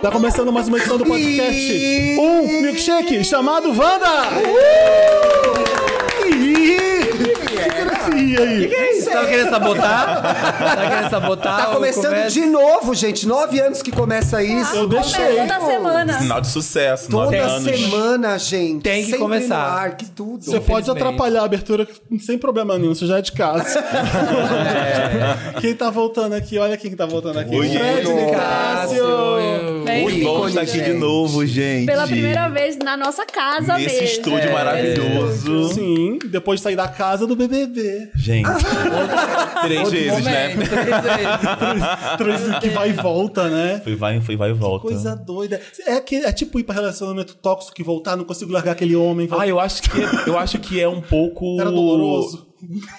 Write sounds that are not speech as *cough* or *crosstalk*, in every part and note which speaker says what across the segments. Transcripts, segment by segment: Speaker 1: Tá começando mais uma edição do podcast.
Speaker 2: Ih!
Speaker 1: Um milkshake chamado Wanda! Ih! Ih, aí?
Speaker 3: Você tava querendo sabotar? Tava querendo sabotar?
Speaker 2: Tá
Speaker 3: Algo
Speaker 2: começando
Speaker 3: começa-
Speaker 2: de novo, gente. Nove anos que começa isso.
Speaker 1: Eu deixei.
Speaker 4: Toda semana.
Speaker 5: Sinal de sucesso, nove
Speaker 2: Toda
Speaker 5: anos.
Speaker 2: semana, gente.
Speaker 3: Tem que
Speaker 2: Sempre
Speaker 3: começar.
Speaker 2: No ar, que tudo.
Speaker 1: Você pode
Speaker 3: Infelizmente.
Speaker 1: atrapalhar a abertura sem problema nenhum, você já é de casa. Quem tá voltando aqui? Olha quem que tá voltando aqui.
Speaker 5: Oi,
Speaker 2: né,
Speaker 1: Fred
Speaker 5: Igor.
Speaker 1: Nicásio.
Speaker 4: Bem,
Speaker 5: Muito bom estar aqui de novo, gente.
Speaker 4: Pela primeira vez na nossa casa
Speaker 5: Nesse
Speaker 4: mesmo. É.
Speaker 5: estúdio maravilhoso.
Speaker 1: Sim, depois de sair da casa do BBB.
Speaker 5: Gente. *laughs* Três vezes, né?
Speaker 1: Três que vai e volta, né?
Speaker 5: Foi vai, foi vai e volta.
Speaker 1: Coisa doida. É, que, é tipo ir pra relacionamento tóxico e voltar, não consigo largar aquele homem.
Speaker 5: Ah, eu acho que eu acho que é um pouco.
Speaker 1: Era doloroso.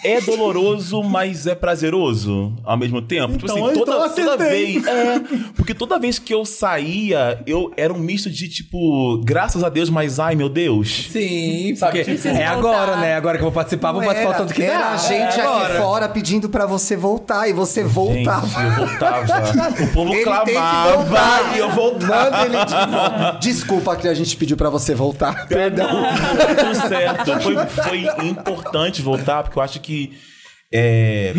Speaker 5: É doloroso, mas é prazeroso ao mesmo tempo. tipo
Speaker 1: Então,
Speaker 5: assim, toda,
Speaker 1: então
Speaker 5: toda
Speaker 1: acertei.
Speaker 5: vez. É, porque toda vez que eu saía, eu era um misto de tipo, graças a Deus, mas ai meu Deus.
Speaker 3: Sim, porque
Speaker 4: Preciso
Speaker 3: é
Speaker 4: voltar.
Speaker 3: agora, né? Agora que eu vou participar, vou
Speaker 2: Era-
Speaker 3: participar tanto que
Speaker 2: era
Speaker 3: dá.
Speaker 2: a gente
Speaker 3: É
Speaker 2: aqui
Speaker 3: agora.
Speaker 2: fora pedindo pra você voltar e você
Speaker 5: Gente,
Speaker 2: voltava.
Speaker 5: eu voltava. O povo
Speaker 2: Ele tem que
Speaker 5: clamava
Speaker 2: voltar.
Speaker 5: e eu voltava.
Speaker 2: Manda ele de volta. Desculpa que a gente pediu pra você voltar. Perdão.
Speaker 5: Tudo certo. Foi, foi importante voltar, porque eu acho que. é,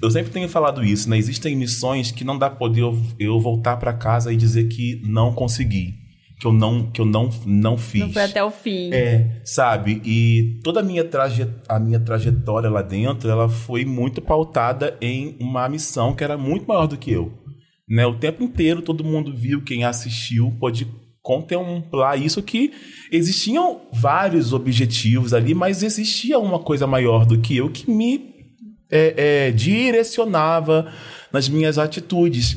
Speaker 5: eu sempre tenho falado isso, né? Existem missões que não dá pra poder eu, eu voltar pra casa e dizer que não consegui. Que eu não, que eu não, não fiz.
Speaker 4: Não foi até o fim.
Speaker 5: É, sabe? E toda a minha, traje- a minha trajetória lá dentro, ela foi muito pautada em uma missão que era muito maior do que eu. Né? O tempo inteiro todo mundo viu, quem assistiu pode contemplar isso que existiam vários objetivos ali, mas existia uma coisa maior do que eu que me é, é, direcionava nas minhas atitudes.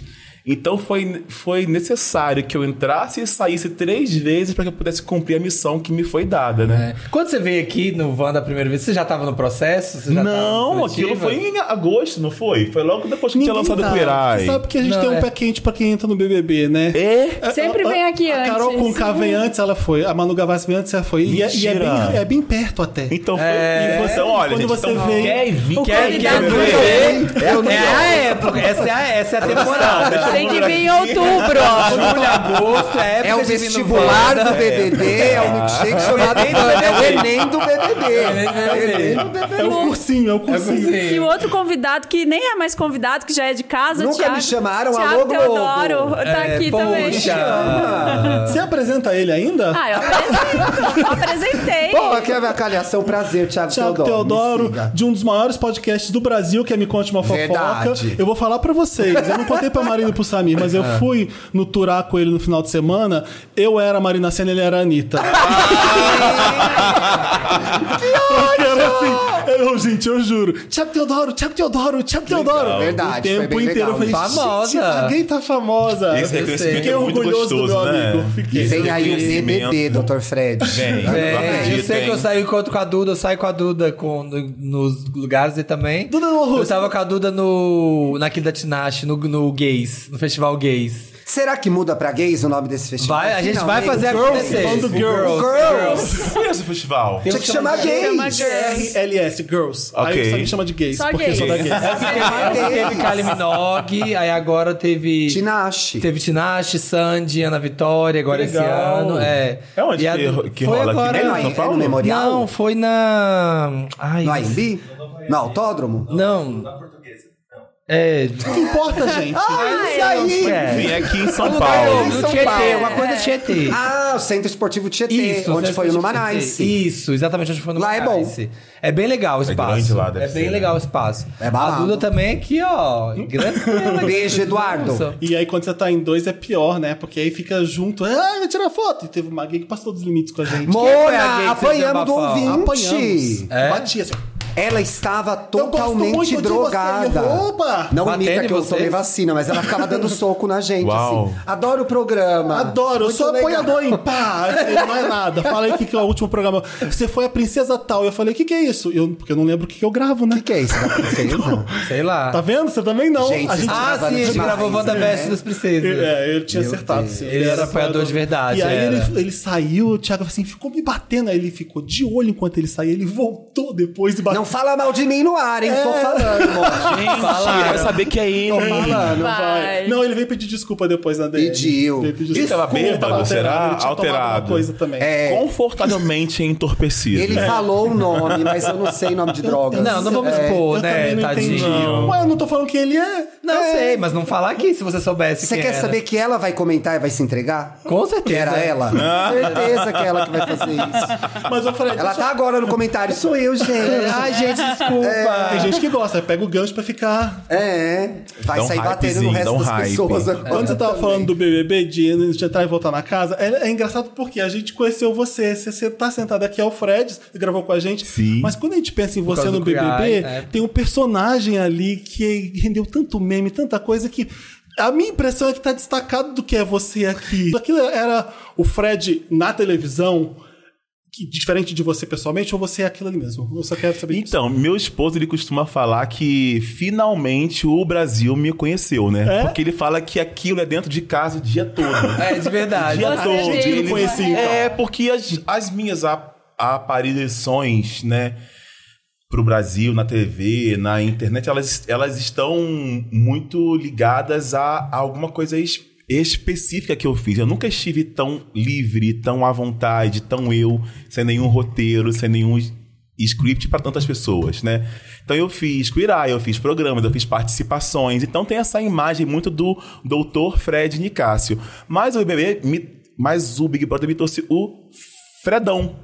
Speaker 5: Então foi, foi necessário que eu entrasse e saísse três vezes para que eu pudesse cumprir a missão que me foi dada, né?
Speaker 3: Quando você veio aqui no Wanda a primeira vez, você já tava no processo? Você É, já tá tava
Speaker 5: Não,
Speaker 3: nas
Speaker 5: aquilo
Speaker 3: seletivas?
Speaker 5: foi em agosto, não foi? Foi logo depois que
Speaker 1: Ninguém
Speaker 5: tinha lançado
Speaker 1: dá.
Speaker 5: o Queerai.
Speaker 1: Você sabe que a gente
Speaker 3: Não,
Speaker 1: tem um
Speaker 3: é.
Speaker 1: pé quente pra quem entra no BBB, né?
Speaker 5: É?
Speaker 1: É,
Speaker 4: Sempre vem aqui
Speaker 1: a
Speaker 4: antes.
Speaker 1: Carol Conká vem antes, ela foi. A Manu Gavassi vem antes, ela foi. E, é, e é
Speaker 5: Mentira.
Speaker 1: bem, é bem perto até.
Speaker 5: Então foi.
Speaker 3: É.
Speaker 5: E você, então, olha,
Speaker 1: Quando
Speaker 5: gente,
Speaker 1: você
Speaker 5: então,
Speaker 1: vem-
Speaker 5: quer vir,
Speaker 4: O
Speaker 5: quer, quer
Speaker 4: convidado
Speaker 5: ver.
Speaker 3: É a época, essa é a, essa é a temporada.
Speaker 5: deixa eu
Speaker 4: Tem que
Speaker 5: procurar
Speaker 4: vir em
Speaker 5: aqui.
Speaker 4: outubro.
Speaker 5: *laughs*
Speaker 3: Julho, agosto, é a época
Speaker 2: É o
Speaker 3: de vir no
Speaker 2: vestibular
Speaker 3: Wanda.
Speaker 2: do BBB, é o milkshake chamado Wanda, é o Enem do BBB.
Speaker 3: É o Enem do
Speaker 5: Então.
Speaker 1: É o cursinho, é o cursinho.
Speaker 3: Sim.
Speaker 4: E o outro convidado, que nem é mais convidado, que já é de casa,
Speaker 2: Nunca
Speaker 4: Thiago,
Speaker 2: me chamaram,
Speaker 4: Thiago
Speaker 2: alô, Globo.
Speaker 4: Teodoro tá
Speaker 3: É,
Speaker 4: aqui também.
Speaker 3: poxa.
Speaker 1: Você apresenta ele ainda?
Speaker 4: Ah, eu apresento. Eu apresentei.
Speaker 2: Bom, aqui é a minha calhação, prazer, Thiago,
Speaker 1: Tiago
Speaker 2: Teodoro.
Speaker 1: Teodoro,
Speaker 2: me siga.
Speaker 1: de um dos maiores podcasts do Brasil, que é Me Conte Uma Fofoca.
Speaker 2: Verdade.
Speaker 1: Eu vou falar pra vocês. Eu não contei pra Marina e pro Samir, mas eu fui no Turá com ele no final de semana. Eu era a Marina Senna, ele era a Anitta. Porque era assim. Eu, gente, eu juro. Tiago Teodoro, Tiago Teodoro, Tiago Teodoro.
Speaker 2: Verdade,
Speaker 1: O
Speaker 2: foi
Speaker 1: tempo
Speaker 2: bem
Speaker 1: inteiro
Speaker 2: legal.
Speaker 1: eu falei,
Speaker 3: Famosa.
Speaker 1: "Gente, alguém tá famosa.
Speaker 5: Esse reconhecimento
Speaker 1: Fiquei
Speaker 5: é muito
Speaker 1: orgulhoso do
Speaker 5: gostoso,
Speaker 1: meu
Speaker 5: né?
Speaker 1: amigo. Fiquei.
Speaker 2: Vem aí o
Speaker 5: Reconhecimento.
Speaker 2: BBB, Dr. Fred.
Speaker 5: Vem,
Speaker 3: É,
Speaker 5: não
Speaker 3: eu
Speaker 5: acredito,
Speaker 3: sei que eu
Speaker 5: hein?
Speaker 3: saio encontro com a Duda, eu saio com a Duda com, no- nos lugares e também.
Speaker 1: Duda no rosto.
Speaker 3: Eu tava com a Duda no. naquele da Tinashe, no, no Gays, no festival Gays.
Speaker 2: Será que muda pra gays o nome desse festival?
Speaker 3: Vai, a gente vai
Speaker 2: Finalmente.
Speaker 3: fazer acontecer.
Speaker 1: falando
Speaker 3: Tipo,
Speaker 1: girls.
Speaker 2: Girls.
Speaker 5: Você conhece o festival?
Speaker 2: Tinha que chamar
Speaker 4: Chama
Speaker 2: gays. É.
Speaker 4: girls.
Speaker 1: GRLS, girls. Aí
Speaker 5: Ok.
Speaker 1: o Samir chama de gays,
Speaker 4: Só
Speaker 1: porque
Speaker 4: gays.
Speaker 1: só da gays.
Speaker 3: Teve Kylie Minogue, aí agora teve.
Speaker 2: Tinashe.
Speaker 3: Teve Tinashe, Sandy, Ana Vitória, agora esse
Speaker 5: Legal.
Speaker 3: ano. É,
Speaker 5: É onde
Speaker 3: E a
Speaker 5: que-
Speaker 3: Du-
Speaker 5: que
Speaker 3: foi
Speaker 5: rola aqui
Speaker 3: agora,
Speaker 5: mesmo?
Speaker 2: Não,
Speaker 5: São
Speaker 2: é
Speaker 5: Paulo?
Speaker 2: no memorial?
Speaker 3: Não, foi na. Ai,
Speaker 2: No AMB? é No autódromo?
Speaker 3: Não. É.
Speaker 1: O que importa, gente?
Speaker 2: Ah, isso aí!
Speaker 3: é.
Speaker 5: Vim aqui em São
Speaker 3: Paulo.
Speaker 5: Paulo.
Speaker 2: São
Speaker 3: No Tietê,
Speaker 2: Paulo.
Speaker 3: uma coisa Tietê.
Speaker 2: Ah, o Centro Esportivo Tietê,
Speaker 3: Isso,
Speaker 2: onde
Speaker 3: né?
Speaker 2: foi o
Speaker 3: Tietê.
Speaker 2: Numanice.
Speaker 3: Isso, exatamente onde foi no
Speaker 2: Lá é bom.
Speaker 3: Numanice. É bem legal o espaço.
Speaker 5: grande lá, deve
Speaker 3: é bem
Speaker 5: ser, né?
Speaker 3: legal o espaço.
Speaker 2: É
Speaker 3: a
Speaker 2: balado.
Speaker 3: Duda também aqui, ó.
Speaker 2: *laughs*
Speaker 3: Grande estrela.
Speaker 2: Beijo, Eduardo.
Speaker 3: Nossa.
Speaker 1: E aí, quando você tá em dois, é pior, né? Porque aí fica junto. Ai, vai tirar foto. E teve uma gay que passou dos limites com a
Speaker 3: Quem
Speaker 1: gente.
Speaker 3: foi a gay que
Speaker 2: Mona, apanhamos do
Speaker 3: fez abafar?
Speaker 2: ouvinte.
Speaker 1: Apanhamos.
Speaker 3: É?
Speaker 1: Bati assim.
Speaker 2: Ela estava
Speaker 1: gosto muito
Speaker 2: totalmente
Speaker 1: de você,
Speaker 2: drogada.
Speaker 1: ele rouba.
Speaker 2: Não
Speaker 3: Batendo
Speaker 2: imita
Speaker 3: em
Speaker 2: que eu
Speaker 3: vocês?
Speaker 2: tomei vacina, mas ela ficava dando soco na gente,
Speaker 5: Uau.
Speaker 2: assim. Adoro o programa.
Speaker 1: Adoro, eu
Speaker 2: Muito
Speaker 1: sou
Speaker 2: legal.
Speaker 1: apoiador em pá. Eu falei, Não é nada. Fala aí o que, que é o último programa. Você foi a princesa tal. Eu falei, o que, que é isso? Eu, porque eu não lembro o que, que eu gravo,
Speaker 2: O
Speaker 1: né?
Speaker 2: que, que é isso da princesa?
Speaker 3: Sei lá.
Speaker 1: *laughs* Tá vendo? Você também não.
Speaker 2: Gente,
Speaker 1: a gente.
Speaker 2: tá-
Speaker 3: Ah,
Speaker 2: Gravando
Speaker 3: sim, a gente
Speaker 2: demais,
Speaker 3: gravou Wanda
Speaker 2: né?
Speaker 3: Verso das Princesas.
Speaker 1: É, eu tinha acertado, sim.
Speaker 3: Ele era apoiador de verdade,
Speaker 1: E aí
Speaker 3: era.
Speaker 1: ele, ele saiu, o Thiago assim, ficou me batendo. Aí ele ficou de olho enquanto ele saía, ele voltou depois e bateu.
Speaker 2: Não fala mal de mim no ar, hein?
Speaker 1: É.
Speaker 2: Tô falando, amor.
Speaker 5: Gente, vai saber que é ele.
Speaker 2: Tô falando.
Speaker 4: Vai.
Speaker 1: Não, ele veio pedir desculpa depois na DM.
Speaker 2: Pediu.
Speaker 1: Veio pedir
Speaker 5: Ele tava
Speaker 1: desculpa,
Speaker 5: bêbado,
Speaker 1: alterado,
Speaker 5: será?
Speaker 1: Ele tinha tomado
Speaker 5: Alterado.
Speaker 1: alguma coisa também.
Speaker 2: É.
Speaker 5: Confortavelmente entorpecido. É.
Speaker 2: Ele
Speaker 5: *laughs*
Speaker 2: falou o nome, mas eu não sei nome de drogas.
Speaker 3: Não, não vamos
Speaker 2: É,
Speaker 3: expor,
Speaker 1: Eu
Speaker 3: né,
Speaker 1: também não entendi.
Speaker 3: tadinho.
Speaker 1: Ué, eu não tô falando que ele é.
Speaker 3: Não sei, mas não falar aqui se você soubesse.
Speaker 2: Você
Speaker 3: quem
Speaker 2: quer
Speaker 3: era.
Speaker 2: saber que ela vai comentar e vai se entregar?
Speaker 3: Com
Speaker 2: Que
Speaker 3: certeza.
Speaker 2: era ela?
Speaker 5: Ah.
Speaker 2: Certeza que é ela que vai fazer isso.
Speaker 1: Mas eu falei,
Speaker 2: Ela tá agora no comentário, sou eu, gente.
Speaker 3: Ai, gente, desculpa.
Speaker 1: tem gente que gosta, pega o gancho pra ficar.
Speaker 2: É, vai
Speaker 5: Dá um
Speaker 2: sair batendo no
Speaker 5: hypezinho,
Speaker 2: resto
Speaker 5: dá um
Speaker 2: das
Speaker 5: hype. É.
Speaker 2: pessoas agora.
Speaker 1: É, Quando você tava
Speaker 2: também.
Speaker 1: falando do BBB, de, de entrar e voltar na casa, é, é engraçado porque a gente conheceu você. Você, você tá sentado aqui, é o Fred, você gravou com a gente.
Speaker 5: Sim.
Speaker 1: Mas quando a gente pensa em você
Speaker 3: causa
Speaker 1: no
Speaker 3: do
Speaker 1: BBB,
Speaker 3: Cry, é.
Speaker 1: tem um personagem ali que rendeu tanto meme, tanta coisa que. A minha impressão é que tá destacado do que é você aqui. Aquilo era o Fred na televisão, que- diferente de você pessoalmente, ou você é aquilo ali mesmo? Eu só quero saber disso.
Speaker 5: Então, meu esposo, ele costuma falar que finalmente o Brasil me conheceu, né?
Speaker 1: É?
Speaker 5: Porque ele fala que aquilo é dentro de casa Então, o dia todo.
Speaker 3: É, de
Speaker 5: O
Speaker 3: verdade.
Speaker 5: dia
Speaker 4: Você
Speaker 5: todo.
Speaker 4: mesmo
Speaker 5: Ele-
Speaker 1: conhecia, então.
Speaker 5: É, porque as, as minhas ap- aparições, né? Pro Brasil, na TV, na internet, elas, elas estão muito ligadas a, a alguma coisa es- específica que eu fiz. Eu nunca estive tão livre, tão à vontade, tão eu, sem nenhum roteiro, sem nenhum es- script para tantas pessoas, né? Então eu fiz Queer Eye, eu fiz programas, eu fiz participações. Então tem essa imagem muito do Dr. Fred Nicásio. Mas o BBB me mas o Big Brother me trouxe o Fredão.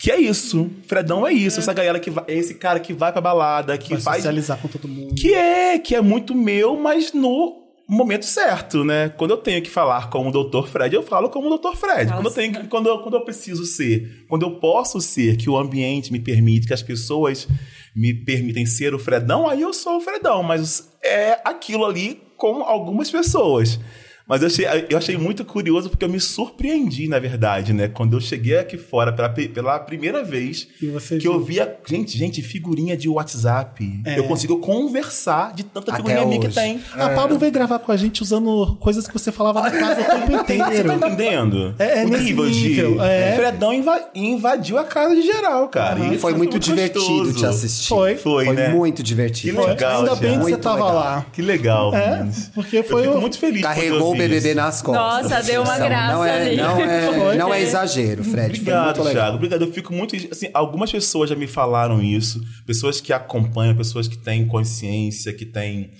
Speaker 5: Que é isso. Fredão é isso. Essa galera que vai. É esse cara que vai pra balada, que
Speaker 1: Vai
Speaker 5: faz.
Speaker 1: socializar com todo mundo.
Speaker 5: Que é, que é muito meu, mas no momento certo, né? Quando eu tenho que falar como o Dr. Fred, eu falo como o Dr. Fred. Quando eu, tenho que- quando, eu, quando eu preciso ser, quando eu posso ser, que o ambiente me permite, que as pessoas me permitem ser o Fredão, aí eu sou o Fredão, mas é aquilo ali com algumas pessoas. Mas eu achei, eu achei muito curioso porque eu me surpreendi, na verdade, né? Quando eu cheguei aqui fora pela, pe- pela primeira vez,
Speaker 1: E você
Speaker 5: que eu via, gente, gente, figurinha de WhatsApp. Eu consigo conversar de tanta
Speaker 2: Até
Speaker 5: figurinha minha que
Speaker 2: hoje.
Speaker 5: tem.
Speaker 1: A Pablo veio gravar com a gente usando coisas que você falava na casa o
Speaker 5: *laughs*
Speaker 1: tempo
Speaker 5: Você tá
Speaker 1: inteiro.
Speaker 5: entendendo?
Speaker 1: É, é
Speaker 5: o
Speaker 1: nesse
Speaker 5: nível, de.
Speaker 1: nível, é.
Speaker 5: O Fredão inva- invadiu a casa de geral, cara. E
Speaker 2: Foi,
Speaker 5: isso
Speaker 2: muito divertido
Speaker 5: gostoso.
Speaker 2: te assistir.
Speaker 1: Foi.
Speaker 5: Foi,
Speaker 2: Foi
Speaker 5: né?
Speaker 2: muito
Speaker 5: Que
Speaker 2: divertido.
Speaker 5: legal,
Speaker 1: Ainda bem que
Speaker 5: Thiago.
Speaker 1: você
Speaker 2: Muito
Speaker 1: tava
Speaker 2: legal.
Speaker 1: lá.
Speaker 5: Que legal,
Speaker 1: É,
Speaker 5: meninos.
Speaker 1: porque foi um
Speaker 5: Eu fico
Speaker 1: o-
Speaker 5: muito feliz quando eu
Speaker 2: Carregou o
Speaker 5: vi
Speaker 2: BBB
Speaker 5: isso.
Speaker 2: nas costas.
Speaker 4: Nossa, deu uma
Speaker 2: Não, não
Speaker 4: graça
Speaker 2: é,
Speaker 4: ali.
Speaker 2: Não é,
Speaker 1: Foi.
Speaker 2: não é exagero, Fred.
Speaker 5: Obrigado,
Speaker 2: foi muito legal.
Speaker 5: Thiago. Obrigado. Eu fico muito. Assim, algumas pessoas já me falaram isso. Pessoas que acompanham, pessoas que têm consciência, que têm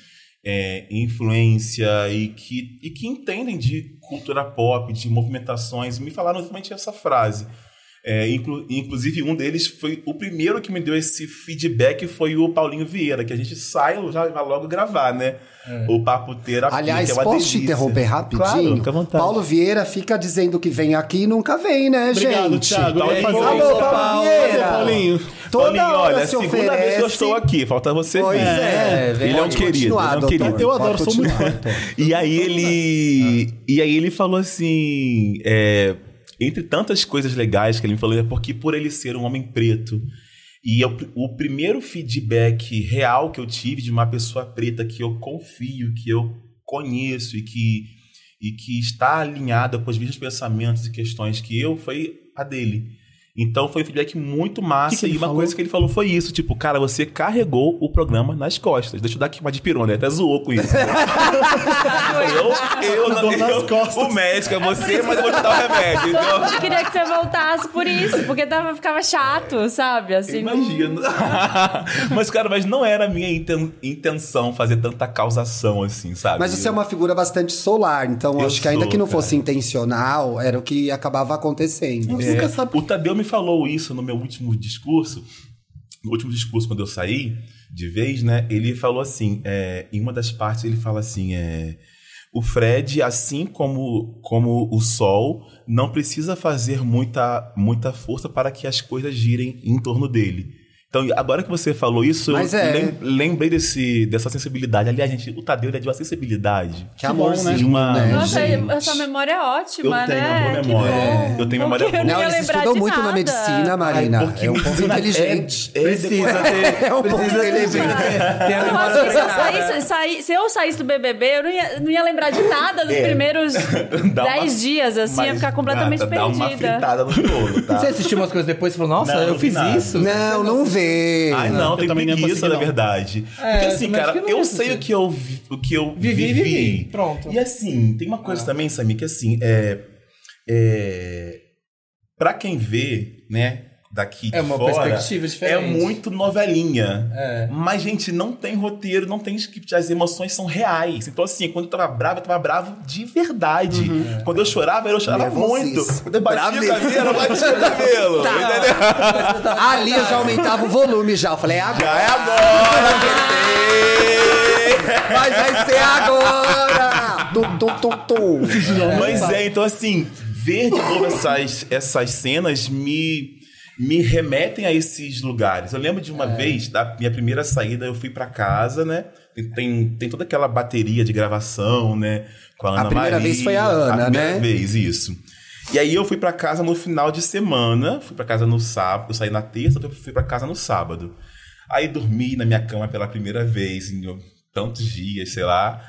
Speaker 5: é, influência e que, e que entendem de cultura pop, de movimentações. Me falaram exatamente essa frase. É, inclu- inclusive, um deles foi o primeiro que me deu esse feedback foi o Paulinho Vieira, que a gente sai já vai logo gravar, né? O Papo Terapia.
Speaker 2: Aliás,
Speaker 5: que é uma
Speaker 2: posso te
Speaker 5: delícia.
Speaker 2: interromper rapidinho?
Speaker 5: Claro, fica à vontade.
Speaker 2: Paulo Vieira fica dizendo que vem aqui e nunca vem, né,
Speaker 1: Obrigado,
Speaker 2: gente?
Speaker 1: Thiago.
Speaker 5: Tá
Speaker 1: Eu ia
Speaker 3: Ei,
Speaker 1: fazer
Speaker 3: Paulo,
Speaker 1: isso.
Speaker 2: Alô, Paulo
Speaker 3: Paulo,
Speaker 2: Vieira!
Speaker 1: Cadê, Paulinho?
Speaker 2: Toda
Speaker 5: Paulinho,
Speaker 2: hora
Speaker 5: olha, é
Speaker 2: se
Speaker 5: segunda vez que eu
Speaker 2: oferece.
Speaker 5: estou aqui, falta você
Speaker 2: Pois
Speaker 5: vir.
Speaker 2: é,
Speaker 3: É,
Speaker 5: ele é um
Speaker 2: pode
Speaker 5: querido,
Speaker 2: continuar,
Speaker 5: ele é um
Speaker 2: doutor.
Speaker 5: querido.
Speaker 1: Eu adoro,
Speaker 2: Pode
Speaker 1: sou muito
Speaker 2: continuar,
Speaker 1: fã.
Speaker 2: doutor.
Speaker 5: E aí ele. E aí ele falou assim. é, entre tantas coisas legais que ele me falou, é porque por ele ser um homem preto. E eu- o primeiro feedback real que eu tive de uma pessoa preta que eu confio, que eu conheço e que, e que está alinhada com os mesmos pensamentos e questões que eu foi a dele. Então foi um feedback muito massa.
Speaker 1: Que que ele
Speaker 5: e uma
Speaker 1: falou?
Speaker 5: coisa que ele falou foi isso: tipo, cara, você carregou o programa nas costas. Deixa eu dar aqui uma de pirona, ele até zoou com isso. Eu, eu,
Speaker 1: Dor
Speaker 5: eu,
Speaker 1: nas costas.
Speaker 5: o médico é você, mas eu vou te dar o remédio,
Speaker 4: Eu
Speaker 5: entendeu?
Speaker 4: queria que você voltasse por isso, porque tava, ficava chato, sabe? Assim, não-
Speaker 5: Imagina. *laughs* mas, cara, mas não era a minha inten- intenção fazer tanta causação assim, sabe?
Speaker 2: Mas você é uma figura bastante solar, então
Speaker 5: Eu
Speaker 2: acho que ainda
Speaker 5: sou,
Speaker 2: que não
Speaker 5: cara.
Speaker 2: fosse intencional, era o que acabava acontecendo.
Speaker 1: Você nunca sabe.
Speaker 5: O Tadeu me falou isso no meu último discurso. No último discurso, quando eu saí de vez, né? Ele falou assim: é, em uma das partes, ele fala assim: é, o Fred, assim como, como o Sol, não precisa fazer muita, muita força para que as coisas girem em torno dele. Então, agora que você falou isso,
Speaker 2: Mas
Speaker 5: eu
Speaker 2: é.
Speaker 5: lem- lembrei desse, dessa sensibilidade. Aliás, gente, o Tadeu ele é de uma sensibilidade.
Speaker 2: Que
Speaker 1: bom,
Speaker 2: amorzinho,
Speaker 5: né? Uma-
Speaker 2: né?
Speaker 4: Nossa,
Speaker 5: gente.
Speaker 4: a sua memória é
Speaker 5: Eu
Speaker 4: ótima,
Speaker 5: tenho
Speaker 4: né?
Speaker 5: boa
Speaker 4: Que
Speaker 5: memória.
Speaker 4: bom.
Speaker 5: Eu tenho memória
Speaker 4: Porque eu não
Speaker 5: boa.
Speaker 2: Não,
Speaker 4: ia
Speaker 2: eles
Speaker 4: lembrar
Speaker 2: estudam
Speaker 4: de
Speaker 2: muito na
Speaker 4: nada.
Speaker 2: medicina, Marina.
Speaker 5: porque
Speaker 2: é um povo
Speaker 5: medicina é-
Speaker 2: inteligente.
Speaker 3: *laughs*
Speaker 5: é
Speaker 3: Precisa *laughs* ter.
Speaker 2: *laughs* É um pouco
Speaker 3: precisa ter.
Speaker 2: inteligente.
Speaker 3: né? Tem a
Speaker 4: Eu
Speaker 3: memória
Speaker 4: acho que se eu,
Speaker 3: treinada.
Speaker 4: saísse, saí- se eu saísse do BBB, eu não ia, não ia lembrar de nada dos primeiros
Speaker 5: É. *laughs* Dá uma-
Speaker 4: 10 dias, assim, ia
Speaker 5: Mas,
Speaker 4: ficar completamente
Speaker 5: gata, Dá uma
Speaker 4: perdida.
Speaker 5: fritada no bolo, tá?
Speaker 3: Você assistiu umas coisas depois e falou, nossa,
Speaker 5: Não,
Speaker 3: eu
Speaker 5: não
Speaker 3: fiz
Speaker 5: vi nada.
Speaker 3: isso.
Speaker 2: Não, não vê, querer.
Speaker 5: Ai, não,
Speaker 1: Eu
Speaker 5: tem
Speaker 1: também não ia
Speaker 5: preguiça,
Speaker 1: conseguir,
Speaker 5: na
Speaker 1: não.
Speaker 5: verdade.
Speaker 3: É,
Speaker 5: Porque assim,
Speaker 3: também acho
Speaker 5: cara,
Speaker 3: que não
Speaker 5: eu
Speaker 3: ia
Speaker 5: sei o
Speaker 3: conseguir.
Speaker 5: que eu, vi- o que eu
Speaker 3: Vivi,
Speaker 5: vivi.
Speaker 3: vivi. Pronto.
Speaker 5: E assim, tem uma
Speaker 3: Ah.
Speaker 5: coisa também, Samir, que assim, é... é pra quem vê, né, daqui de
Speaker 3: É uma
Speaker 5: fora,
Speaker 3: perspectiva
Speaker 5: é
Speaker 3: diferente.
Speaker 5: muito novelinha.
Speaker 3: É.
Speaker 5: Mas, gente, não tem roteiro, não tem script, as emoções são reais. Então, assim, quando eu tava bravo, eu tava bravo de verdade.
Speaker 3: Uhum.
Speaker 5: Quando eu chorava, eu chorava
Speaker 2: Nervosíssimo.
Speaker 5: muito. Quando É. eu batia
Speaker 2: Bravo
Speaker 5: o cabelo, Tá. eu batia o cabelo. Entendeu? tá
Speaker 2: Ali eu já aumentava o volume já. Eu falei, é
Speaker 5: Já
Speaker 2: agora.
Speaker 5: é agora, bebê!
Speaker 2: Mas vai ser agora! Tum, tum, tum, tum.
Speaker 5: Mas é, então assim, ver de novo essas, essas cenas me, me remetem a esses lugares. Eu lembro de
Speaker 2: É.
Speaker 5: uma vez, da minha primeira saída, eu fui pra casa, né? Tem- Tem, tem toda aquela bateria de gravação, né? Com a Ana
Speaker 2: primeira
Speaker 5: Maria.
Speaker 2: vez foi a Ana,
Speaker 5: a primeira
Speaker 2: né?
Speaker 5: vez, isso. E aí eu fui pra casa no final de semana, fui pra casa no sábado, eu saí na terça, eu fui pra casa no sábado. Aí dormi na minha cama pela primeira vez em tantos dias, sei lá.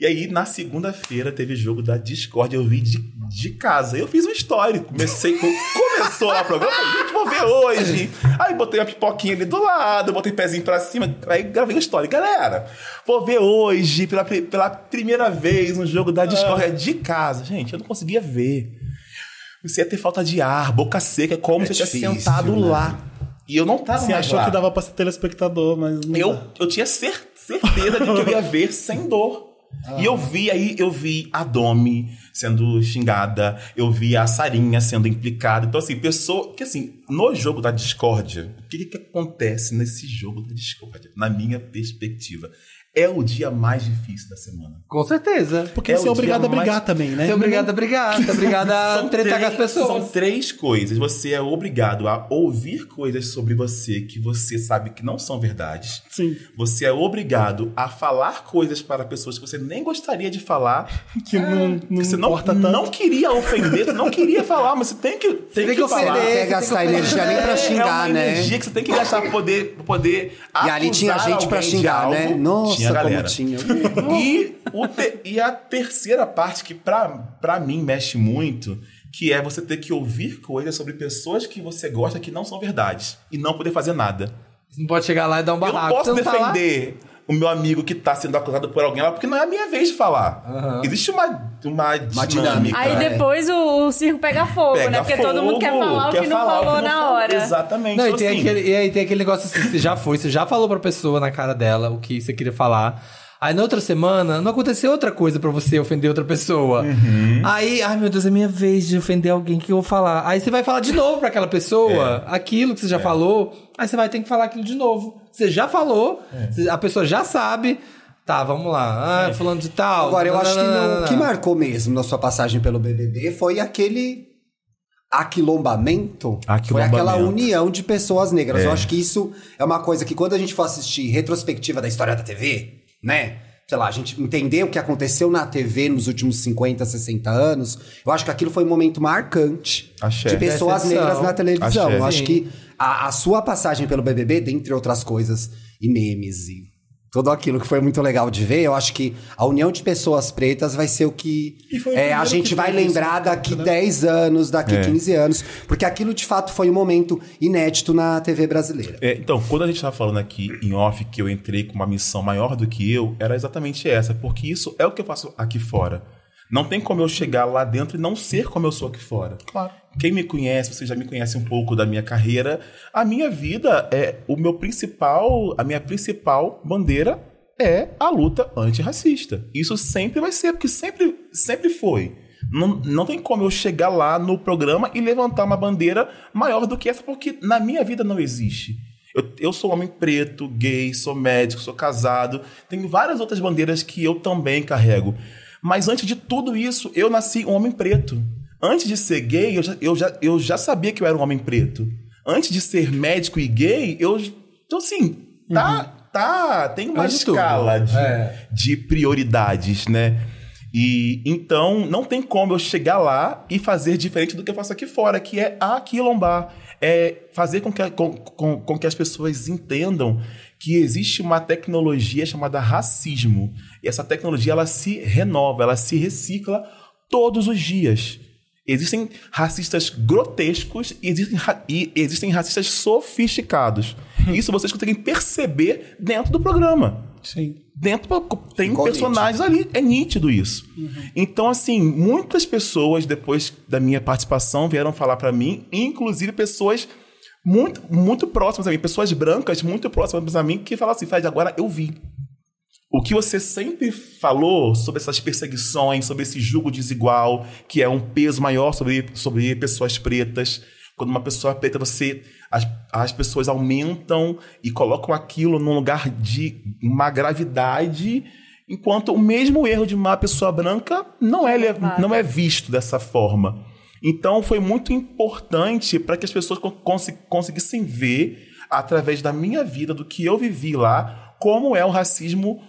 Speaker 5: E aí na segunda-feira teve jogo da Discord, eu vi de, de casa. Eu fiz um story, comecei com- começou lá o programa, falei, gente, vou ver hoje. Aí botei a pipoquinha ali do lado, botei o pezinho pra cima, aí gravei um story. Galera, vou ver hoje pela, pri- pela primeira vez um jogo da Discord de casa. Gente, eu não conseguia ver. Você ia ter falta de ar, boca seca, é
Speaker 1: É
Speaker 5: como se eu tivesse
Speaker 2: difícil,
Speaker 5: sentado
Speaker 2: né?
Speaker 5: lá. E eu não tava
Speaker 1: Você
Speaker 5: mais
Speaker 1: achou
Speaker 5: lá.
Speaker 1: que dava pra ser telespectador, mas. não
Speaker 5: Eu,
Speaker 1: dá.
Speaker 5: eu tinha cer- certeza de que eu ia ver sem dor.
Speaker 3: Ah.
Speaker 5: E eu vi aí, eu vi a Domi sendo xingada, eu vi a Sarinha sendo implicada. Então, assim, pessoa. Que assim, no jogo da discórdia, o que, que acontece nesse jogo da discórdia? Na minha perspectiva, é o dia mais difícil da semana.
Speaker 3: Com certeza.
Speaker 1: Porque
Speaker 5: É
Speaker 1: você é
Speaker 5: o
Speaker 1: obrigado a
Speaker 5: dia mais-
Speaker 1: brigar também, né?
Speaker 3: Você é obrigado a brigar, você é obrigado
Speaker 2: *laughs*
Speaker 3: a tretar com as
Speaker 5: São
Speaker 3: pessoas.
Speaker 5: três coisas. Você é obrigado a ouvir coisas sobre você que você sabe que não são verdades.
Speaker 1: Sim.
Speaker 5: Você é obrigado a falar coisas para pessoas que você nem gostaria de falar,
Speaker 1: Que não, não
Speaker 5: Ah, que você não,
Speaker 1: importa tanto.
Speaker 5: não queria ofender, você não queria falar, mas você tem que, tem
Speaker 3: tem
Speaker 5: que,
Speaker 3: que
Speaker 5: falar.
Speaker 3: ofender,
Speaker 2: Quer gastar energia nem pra
Speaker 5: é uma
Speaker 2: xingar, né?
Speaker 5: energia que você tem que gastar pra poder, pra poder
Speaker 2: E ali tinha
Speaker 5: acusar
Speaker 2: gente pra
Speaker 5: alguém de
Speaker 2: xingar, né?
Speaker 5: algo.
Speaker 2: Nossa,
Speaker 5: tinha
Speaker 2: como
Speaker 5: galera.
Speaker 2: tinha.
Speaker 5: E, o te- e a terceira parte que pra, pra mim mexe muito, que é você ter que ouvir coisas sobre pessoas que você gosta que não são verdades e não poder fazer nada.
Speaker 3: Você não pode chegar lá e dar um
Speaker 5: Eu não
Speaker 3: barraco.
Speaker 5: posso
Speaker 3: você não tá lá.
Speaker 5: defender o meu amigo que tá sendo acusado por alguém lá, porque não é a minha vez de falar. Existe uma, uma,
Speaker 2: Uma
Speaker 5: dinâmica.
Speaker 2: dinâmica.
Speaker 4: Aí
Speaker 2: É.
Speaker 4: depois o, o circo pega fogo, né? Porque todo mundo quer
Speaker 5: né? fogo,
Speaker 4: falar o que
Speaker 5: quer
Speaker 4: não
Speaker 5: falar o
Speaker 4: falou
Speaker 5: que não
Speaker 4: na
Speaker 5: falou.
Speaker 4: hora.
Speaker 5: Exatamente.
Speaker 3: Não, e,
Speaker 5: Então,
Speaker 3: tem
Speaker 5: assim,
Speaker 3: aquele, e aí tem aquele negócio assim, você já foi, você já falou pra pessoa na cara dela o que você queria falar. Aí na outra semana, não aconteceu outra coisa pra você ofender outra pessoa.
Speaker 2: Uhum.
Speaker 3: Aí, ai meu Deus, é minha vez de ofender alguém, o que eu vou falar? Aí você vai falar de novo pra aquela pessoa,
Speaker 2: É.
Speaker 3: aquilo que você já falou, aí você vai ter que falar aquilo de novo. Você já falou,
Speaker 2: É.
Speaker 3: você- a pessoa já sabe, tá, vamos lá, ah, fulano de tal.
Speaker 2: Agora, eu acho que não,
Speaker 3: nananana.
Speaker 2: o que marcou mesmo na sua passagem pelo BBB foi aquele aquilombamento. Foi
Speaker 5: Aquilombamento.
Speaker 2: aquela união de pessoas negras. Eu acho que isso é uma coisa que quando a gente for assistir retrospectiva da história da TV, né? Sei lá, a gente entender o que aconteceu na TV nos últimos 50, 60 anos. Eu acho que aquilo foi um momento marcante
Speaker 5: Axé.
Speaker 2: de pessoas
Speaker 3: Exceção.
Speaker 2: negras na televisão.
Speaker 5: Axé.
Speaker 2: Eu acho
Speaker 3: Sim.
Speaker 2: que a, a sua passagem pelo BBB, dentre outras coisas, e memes e tudo aquilo que foi muito legal de ver, eu acho que a união de pessoas pretas vai ser o que
Speaker 1: E foi o
Speaker 2: é, a
Speaker 1: primeiro
Speaker 2: gente
Speaker 1: que
Speaker 2: vai
Speaker 1: teve isso,
Speaker 2: lembrar daqui
Speaker 1: né?
Speaker 2: 10 anos, daqui
Speaker 5: É.
Speaker 2: 15 anos, porque aquilo de fato foi um momento inédito na TV brasileira.
Speaker 5: É, então, quando a gente estava falando aqui em off que eu entrei com uma missão maior do que eu, era exatamente essa, porque isso é o que eu faço aqui fora. Não tem como eu chegar lá dentro e não ser como eu sou aqui fora. Claro. Quem me conhece, você já me conhece um pouco da minha carreira. A minha vida é o meu principal, a minha principal bandeira é a luta antirracista. Isso sempre vai ser, porque sempre, sempre foi. Não, não tem como eu chegar lá no programa e levantar uma bandeira maior do que essa, porque na minha vida não existe. Eu, eu sou homem preto, gay, sou médico, sou casado. Tenho várias outras bandeiras que eu também carrego. Mas antes de tudo isso, eu nasci um homem preto. Antes de ser gay, eu já, eu já, eu já sabia que eu era um homem preto. Antes de ser médico e gay, eu. Então, assim, tá. tá tem uma
Speaker 3: Antes de tudo.
Speaker 5: escala de,
Speaker 3: É.
Speaker 5: de prioridades, né? E então não tem como eu chegar lá e fazer diferente do que eu faço aqui fora, que é aquilombar. É fazer com que, com, com, com que as pessoas entendam que existe uma tecnologia chamada racismo. E essa tecnologia ela se renova, ela se recicla todos os dias. Existem racistas grotescos e existem, ra- e existem racistas sofisticados. Isso vocês conseguem perceber dentro do programa.
Speaker 1: Sim.
Speaker 5: Dentro do- tem
Speaker 2: Ficou
Speaker 5: personagens ali, é nítido isso. Então, assim, muitas pessoas depois da minha participação vieram falar pra mim, inclusive pessoas muito, muito próximas a mim, pessoas brancas muito próximas a mim, que falaram assim: Fred, agora eu vi. O que você sempre falou sobre essas perseguições, sobre esse julgo desigual, que é um peso maior sobre, sobre pessoas pretas. Quando uma pessoa é preta, você. As, as pessoas aumentam e colocam aquilo num lugar de uma gravidade, enquanto o mesmo erro de uma pessoa branca não é, le- não é visto dessa forma. Então foi muito importante para que as pessoas con- consi- conseguissem ver, através da minha vida, do que eu vivi lá, como é o racismo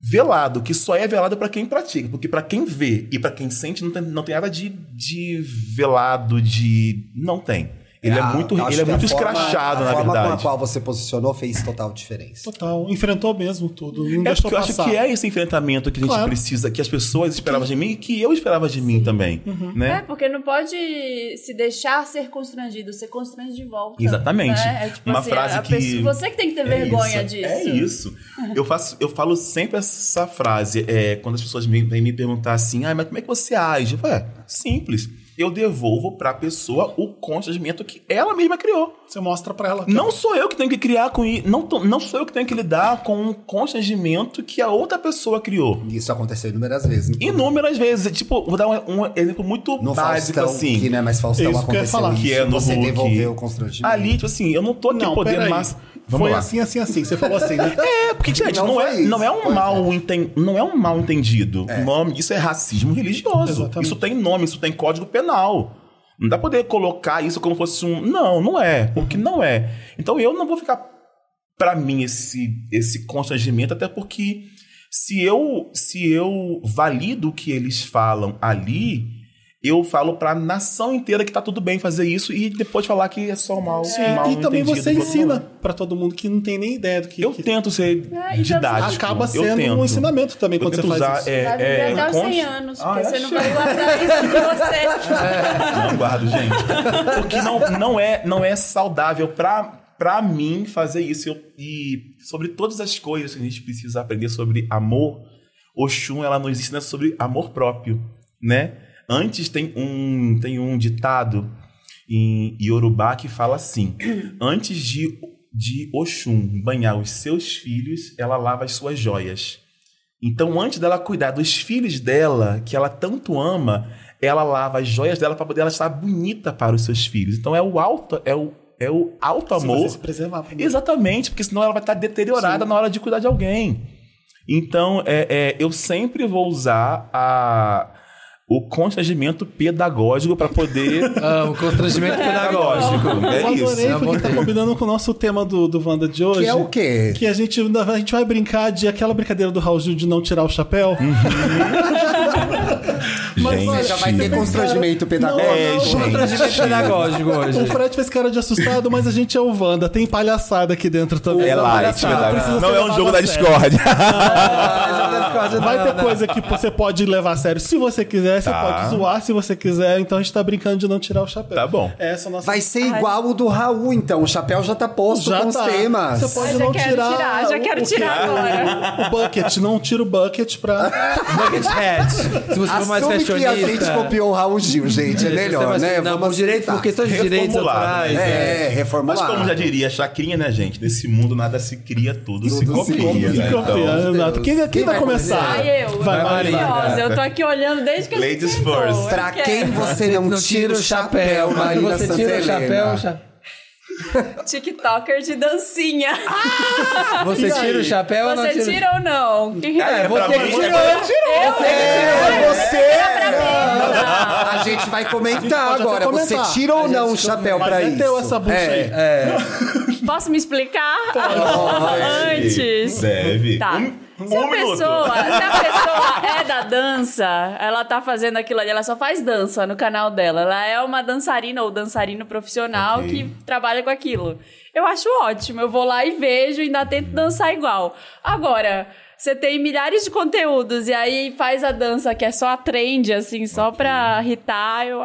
Speaker 5: velado, que só é velado para quem pratica, porque para quem vê e para quem sente não tem, não tem nada de, de velado, de não tem. Ele é,
Speaker 2: a-
Speaker 5: muito
Speaker 2: Ah, eu acho
Speaker 5: ele é
Speaker 2: que a
Speaker 5: muito
Speaker 2: forma-
Speaker 5: escrachado na
Speaker 2: A forma com a
Speaker 5: verdade.
Speaker 2: qual você posicionou fez total diferença.
Speaker 1: Total. Enfrentou mesmo tudo. Não
Speaker 5: É
Speaker 1: deixou
Speaker 5: porque eu acho
Speaker 1: passar.
Speaker 5: que é esse enfrentamento que a gente
Speaker 1: Claro.
Speaker 5: precisa, que as pessoas esperavam de mim e que eu esperava de mim também,
Speaker 6: É,
Speaker 2: Uhum.
Speaker 5: né?
Speaker 6: porque não pode se deixar ser constrangido, ser constrangido de volta.
Speaker 5: Exatamente.
Speaker 6: né? É tipo
Speaker 5: Uma
Speaker 6: assim,
Speaker 5: frase
Speaker 6: a
Speaker 5: que- É
Speaker 6: pessoa- você que tem que É ter vergonha
Speaker 5: isso,
Speaker 6: disso. Uhum.
Speaker 5: É isso. Eu, faço, eu falo sempre essa frase, é, quando as pessoas me- vêm me perguntar assim, ah, mas como é que você age? Eu falo, é, simples. Eu devolvo pra pessoa o constrangimento que ela mesma criou.
Speaker 1: Você mostra pra ela.
Speaker 5: Não sou eu que tenho que criar com isso. Não, tô- não sou eu que tenho que lidar com um constrangimento que a outra pessoa criou.
Speaker 2: Isso aconteceu inúmeras vezes.
Speaker 5: Inúmeras vezes. É, Tipo, vou dar um, um exemplo muito
Speaker 2: No
Speaker 5: básico
Speaker 2: Faustão,
Speaker 5: assim.
Speaker 2: que não é mais
Speaker 1: Isso
Speaker 2: Faustão,
Speaker 1: que eu ia
Speaker 2: aconteceu
Speaker 1: falar.
Speaker 2: isso.
Speaker 5: Que é no
Speaker 2: Você
Speaker 5: Hulk.
Speaker 2: devolveu o constrangimento.
Speaker 5: Ali, tipo assim, eu não tô aqui
Speaker 1: Não,
Speaker 5: podendo
Speaker 1: peraí.
Speaker 5: mais. Vamos
Speaker 1: Foi
Speaker 5: lá.
Speaker 1: assim, assim, assim. Você falou assim. né?
Speaker 5: É, porque, gente,
Speaker 2: Não
Speaker 5: não,
Speaker 2: foi
Speaker 5: é,
Speaker 2: isso.
Speaker 5: não é um
Speaker 2: Pois
Speaker 5: mal enten- não é um mal entendido.
Speaker 2: É.
Speaker 5: O nome disso é racismo religioso.
Speaker 1: Exatamente.
Speaker 5: Isso tem nome, isso tem código penal. Não dá pra poder colocar isso como fosse um. Não, não é, porque não é. Então eu não vou ficar pra mim esse esse constrangimento, até porque se eu se eu valido o que eles falam ali, eu falo pra nação inteira que tá tudo bem fazer isso e depois falar que *laughs* é só mal.
Speaker 1: E-
Speaker 5: mal
Speaker 1: e também
Speaker 5: entendido,
Speaker 1: você
Speaker 5: porque não é.
Speaker 1: ensina pra todo mundo que não tem nem ideia do que.
Speaker 5: Eu
Speaker 1: que-
Speaker 5: tento ser
Speaker 6: É, e
Speaker 5: didático.
Speaker 1: Acaba
Speaker 5: eu
Speaker 1: sendo
Speaker 5: tento.
Speaker 1: um ensinamento também
Speaker 5: Eu
Speaker 1: quando você
Speaker 5: tento
Speaker 1: faz
Speaker 5: usar,
Speaker 1: isso.
Speaker 5: É,
Speaker 6: Vai viver
Speaker 5: é,
Speaker 6: até os
Speaker 5: const-
Speaker 6: 100 anos,
Speaker 5: Ah,
Speaker 6: porque você
Speaker 5: eu
Speaker 6: não
Speaker 5: achei.
Speaker 6: vai guardar isso de você.
Speaker 5: *laughs* É. Não guardo, gente. Porque não, não, é, não é saudável pra, pra mim fazer isso. Eu- e sobre todas as coisas que a gente precisa aprender sobre amor, Oxum, ela nos ensina sobre amor próprio, né? Antes tem um, tem um ditado em Yorubá que fala assim, antes de, de Oxum banhar os seus filhos, ela lava as suas joias. Então, antes dela cuidar dos filhos dela, que ela tanto ama, ela lava as joias dela para poder ela estar bonita para os seus filhos. Então, é o alto, é o, é o alto
Speaker 1: Se
Speaker 5: amor
Speaker 1: você se preservar. primeiro.
Speaker 5: Exatamente, porque senão ela vai estar deteriorada na hora de cuidar de alguém. Então, é, é, eu sempre vou usar a- o constrangimento pedagógico para poder.
Speaker 3: *laughs* Ah, o constrangimento pedagógico.
Speaker 5: É
Speaker 1: Eu
Speaker 5: isso.
Speaker 1: adorei,
Speaker 3: é
Speaker 1: porque
Speaker 3: bom
Speaker 1: tá
Speaker 3: ter.
Speaker 1: combinando com o nosso tema do, do Wanda de hoje.
Speaker 2: Que é o quê?
Speaker 1: Que a gente, a gente vai brincar de aquela brincadeira do Raul Gil de não tirar o chapéu.
Speaker 5: Hum,
Speaker 3: É
Speaker 1: Mas
Speaker 5: Gente.
Speaker 1: olha,
Speaker 2: Já vai ter constrangimento pedagógico.
Speaker 5: É,
Speaker 1: Não,
Speaker 5: gente.
Speaker 3: Constrangimento
Speaker 2: *laughs*
Speaker 3: pedagógico hoje.
Speaker 1: O Fred fez cara de assustado, mas a gente é o Wanda. Tem palhaçada aqui dentro também.
Speaker 5: É
Speaker 1: Essa
Speaker 5: light,
Speaker 1: palhaçada precisa
Speaker 5: verdade. Não
Speaker 1: ser
Speaker 5: é um
Speaker 1: levada
Speaker 5: jogo
Speaker 1: a
Speaker 5: da
Speaker 1: sério.
Speaker 5: Discord.
Speaker 1: Vai ter coisa que você pode levar a sério. Se você quiser, você
Speaker 5: Tá.
Speaker 1: pode zoar se você quiser. Então a gente tá brincando de não tirar o chapéu.
Speaker 5: Tá bom.
Speaker 1: Essa é a nossa
Speaker 2: Vai ser igual o do Raul, então. O chapéu já tá posto
Speaker 1: Já
Speaker 2: com
Speaker 1: tá.
Speaker 2: os temas.
Speaker 1: Você pode
Speaker 4: Ah, já
Speaker 1: não
Speaker 4: quero
Speaker 1: tirar.
Speaker 4: tirar, já
Speaker 1: o-
Speaker 4: quero
Speaker 1: o quê?
Speaker 4: tirar
Speaker 1: O bucket, não tira o bucket
Speaker 2: *laughs*
Speaker 1: pra.
Speaker 3: Bucket hat. Se você for mais
Speaker 2: Assume que
Speaker 3: fashionista...
Speaker 2: a gente copiou o Raul Gil, gente. É
Speaker 3: se você for
Speaker 2: melhor,
Speaker 3: mais-
Speaker 2: né?
Speaker 3: Não, por direito,
Speaker 2: aceitar.
Speaker 3: por questões de direitos
Speaker 5: Reformulado,
Speaker 3: autorais.
Speaker 5: né?
Speaker 2: É,
Speaker 5: Mas
Speaker 2: reformular.
Speaker 5: como já diria a Chacrinha, né, gente? Nesse mundo nada se cria, tudo, se
Speaker 2: Tudo se
Speaker 5: copia.
Speaker 2: copia,
Speaker 5: né?
Speaker 1: Se copiar,
Speaker 5: Então,
Speaker 1: exato. Quem, quem,
Speaker 2: Quem
Speaker 1: vai
Speaker 2: vai
Speaker 1: começar?
Speaker 2: começar?
Speaker 4: Ai, eu.
Speaker 1: Vai,
Speaker 4: eu tô
Speaker 1: Marina.
Speaker 4: curiosa, Eu tô aqui olhando desde que a gente
Speaker 5: Ladies
Speaker 4: sentou.
Speaker 5: first.
Speaker 4: Eu
Speaker 2: Pra
Speaker 4: quero.
Speaker 2: quem você não,
Speaker 3: Não tira o chapéu, mas
Speaker 2: Marina
Speaker 3: você tira o
Speaker 2: Santelena?
Speaker 3: chapéu, cha-
Speaker 4: TikToker de dancinha.
Speaker 3: você tira o chapéu ou não
Speaker 4: Você
Speaker 3: tira?
Speaker 4: tira ou não? Quem
Speaker 3: É,
Speaker 5: É,
Speaker 3: você
Speaker 5: pra
Speaker 3: que
Speaker 5: mim,
Speaker 3: tirou.
Speaker 5: você
Speaker 4: Eu?
Speaker 2: É, você!
Speaker 4: Ah,
Speaker 2: A gente vai comentar
Speaker 1: pode até
Speaker 2: agora. Você
Speaker 1: comentar.
Speaker 2: tira ou não o chapéu pra
Speaker 1: Mas
Speaker 2: isso?
Speaker 1: é teu essa bucha aí.
Speaker 4: Posso me explicar?
Speaker 5: Tá
Speaker 4: Antes.
Speaker 5: Deve.
Speaker 4: Tá.
Speaker 5: Um, um
Speaker 4: se, a
Speaker 5: minuto. *laughs*
Speaker 4: pessoa, se a pessoa é da dança, ela tá fazendo aquilo ali, ela só faz dança no canal dela. Ela é uma dançarina ou dançarino profissional
Speaker 5: Ok.
Speaker 4: que trabalha com aquilo. Eu acho ótimo, eu vou lá e vejo e ainda tento dançar igual. Agora, Você tem milhares de conteúdos e aí faz a dança que é só a trend, assim, só pra irritar. Eu...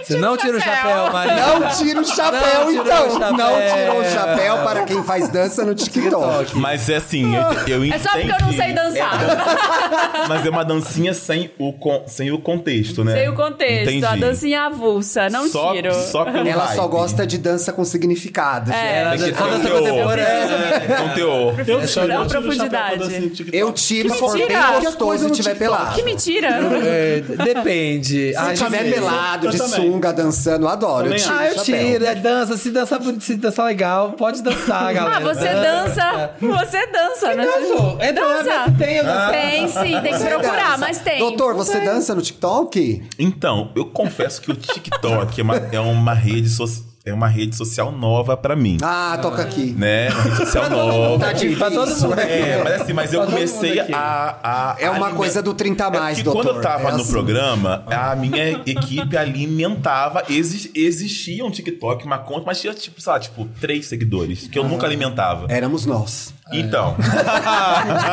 Speaker 3: Você não tira o chapéu, Maria.
Speaker 2: Não tira o chapéu,
Speaker 3: Não tirou
Speaker 2: então.
Speaker 3: o chapéu.
Speaker 2: Não tirou o chapéu para quem faz dança no TikTok.
Speaker 5: Mas é assim, eu, eu
Speaker 4: É só porque eu não
Speaker 5: entendi.
Speaker 4: sei dançar.
Speaker 5: Mas é uma dancinha sem o, con- sem o contexto, né?
Speaker 4: Sei o contexto.
Speaker 5: Entendi.
Speaker 4: A dancinha avulsa, não
Speaker 5: só,
Speaker 4: tiro.
Speaker 5: Só pelo
Speaker 2: Ela só
Speaker 5: hype.
Speaker 2: gosta de dança com significado. gente.
Speaker 3: Ela
Speaker 5: Tem que
Speaker 3: dança
Speaker 5: ter um
Speaker 3: dança
Speaker 5: teor.
Speaker 3: contemporânea.
Speaker 5: É, um teor.
Speaker 1: Eu
Speaker 4: É
Speaker 1: tiro,
Speaker 4: só
Speaker 1: eu tiro o chapéu
Speaker 4: profundidade.
Speaker 1: quando assim, TikTok.
Speaker 2: Eu tiro se for bem
Speaker 4: mentira.
Speaker 1: Qualquer coisa
Speaker 2: gostoso e
Speaker 1: no
Speaker 2: tiver
Speaker 1: TikTok.
Speaker 2: pelado.
Speaker 4: Que mentira.
Speaker 3: É, Depende.
Speaker 2: Se
Speaker 3: Ai,
Speaker 2: tiver
Speaker 1: também.
Speaker 2: pelado,
Speaker 1: Eu
Speaker 2: de
Speaker 1: também.
Speaker 2: sunga, dançando, eu adoro. Eu
Speaker 1: Também
Speaker 2: tiro
Speaker 3: Ah,
Speaker 2: o
Speaker 3: eu
Speaker 2: chapéu.
Speaker 3: tiro. É dança. Se dançar, bonito, se dançar legal, pode dançar, galera.
Speaker 4: Ah, você
Speaker 2: É.
Speaker 4: dança. Você dança, né?
Speaker 3: Dançou. É dança.
Speaker 4: Dança.
Speaker 3: Tem, eu danço.
Speaker 5: Ah,
Speaker 4: Tem sim, tem que
Speaker 2: Você
Speaker 4: procurar,
Speaker 2: dança.
Speaker 4: mas tem.
Speaker 2: Doutor, você dança no TikTok?
Speaker 5: Então, eu confesso que o TikTok é uma, é uma rede, so- é uma rede social nova pra mim.
Speaker 2: Ah, toca aqui.
Speaker 5: Né? Uma rede
Speaker 2: *laughs*
Speaker 5: social nova.
Speaker 2: Tá difícil.
Speaker 3: Pra todo mundo.
Speaker 5: É, mas assim, mas eu
Speaker 3: Tá todo mundo
Speaker 5: comecei
Speaker 3: aqui.
Speaker 5: a, a-
Speaker 2: É uma
Speaker 5: alimen-
Speaker 2: coisa do 30 a
Speaker 5: É
Speaker 2: mais,
Speaker 5: porque
Speaker 2: doutor.
Speaker 5: quando eu tava
Speaker 2: É
Speaker 5: no
Speaker 2: assim.
Speaker 5: programa, a minha equipe alimentava. exi- existia um TikTok, uma conta, mas tinha, tipo, sei lá, tipo, três seguidores, que eu
Speaker 2: Ah.
Speaker 5: nunca alimentava.
Speaker 2: Éramos nós.
Speaker 5: Então. *laughs*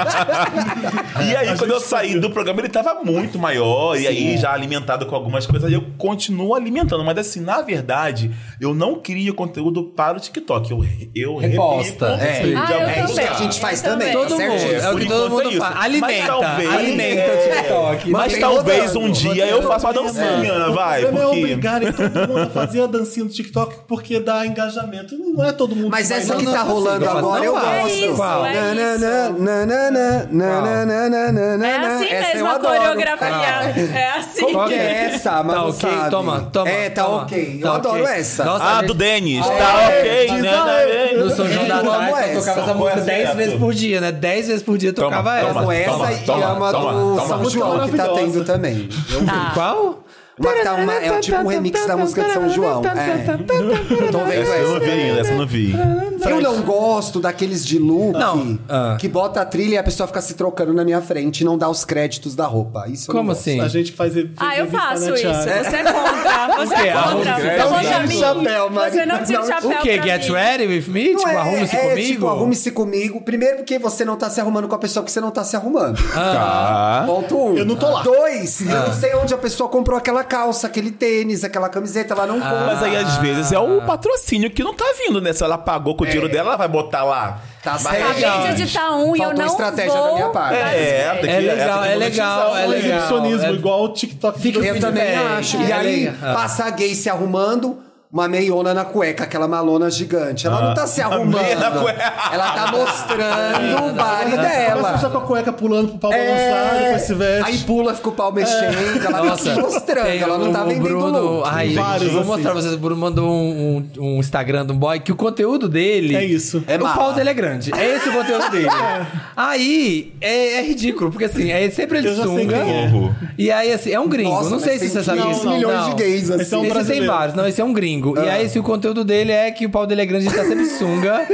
Speaker 5: e aí, quando eu saí do programa, ele tava muito maior, e aí já alimentado com algumas coisas, e eu continuo alimentando. Mas assim, na verdade, eu não crio conteúdo para o TikTok. Eu, eu
Speaker 3: Reposta,
Speaker 5: replico
Speaker 3: é.
Speaker 5: de
Speaker 4: Ah, eu
Speaker 5: algum
Speaker 2: É isso que a
Speaker 5: lugar.
Speaker 2: gente faz
Speaker 4: Eu
Speaker 2: também.
Speaker 4: também.
Speaker 2: tá
Speaker 3: Todo
Speaker 2: certo?
Speaker 3: mundo. É o
Speaker 5: Por
Speaker 3: que todo
Speaker 5: enquanto
Speaker 3: mundo
Speaker 5: é isso.
Speaker 3: faz.
Speaker 5: Mas
Speaker 3: Alimenta.
Speaker 5: talvez- É.
Speaker 3: alimenta o TikTok.
Speaker 5: Mas
Speaker 2: Mantém
Speaker 5: talvez
Speaker 2: rodando,
Speaker 5: um dia eu faça uma dancinha, vai,
Speaker 1: O problema é
Speaker 5: porque...
Speaker 1: obrigarem todo mundo a fazer a dancinha no TikTok porque dá engajamento. Não é todo mundo
Speaker 2: Mas
Speaker 1: que vai
Speaker 2: essa
Speaker 1: dançar.
Speaker 2: que tá
Speaker 3: não,
Speaker 2: rolando
Speaker 3: não,
Speaker 2: agora
Speaker 3: não,
Speaker 2: eu
Speaker 3: não,
Speaker 2: gosto.
Speaker 3: é
Speaker 4: isso,
Speaker 3: Qual?
Speaker 4: é
Speaker 2: Na, na,
Speaker 4: isso.
Speaker 2: na, na, na, na, na, na, na, na, na,
Speaker 4: É
Speaker 2: na.
Speaker 4: assim
Speaker 2: né? Essa eu
Speaker 4: mesmo a
Speaker 2: adoro. Ah.
Speaker 4: coreografia. É assim.
Speaker 2: Qual que
Speaker 4: que
Speaker 2: é essa, mano?
Speaker 3: Tá ok? Toma, toma.
Speaker 2: É, tá
Speaker 3: toma.
Speaker 2: ok. Eu
Speaker 3: Tá
Speaker 2: adoro
Speaker 3: ok.
Speaker 2: essa.
Speaker 3: Nossa, a
Speaker 5: Ah,
Speaker 3: gente-
Speaker 5: do Denis,
Speaker 2: É,
Speaker 5: tá ok,
Speaker 2: diz
Speaker 5: né?
Speaker 2: aí.
Speaker 5: né?
Speaker 3: No São João da
Speaker 2: Eu amo
Speaker 3: Trás,
Speaker 2: essa.
Speaker 3: eu tocava essa música
Speaker 5: Correto.
Speaker 3: 10 vezes por dia, né? 10 vezes por dia eu
Speaker 5: Toma,
Speaker 3: tocava
Speaker 5: toma,
Speaker 3: essa.
Speaker 2: Ah, Amo
Speaker 5: toma,
Speaker 2: essa e
Speaker 5: toma,
Speaker 2: amo a
Speaker 5: toma,
Speaker 2: do
Speaker 5: toma.
Speaker 2: São João, que tá tendo também. Eu vi.
Speaker 3: Qual?
Speaker 2: Uma que tá uma- é um- tipo um remix da música de São João, é. Tô vendo
Speaker 5: Essa eu não vi
Speaker 2: essa.
Speaker 5: ainda, essa eu não vi.
Speaker 2: Eu não gosto daqueles de look
Speaker 3: Não. Ah.
Speaker 2: que bota a trilha e a pessoa fica se trocando na minha frente e não dá os créditos da roupa. Isso eu não
Speaker 3: Como
Speaker 2: gosto.
Speaker 3: assim?
Speaker 1: A gente faz re-
Speaker 4: Ah, eu
Speaker 1: revista,
Speaker 4: faço
Speaker 1: né,
Speaker 4: isso.
Speaker 1: Thiago?
Speaker 4: Você é contra. Você é
Speaker 3: Não
Speaker 4: contra.
Speaker 3: tira
Speaker 4: Você é contra
Speaker 2: o
Speaker 4: mim.
Speaker 2: chapéu, Mari.
Speaker 4: Você não tira
Speaker 2: Não,
Speaker 4: o
Speaker 2: o
Speaker 4: chapéu
Speaker 3: O quê?
Speaker 4: pra
Speaker 3: Get
Speaker 4: mim.
Speaker 3: ready with me?
Speaker 2: Não
Speaker 3: Tipo,
Speaker 2: é-
Speaker 3: arrume-se
Speaker 2: é,
Speaker 3: comigo?
Speaker 2: Tipo, arrume-se comigo. Primeiro, porque você não tá se arrumando com a pessoa que você não tá se arrumando.
Speaker 3: Ah.
Speaker 5: Tá.
Speaker 2: Ponto um.
Speaker 1: Eu não tô lá.
Speaker 2: Dois, eu não sei onde a pessoa comprou aquela calça, aquele tênis, aquela camiseta. Ela não compra.
Speaker 5: Mas aí, às vezes, é
Speaker 3: Ah.
Speaker 5: o patrocínio que não tá vindo, né? Se ela pagou com o dinheiro dela, ela vai botar lá.
Speaker 2: É. Tá
Speaker 5: Mas
Speaker 2: certo.
Speaker 5: é legal.
Speaker 4: Acabei de editar um e eu
Speaker 2: Faltou
Speaker 4: não
Speaker 2: estratégia
Speaker 4: vou...
Speaker 2: da minha parte.
Speaker 5: É, tem que-
Speaker 3: É legal,
Speaker 5: essa tem que
Speaker 3: é legal,
Speaker 5: monetizar.
Speaker 3: é
Speaker 1: Um
Speaker 3: legal.
Speaker 1: exibicionismo,
Speaker 3: é-
Speaker 1: igual o TikTok.
Speaker 3: Fica-
Speaker 2: Eu também
Speaker 3: É,
Speaker 2: acho.
Speaker 3: é
Speaker 2: E aí,
Speaker 3: legal.
Speaker 2: passa a gay se arrumando, uma meiona na cueca, aquela malona gigante. Ela não tá se arrumando.
Speaker 5: meia na cueca.
Speaker 2: Ela tá mostrando o body
Speaker 1: Começa já
Speaker 2: dela.
Speaker 1: tá com a cueca pulando pro pau balançar,
Speaker 2: É.
Speaker 1: depois se veste.
Speaker 2: Aí pula, fica o pau mexendo. Ela tá se mostrando,
Speaker 3: tem
Speaker 2: ela não
Speaker 3: o-
Speaker 2: tá
Speaker 3: o
Speaker 2: vendendo
Speaker 3: Bruno,
Speaker 2: look.
Speaker 3: ai,
Speaker 1: Vários,
Speaker 3: vou
Speaker 1: assim.
Speaker 3: mostrar pra vocês. O Bruno mandou um, um- um Instagram de um boy que o conteúdo dele.
Speaker 1: É isso.
Speaker 2: É
Speaker 3: o
Speaker 2: mala.
Speaker 3: pau dele é grande. É esse o conteúdo
Speaker 1: *laughs*
Speaker 3: dele. Aí é, é ridículo, porque assim, é sempre ele
Speaker 1: Eu já sei
Speaker 3: sunga.
Speaker 1: quem
Speaker 5: é.
Speaker 3: E aí, assim, é um gringo.
Speaker 2: Nossa,
Speaker 3: não
Speaker 2: mas
Speaker 3: sei se
Speaker 2: tem
Speaker 3: você sabe
Speaker 2: 15
Speaker 3: disso.
Speaker 2: milhões
Speaker 3: não.
Speaker 2: de gays, assim. Ah.
Speaker 1: Esse é um
Speaker 3: Esse tem
Speaker 1: brasileiro.
Speaker 3: vários, não, esse é um gringo. E aí, assim, o conteúdo dele é que o pau dele é grande, ele tá
Speaker 2: *laughs*
Speaker 3: sempre sunga.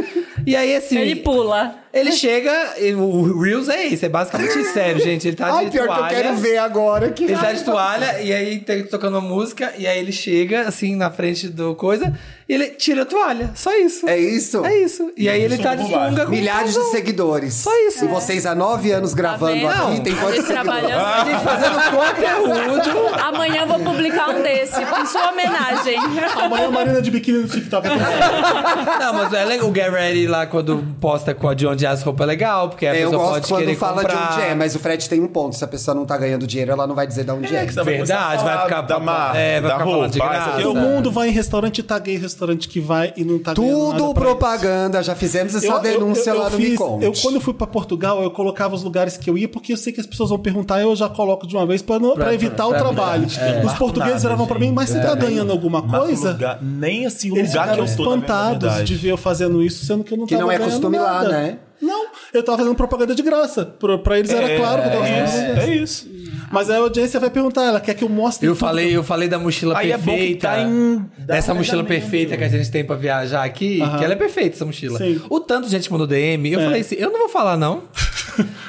Speaker 3: E aí, assim.
Speaker 4: Ele pula.
Speaker 3: Ele chega, e o Reels é isso, é basicamente isso, sério, gente. Ele tá de
Speaker 2: Ai, pior que eu
Speaker 3: toalha.
Speaker 2: quero ver agora. Que...
Speaker 3: Ele tá de toalha e aí tá tocando uma música e aí ele chega assim na frente do coisa e ele tira a toalha. Só isso.
Speaker 2: É isso?
Speaker 3: É isso. E aí ele
Speaker 5: Isso
Speaker 3: tá
Speaker 5: é
Speaker 3: de
Speaker 5: bobagem.
Speaker 3: sunga com
Speaker 2: Milhares de seguidores.
Speaker 3: Só isso.
Speaker 2: E vocês há nove anos gravando
Speaker 4: Tá vendo?
Speaker 2: aqui,
Speaker 3: Não.
Speaker 2: tem
Speaker 4: A
Speaker 2: quantos Ah.
Speaker 4: gente
Speaker 2: seguidores?
Speaker 4: trabalhando.
Speaker 3: a gente fazendo *laughs* conteúdo.
Speaker 4: Amanhã eu vou publicar um desse, em sua homenagem.
Speaker 1: Amanhã a Marina de biquíni no TikTok.
Speaker 3: Não, mas é legal. o Get Ready lá quando posta com a de onde é as roupas é legal, porque a
Speaker 2: É, eu
Speaker 3: pessoa
Speaker 2: gosto
Speaker 3: pode
Speaker 2: quando
Speaker 3: querer
Speaker 2: fala
Speaker 3: comprar.
Speaker 2: de onde é, mas o Fred tem um ponto. Se a pessoa não tá ganhando dinheiro, ela não vai dizer de onde é.
Speaker 5: que tá você vai começar a
Speaker 3: Verdade,
Speaker 5: falar
Speaker 3: vai ficar
Speaker 5: da marca,
Speaker 3: é, vai
Speaker 5: da
Speaker 3: ficar falando de
Speaker 5: roupa, essa aqui é o
Speaker 1: Todo
Speaker 3: graça.
Speaker 1: mundo vai em restaurante e tá gay restaurante que vai e não tá ganhando nada
Speaker 2: Tudo
Speaker 1: pra
Speaker 2: propaganda, já fizemos
Speaker 1: isso.
Speaker 2: essa
Speaker 1: Eu- eu-
Speaker 2: denúncia
Speaker 1: eu- eu
Speaker 2: lá no
Speaker 1: fiz-
Speaker 2: Me Conte.
Speaker 1: Eu, quando eu fui pra Portugal, eu colocava os lugares que eu ia, porque eu sei que as pessoas vão perguntar, eu já coloco de uma vez pra, não- pra evitar
Speaker 3: pra-
Speaker 1: o trabalho. Os portugueses
Speaker 5: Nada,
Speaker 1: olhavam pra mim, mas você tá ganhando alguma
Speaker 5: é, Mas o
Speaker 1: coisa?
Speaker 5: lugar- nem assim, o
Speaker 1: Eles
Speaker 5: lugar que
Speaker 1: ficaram
Speaker 5: eu tô, na
Speaker 1: espantados
Speaker 5: verdade.
Speaker 1: de ver eu fazendo isso, sendo que eu não
Speaker 2: Que
Speaker 1: tava
Speaker 2: não é
Speaker 1: ganhando
Speaker 2: costume lá,
Speaker 1: nada.
Speaker 2: né?
Speaker 1: Não, eu tava fazendo propaganda de graça. Pra, pra eles era claro que eu tava
Speaker 5: É
Speaker 1: fazendo
Speaker 5: isso,
Speaker 1: propaganda.
Speaker 5: é isso.
Speaker 1: Mas aí a audiência vai perguntar, ela quer que eu mostre
Speaker 3: Eu
Speaker 1: tudo.
Speaker 3: falei, eu falei da mochila
Speaker 5: Aí é bom que
Speaker 3: perfeita.
Speaker 5: tá em-
Speaker 3: Dessa
Speaker 5: dá
Speaker 3: mochila
Speaker 5: mais
Speaker 3: perfeita que a gente tem pra viajar aqui, que ela é perfeita, essa mochila.
Speaker 1: Sim.
Speaker 3: O tanto de gente que mandou DM, eu falei assim: eu não vou falar, não.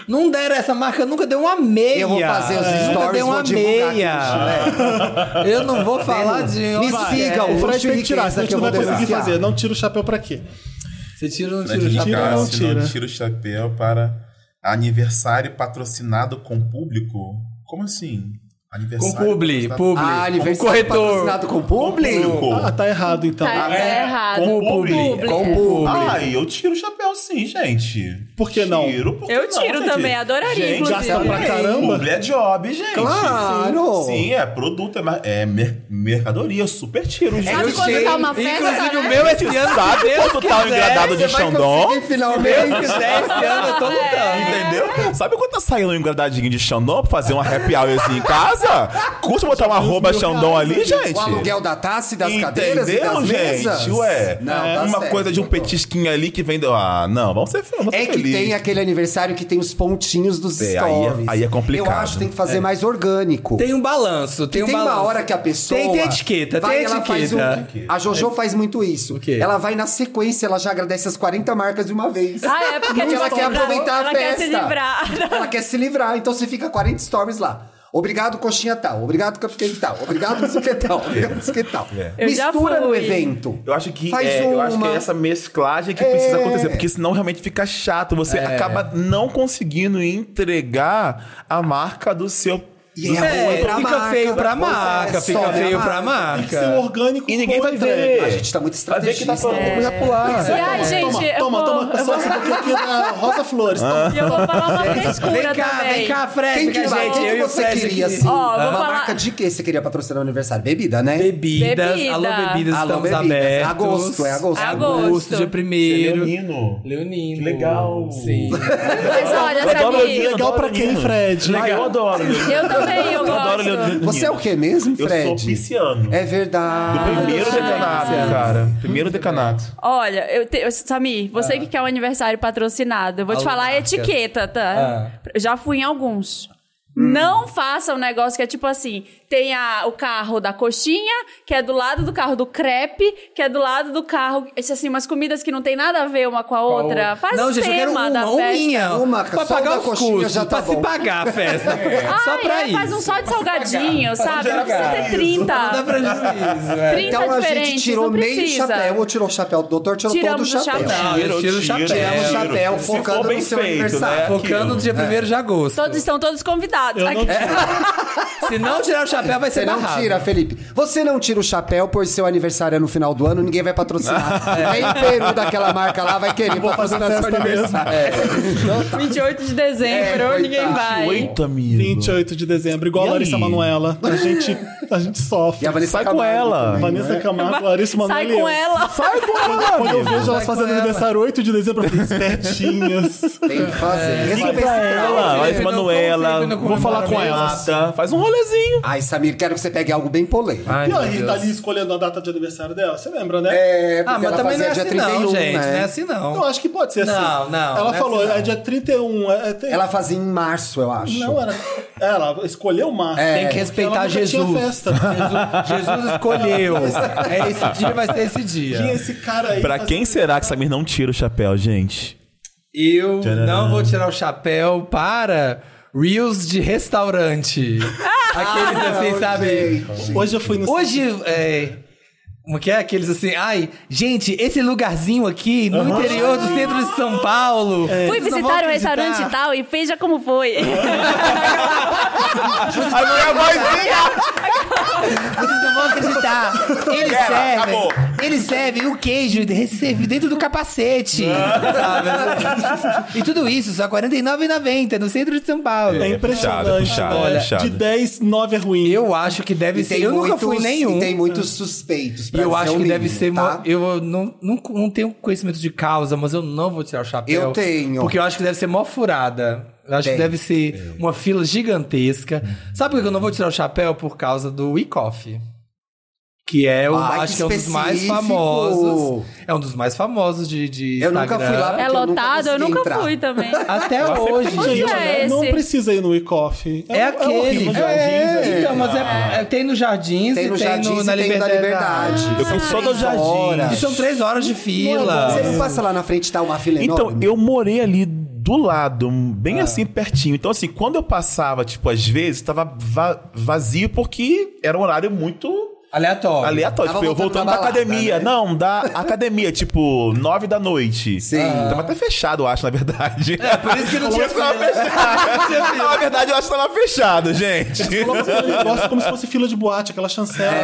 Speaker 3: não deram essa marca, nunca deu uma meia. É.
Speaker 2: Eu vou fazer os
Speaker 3: Nunca
Speaker 2: stories,
Speaker 3: deu
Speaker 2: vou
Speaker 3: uma
Speaker 2: divulgar
Speaker 3: meia.
Speaker 2: aqui, né?
Speaker 3: Eu não vou falar de. é.
Speaker 2: Me
Speaker 3: Vai.
Speaker 2: siga,
Speaker 1: O
Speaker 2: o
Speaker 1: Fred
Speaker 2: Fred
Speaker 1: tem que tirar, senão a gente
Speaker 2: que eu
Speaker 1: não
Speaker 2: vou
Speaker 1: vai conseguir
Speaker 2: denunciar.
Speaker 1: fazer. Não tira o chapéu pra quê?
Speaker 3: Você tira ou não
Speaker 5: Né,
Speaker 3: tira o
Speaker 5: de
Speaker 3: chapéu?
Speaker 1: tira ou não
Speaker 5: se não
Speaker 1: tira?
Speaker 5: tira o chapéu para Aniversário patrocinado com público? Como assim?
Speaker 3: Com
Speaker 5: Aniversário
Speaker 3: publi,
Speaker 5: patrocinado-
Speaker 3: publi.
Speaker 2: Ah,
Speaker 3: com
Speaker 2: aniversário
Speaker 3: corretor.
Speaker 2: patrocinado com público?
Speaker 5: Público.
Speaker 1: Ah, tá errado então.
Speaker 4: Tá.
Speaker 5: Ah, é?
Speaker 4: É errado.
Speaker 5: Com
Speaker 3: Com publi.
Speaker 5: publi.
Speaker 3: Com publi.
Speaker 5: Ai, Ah, eu tiro o chapéu sim, gente.
Speaker 1: Por que não?
Speaker 5: Tiro, por que
Speaker 4: Eu
Speaker 5: não,
Speaker 4: tiro
Speaker 5: gente?
Speaker 4: também, adoraria,
Speaker 5: Gente,
Speaker 4: inclusive.
Speaker 1: gastam pra caramba.
Speaker 5: Publi é job, gente.
Speaker 2: Claro.
Speaker 5: Sim, sim, é produto, é, ma- é mer- mercadoria, eu super tiro, gente.
Speaker 6: Sabe quando tá uma festa,
Speaker 3: Inclusive,
Speaker 6: né?
Speaker 3: o meu esse ano,
Speaker 5: Sabe quanto tá o engradado de
Speaker 2: Você vai
Speaker 5: Xandão?
Speaker 2: conseguir
Speaker 3: meu, se
Speaker 2: finalmente.
Speaker 3: quiser, esse ano eu tô lutando.
Speaker 5: É. Entendeu? Sabe quanto tá saindo um engradadinho de Xandão pra fazer uma happy hourzinha em casa? Custa botar uma roupa Xandão ali, gente?
Speaker 2: O aluguel da taça e das cadeiras e das
Speaker 5: Entendeu,
Speaker 2: mesas?
Speaker 5: gente? Ué,
Speaker 2: Não, tá
Speaker 5: uma
Speaker 2: certo,
Speaker 5: coisa de um
Speaker 2: doutor.
Speaker 5: petisquinho ali que vem do... Ah, não, vamos ser, vamos ser
Speaker 2: É que
Speaker 5: felizes.
Speaker 2: tem aquele aniversário que tem os pontinhos dos
Speaker 5: É, aí é-
Speaker 2: stories.
Speaker 5: aí é complicado.
Speaker 2: Eu acho que tem que fazer mais orgânico.
Speaker 3: Tem um balanço, tem um
Speaker 2: tem
Speaker 3: balanço.
Speaker 2: uma hora que a pessoa.
Speaker 3: Tem, tem etiqueta,
Speaker 2: vai,
Speaker 3: tem
Speaker 2: ela faz
Speaker 3: etiqueta.
Speaker 2: um- a Jojo faz muito isso.
Speaker 3: O quê?
Speaker 2: Ela vai na sequência, ela já agradece as 40 marcas de uma vez.
Speaker 4: Ah, é porque
Speaker 2: Porque ela
Speaker 4: tipo,
Speaker 2: quer aproveitar
Speaker 4: ela
Speaker 2: a
Speaker 4: quer
Speaker 2: festa.
Speaker 4: se livrar.
Speaker 2: Ela quer se livrar, então você fica 40 stories lá. Obrigado, coxinha tal. Obrigado, cupcake tal. Obrigado, não sei o que
Speaker 5: *laughs*
Speaker 2: tal. Obrigado, não sei o que tal.
Speaker 4: Eu já
Speaker 2: Mistura no
Speaker 4: fui.
Speaker 2: evento.
Speaker 5: É. Eu acho que,
Speaker 2: Faz
Speaker 5: é, eu acho que
Speaker 2: uma. É.
Speaker 5: é essa mesclagem que precisa acontecer, porque senão realmente fica chato. Você acaba não conseguindo entregar a marca do seu.
Speaker 2: E é,
Speaker 3: É,
Speaker 2: ruim pra
Speaker 3: fica
Speaker 2: marca.
Speaker 3: feio pra
Speaker 2: Pois é,
Speaker 3: marca,
Speaker 2: só
Speaker 3: fica
Speaker 2: pra
Speaker 3: feio pra
Speaker 1: Tem que ser
Speaker 3: marca.
Speaker 1: orgânico
Speaker 5: E ninguém
Speaker 1: com
Speaker 5: vai
Speaker 1: entrega.
Speaker 5: ver.
Speaker 2: A gente tá muito
Speaker 5: Vai ver que
Speaker 2: estrategista.
Speaker 5: tá falando coisa pro lado.
Speaker 4: E ai,
Speaker 1: Toma,
Speaker 4: gente, eu
Speaker 1: toma,
Speaker 4: vou-
Speaker 1: toma. Pessoal, isso aqui aqui é Rosa Flores. Toma.
Speaker 4: E eu vou falar uma frescura
Speaker 3: Vem cá,
Speaker 4: também.
Speaker 3: vem cá, Fred,
Speaker 2: Quem
Speaker 3: vem
Speaker 2: que,
Speaker 3: cá,
Speaker 2: vai,
Speaker 3: gente.
Speaker 2: quem que
Speaker 3: eu e o
Speaker 2: você
Speaker 3: Fred
Speaker 2: queria,
Speaker 3: aqui.
Speaker 2: assim?
Speaker 4: Ó, vou
Speaker 2: uma
Speaker 4: falar-
Speaker 2: marca de que você queria patrocinar no aniversário? Bebida, né?
Speaker 3: Bebidas,
Speaker 4: Bebida.
Speaker 3: alô bebidas,
Speaker 2: Alô,
Speaker 3: estamos
Speaker 2: bebidas.
Speaker 3: abertos.
Speaker 2: Agosto, é agosto.
Speaker 3: Agosto,
Speaker 4: Agosto.
Speaker 3: dia
Speaker 2: é
Speaker 3: primeiro.
Speaker 5: Menino.
Speaker 3: Leonino.
Speaker 5: Que legal.
Speaker 3: Sim.
Speaker 4: Mas olha,
Speaker 2: é
Speaker 5: Eu adoro
Speaker 4: sabe?
Speaker 5: ouvir-
Speaker 1: Legal pra quem, Fred?
Speaker 5: Ah, eu adoro.
Speaker 4: Eu também, eu
Speaker 5: adoro
Speaker 4: gosto.
Speaker 5: Leonino.
Speaker 2: Você é o que mesmo,
Speaker 5: Eu
Speaker 2: Fred?
Speaker 5: sou pisciano.
Speaker 2: É Ah,
Speaker 5: Do
Speaker 2: verdade.
Speaker 5: primeiro decanato, cara. Primeiro decanato.
Speaker 4: Olha, eu te... eu- Samir, você que quer um aniversário patrocinado, eu vou te
Speaker 3: Alô,
Speaker 4: falar a
Speaker 3: marcas.
Speaker 4: etiqueta, tá? Eu Já fui em alguns. Não faça um negócio que é tipo assim: tem a- o carro da coxinha, que é do lado do carro do crepe, que é do lado do carro. esse, Assim, umas comidas que não tem nada a ver uma com a outra. Faz
Speaker 3: Não,
Speaker 4: um
Speaker 3: gente, eu
Speaker 4: tema
Speaker 3: quero uma,
Speaker 4: da
Speaker 3: uma
Speaker 4: festa.
Speaker 3: minha.
Speaker 2: Uma,
Speaker 3: pra
Speaker 2: só
Speaker 3: pagar
Speaker 2: uma
Speaker 3: os
Speaker 2: coxinha
Speaker 3: custos,
Speaker 2: já tá
Speaker 3: pra se
Speaker 2: bom.
Speaker 3: pagar a
Speaker 2: *laughs*
Speaker 3: festa.
Speaker 4: Ah,
Speaker 3: Só pra
Speaker 4: é,
Speaker 3: isso.
Speaker 4: faz um só de salgadinho,
Speaker 2: um
Speaker 4: sabe? Não precisa ter
Speaker 3: Não dá
Speaker 4: 30.
Speaker 3: prejuízo, é.
Speaker 4: 30
Speaker 2: Então a gente
Speaker 4: diferentes,
Speaker 2: tirou
Speaker 4: não
Speaker 2: meio o
Speaker 4: precisa.
Speaker 2: chapéu, ou tirou o chapéu do doutor, tirou
Speaker 4: Tiramos
Speaker 2: todo
Speaker 4: o
Speaker 2: o chapéu.
Speaker 4: chapéu.
Speaker 3: Não, eu tiro o chapéu.
Speaker 5: tiro,
Speaker 2: Tiro o chapéu,
Speaker 5: Se
Speaker 2: focando
Speaker 5: for bem
Speaker 2: no seu
Speaker 5: feito,
Speaker 2: aniversário.
Speaker 5: né?
Speaker 3: Focando no dia
Speaker 5: Aquilo.
Speaker 3: 1 de agosto.
Speaker 4: Todos estão todos convidados.
Speaker 1: Eu não
Speaker 4: Aqui-
Speaker 3: Se não tirar o chapéu, vai ser
Speaker 2: Você não
Speaker 3: barrado.
Speaker 2: tira, Felipe. Você não tira o chapéu, pois seu aniversário é no final do ano, ninguém
Speaker 3: *laughs*
Speaker 2: vai patrocinar.
Speaker 3: É.
Speaker 2: Nem o peru daquela marca lá vai querer patrocinar seu
Speaker 1: festa mesmo.
Speaker 2: aniversário. É.
Speaker 4: 28 de dezembro,
Speaker 2: É,
Speaker 4: ninguém
Speaker 2: coitado.
Speaker 4: vai.
Speaker 5: Oito, amigo.
Speaker 1: 28 de dezembro, igual
Speaker 5: E
Speaker 1: a Larissa
Speaker 5: aí?
Speaker 1: Manoela. A gente, a gente sofre.
Speaker 2: E a Vanessa
Speaker 5: Sai com
Speaker 2: Camargo
Speaker 5: ela.
Speaker 2: também,
Speaker 1: Vanessa
Speaker 2: não é?
Speaker 1: Camargo, Larissa Manoela.
Speaker 4: Sai
Speaker 1: e eu.
Speaker 4: com ela.
Speaker 1: Sai com
Speaker 5: Ah,
Speaker 1: ela! Quando eu vejo elas
Speaker 3: com
Speaker 1: fazendo
Speaker 3: ela.
Speaker 1: aniversário 8 de dezembro, eu fico espertinhas.
Speaker 2: Tem que fazer. tá
Speaker 5: Liga
Speaker 2: Resolver
Speaker 5: pra
Speaker 2: esse trauma.
Speaker 5: ela, olha,
Speaker 3: Felipe, não,
Speaker 5: Manuela.
Speaker 3: Felipe, não
Speaker 5: Vou falar com
Speaker 3: comemora
Speaker 5: ela.
Speaker 3: mesmo.
Speaker 5: tá? Faz um rolezinho.
Speaker 2: Ai, Samir, quero que você pegue algo bem polêmico.
Speaker 3: Ai,
Speaker 1: E
Speaker 3: meu
Speaker 1: aí, tá
Speaker 3: Deus.
Speaker 1: ali escolhendo a data de aniversário dela, você lembra, né?
Speaker 2: É, porque
Speaker 3: Ah, mas
Speaker 2: ela
Speaker 3: também não
Speaker 2: fazia
Speaker 3: é
Speaker 2: dia
Speaker 3: assim
Speaker 2: 31,
Speaker 3: não, gente.
Speaker 2: né?
Speaker 3: Não é assim não.
Speaker 1: Eu acho que pode ser assim.
Speaker 3: Não, não,
Speaker 1: Ela
Speaker 3: não é
Speaker 1: falou,
Speaker 3: assim, não.
Speaker 1: é dia 31. É, tem...
Speaker 2: Ela fazia em março, eu acho.
Speaker 1: Não, era... ela escolheu março.
Speaker 2: É,
Speaker 3: Tem que respeitar
Speaker 1: ela nunca tinha
Speaker 3: Jesus. *laughs*
Speaker 1: festa.
Speaker 3: Jesus. Jesus escolheu. *laughs* É esse dia, vai ser esse
Speaker 1: Tinha
Speaker 3: dia.
Speaker 1: esse cara aí.
Speaker 5: Pra
Speaker 1: faz-
Speaker 5: quem será que Samir não tira o chapéu, gente?
Speaker 3: Eu não vou tirar o chapéu para Reels de *laughs* restaurante. Aqueles assim, sabe?
Speaker 1: Hoje eu fui no.
Speaker 3: Hoje, é... Como que é? Aqueles assim, ai, gente, esse lugarzinho aqui no interior do centro de São Paulo. vocês não
Speaker 4: Fui visitar
Speaker 3: vão
Speaker 4: um
Speaker 3: acreditar.
Speaker 4: restaurante e tal e veja como foi.
Speaker 5: Aí vem a vozinha!
Speaker 3: Vocês não vão acreditar. Eles
Speaker 5: Pera,
Speaker 3: servem.
Speaker 5: acabou.
Speaker 3: Eles servem o queijo de- serve dentro do capacete.
Speaker 5: Ah.
Speaker 3: sabe? E tudo isso, só R$ 49,90 no centro de São Paulo.
Speaker 1: É
Speaker 5: É
Speaker 1: impressionante.
Speaker 5: puxado, é puxado, é
Speaker 1: Olha,
Speaker 5: puxado.
Speaker 1: De 10, 9 é ruim.
Speaker 3: Eu acho que deve
Speaker 2: E
Speaker 3: ser.
Speaker 2: tem
Speaker 3: Eu nunca fui em
Speaker 2: muitos-
Speaker 3: nenhum.
Speaker 2: E tem muitos suspeitos.
Speaker 3: E
Speaker 2: pra
Speaker 3: eu
Speaker 2: dizer
Speaker 3: acho
Speaker 2: o
Speaker 3: que deve
Speaker 2: mínimo,
Speaker 3: ser. mo-
Speaker 2: tá?
Speaker 3: Eu não, não, não tenho conhecimento de causa, mas eu não vou tirar o chapéu.
Speaker 2: Eu tenho.
Speaker 3: Porque eu acho que deve ser mó furada. Eu acho
Speaker 2: Tem.
Speaker 3: que deve ser uma fila gigantesca. Sabe por que eu não vou tirar o chapéu? Por causa do e-coffee. Que é o,
Speaker 2: Ai, que
Speaker 3: acho que é um dos mais
Speaker 2: específico!
Speaker 3: famosos. É um dos mais famosos de, de
Speaker 2: Eu nunca fui lá.
Speaker 3: Instagram.
Speaker 4: É
Speaker 2: Eu nunca
Speaker 4: lotado, eu
Speaker 2: consegui
Speaker 4: nunca
Speaker 2: entrar.
Speaker 4: fui
Speaker 2: *laughs*
Speaker 4: também.
Speaker 3: Até hoje.
Speaker 1: Gente,
Speaker 4: Onde é
Speaker 1: olha, não
Speaker 4: esse?
Speaker 1: precisa ir no e-coffee.
Speaker 3: É, aquele.
Speaker 1: um horrível.
Speaker 3: É, então, mas é, é- tem no Jardins
Speaker 2: Tem no
Speaker 3: e tem
Speaker 2: Jardim
Speaker 3: no,
Speaker 2: e
Speaker 3: na
Speaker 2: tem no da
Speaker 3: Liberdade.
Speaker 2: Liberdade.
Speaker 5: Eu fui só do
Speaker 2: Três horas.
Speaker 5: jardim.
Speaker 3: E são três horas de fila.
Speaker 2: Você não passa lá na frente, tá uma fila
Speaker 5: Então,
Speaker 2: enorme?
Speaker 5: eu morei ali do lado, bem assim, pertinho. Então, assim, quando eu passava, tipo, às vezes, tava va- vazio porque era um horário muito
Speaker 3: Aleatório.
Speaker 5: Aleatório,
Speaker 2: Tava
Speaker 5: tipo, eu
Speaker 2: voltando
Speaker 5: voltando
Speaker 2: da
Speaker 5: da
Speaker 2: balada,
Speaker 5: academia.
Speaker 2: né?
Speaker 5: Não, da academia, tipo, nove da noite. Ah.
Speaker 2: Sim.
Speaker 3: Ah.
Speaker 5: Tava até fechado, eu acho, na verdade. É,
Speaker 3: por isso que
Speaker 5: *laughs*
Speaker 3: não tinha
Speaker 5: tava fechado. Na verdade, eu acho que tava fechado, gente.
Speaker 1: Coloca aquele é um negócio como se fosse fila de boate, aquela chancela.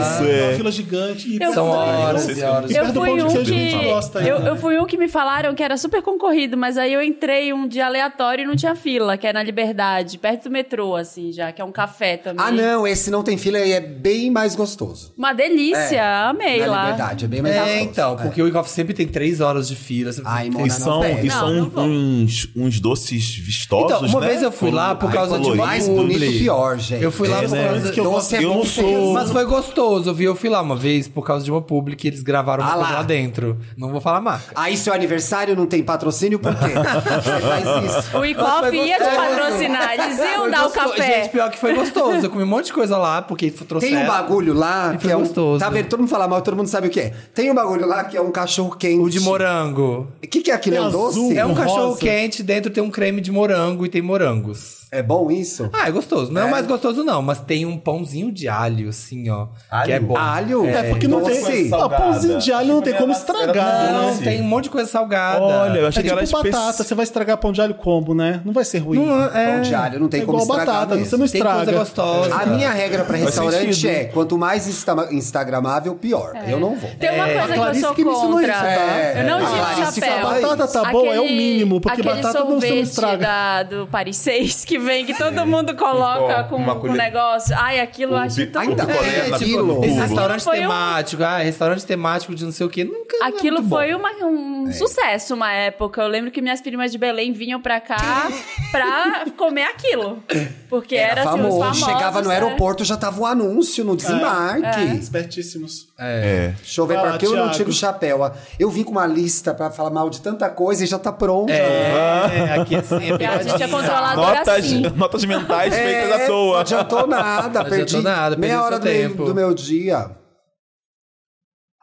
Speaker 1: assim,
Speaker 5: é.
Speaker 1: Uma fila gigante. E
Speaker 4: Eu
Speaker 3: São
Speaker 4: fui-
Speaker 3: horas e horas.
Speaker 1: E
Speaker 4: Eu
Speaker 1: perto do
Speaker 4: fui,
Speaker 1: pão de
Speaker 4: um
Speaker 1: queijo que a gente gosta
Speaker 4: que,
Speaker 1: ainda,
Speaker 4: eu,
Speaker 1: né?
Speaker 4: eu fui um que me falaram que era super concorrido, mas aí eu entrei um dia aleatório e não tinha fila, que é na Liberdade, perto do metrô, assim, já, que é um café também.
Speaker 2: Ah, não, esse não tem fila e é bem mais gostoso.
Speaker 4: Uma delícia, amei
Speaker 2: na
Speaker 4: lá.
Speaker 2: liberdade, é bem mais
Speaker 3: É,
Speaker 2: gostoso.
Speaker 3: então,
Speaker 2: É.
Speaker 3: porque o Wake sempre tem três horas de fila. sempre
Speaker 2: Ai,
Speaker 3: tem-
Speaker 2: mona,
Speaker 5: E
Speaker 2: não
Speaker 5: são,
Speaker 2: pega.
Speaker 5: e
Speaker 4: Ah, Não,
Speaker 5: são
Speaker 4: não vou.
Speaker 5: uns, uns doces vistosos,
Speaker 3: Então, uma
Speaker 5: né?
Speaker 3: vez eu fui lá por
Speaker 5: Ai,
Speaker 3: causa de
Speaker 5: coloridos.
Speaker 2: Mais bonito,
Speaker 3: Publi.
Speaker 2: pior, gente.
Speaker 3: Eu fui lá
Speaker 5: É,
Speaker 3: por
Speaker 5: né?
Speaker 3: causa...
Speaker 5: Antes que eu
Speaker 2: Doce é
Speaker 5: eu
Speaker 2: bom
Speaker 5: não
Speaker 2: que
Speaker 5: sou-
Speaker 2: fermenta.
Speaker 3: Mas foi gostoso, viu? Eu fui lá uma vez por causa de uma publi que eles gravaram uma
Speaker 2: Ah lá.
Speaker 3: coisa lá dentro. Não vou falar a marca.
Speaker 2: Aí seu aniversário não tem patrocínio, por
Speaker 3: *laughs*
Speaker 2: quê? Você faz isso.
Speaker 4: O Icoff ia te
Speaker 3: gostoso.
Speaker 4: patrocinar, eles iam
Speaker 3: Foi
Speaker 4: dar o
Speaker 3: gostoso.
Speaker 4: café.
Speaker 3: Gente, pior que foi gostoso. Eu comi um monte de coisa lá, porque
Speaker 2: Tem
Speaker 3: trouxeram...
Speaker 2: um bagulho lá
Speaker 3: E
Speaker 2: que
Speaker 3: foi
Speaker 2: é um.
Speaker 3: gostoso.
Speaker 2: Tá vendo? Todo mundo fala mal, todo mundo sabe o que é. Tem um bagulho lá que é um cachorro quente.
Speaker 3: O de morango.
Speaker 2: O que, que é aquilo? É um
Speaker 1: É
Speaker 2: doce?
Speaker 1: azul.
Speaker 3: É um
Speaker 1: rosa.
Speaker 3: cachorro quente, dentro tem um creme de morango e tem morangos.
Speaker 2: É bom isso?
Speaker 3: Ah, é gostoso. Não é, o mais gostoso, não, mas tem um pãozinho de alho, assim, ó. Que é bom.
Speaker 2: Alho?
Speaker 1: É, porque não
Speaker 2: doce.
Speaker 1: tem.
Speaker 5: Salgada.
Speaker 1: Ah, pãozinho de alho não tem como estragar,
Speaker 3: Não,
Speaker 1: né?
Speaker 3: tem um monte de coisa salgada.
Speaker 5: Olha, eu achei
Speaker 1: É
Speaker 5: que era
Speaker 1: tipo batata,
Speaker 5: especi-
Speaker 1: você vai estragar pão de alho como, né? Não vai ser ruim.
Speaker 3: Não, é-
Speaker 2: Pão de alho, não tem
Speaker 1: é
Speaker 2: como
Speaker 1: igual
Speaker 2: estragar
Speaker 1: batata,
Speaker 2: mesmo.
Speaker 1: você não
Speaker 3: tem
Speaker 1: estraga.
Speaker 3: coisa gostosa.
Speaker 2: A minha regra pra restaurante
Speaker 5: sentido.
Speaker 2: é: quanto mais insta- instagramável, pior.
Speaker 4: É.
Speaker 2: Eu não vou.
Speaker 4: Tem uma coisa que eu
Speaker 1: É, Clarice
Speaker 4: sou
Speaker 1: que me ensinou
Speaker 4: contra.
Speaker 1: isso, tá?
Speaker 4: Eu não
Speaker 2: É.
Speaker 4: tiro
Speaker 2: Clarice
Speaker 4: o
Speaker 2: que
Speaker 4: chapéu.
Speaker 2: fala isso.
Speaker 1: Batata tá boa, é o mínimo, porque
Speaker 4: aquele
Speaker 1: batata não- você não
Speaker 4: sorvete
Speaker 1: estraga.
Speaker 4: da- do Paris 6 que vem, que todo mundo coloca
Speaker 5: Ó,
Speaker 4: com
Speaker 5: uma
Speaker 4: o
Speaker 5: colher- Um
Speaker 4: negócio. Ai, aquilo eu acho
Speaker 5: bi-
Speaker 2: Ah,
Speaker 4: tão... tipo,
Speaker 2: então,
Speaker 5: o picolé
Speaker 2: é,
Speaker 5: na-
Speaker 2: aquilo.
Speaker 5: no
Speaker 3: tipo, Esse
Speaker 5: cubo.
Speaker 3: restaurante
Speaker 4: foi um-
Speaker 3: temático, ah, restaurante temático de não sei o quê, nunca. não é
Speaker 4: Aquilo
Speaker 3: muito bom.
Speaker 4: foi uma- um sucesso uma época. Eu lembro que minhas primas de Belém vinham pra cá pra comer aquilo. Porque era, assim, os famosos,
Speaker 2: Chegava no
Speaker 4: né? É.
Speaker 2: aeroporto, já tava o anúncio no desembarque.
Speaker 1: Espertíssimos.
Speaker 5: É.
Speaker 2: Deixa eu ver,
Speaker 1: Vai lá,
Speaker 2: pra que eu não
Speaker 1: Thiago.
Speaker 2: tiro o chapéu? Ah, Eu vim com uma lista pra falar mal de tanta coisa e já tá pronta.
Speaker 3: É,
Speaker 2: Ah.
Speaker 3: aqui assim, é
Speaker 4: E um- *laughs* a gente é
Speaker 3: pegadinha.
Speaker 4: controladora
Speaker 5: Notas,
Speaker 4: assim.
Speaker 5: notas mentais
Speaker 2: É,
Speaker 5: feitas à
Speaker 2: Não
Speaker 5: toa.
Speaker 2: adiantou nada,
Speaker 3: Não
Speaker 2: perdi
Speaker 3: adiantou nada,
Speaker 2: meia
Speaker 3: perdi
Speaker 2: hora do,
Speaker 3: seu tempo.
Speaker 2: do meu dia.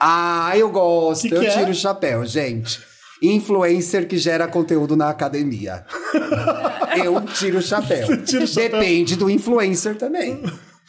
Speaker 2: Ah, eu gosto,
Speaker 1: Que que
Speaker 2: eu
Speaker 1: é?
Speaker 2: tiro o chapéu, gente. Influencer que gera conteúdo na academia. eu tiro o chapéu.
Speaker 1: tira o chapéu.
Speaker 2: Depende do influencer também.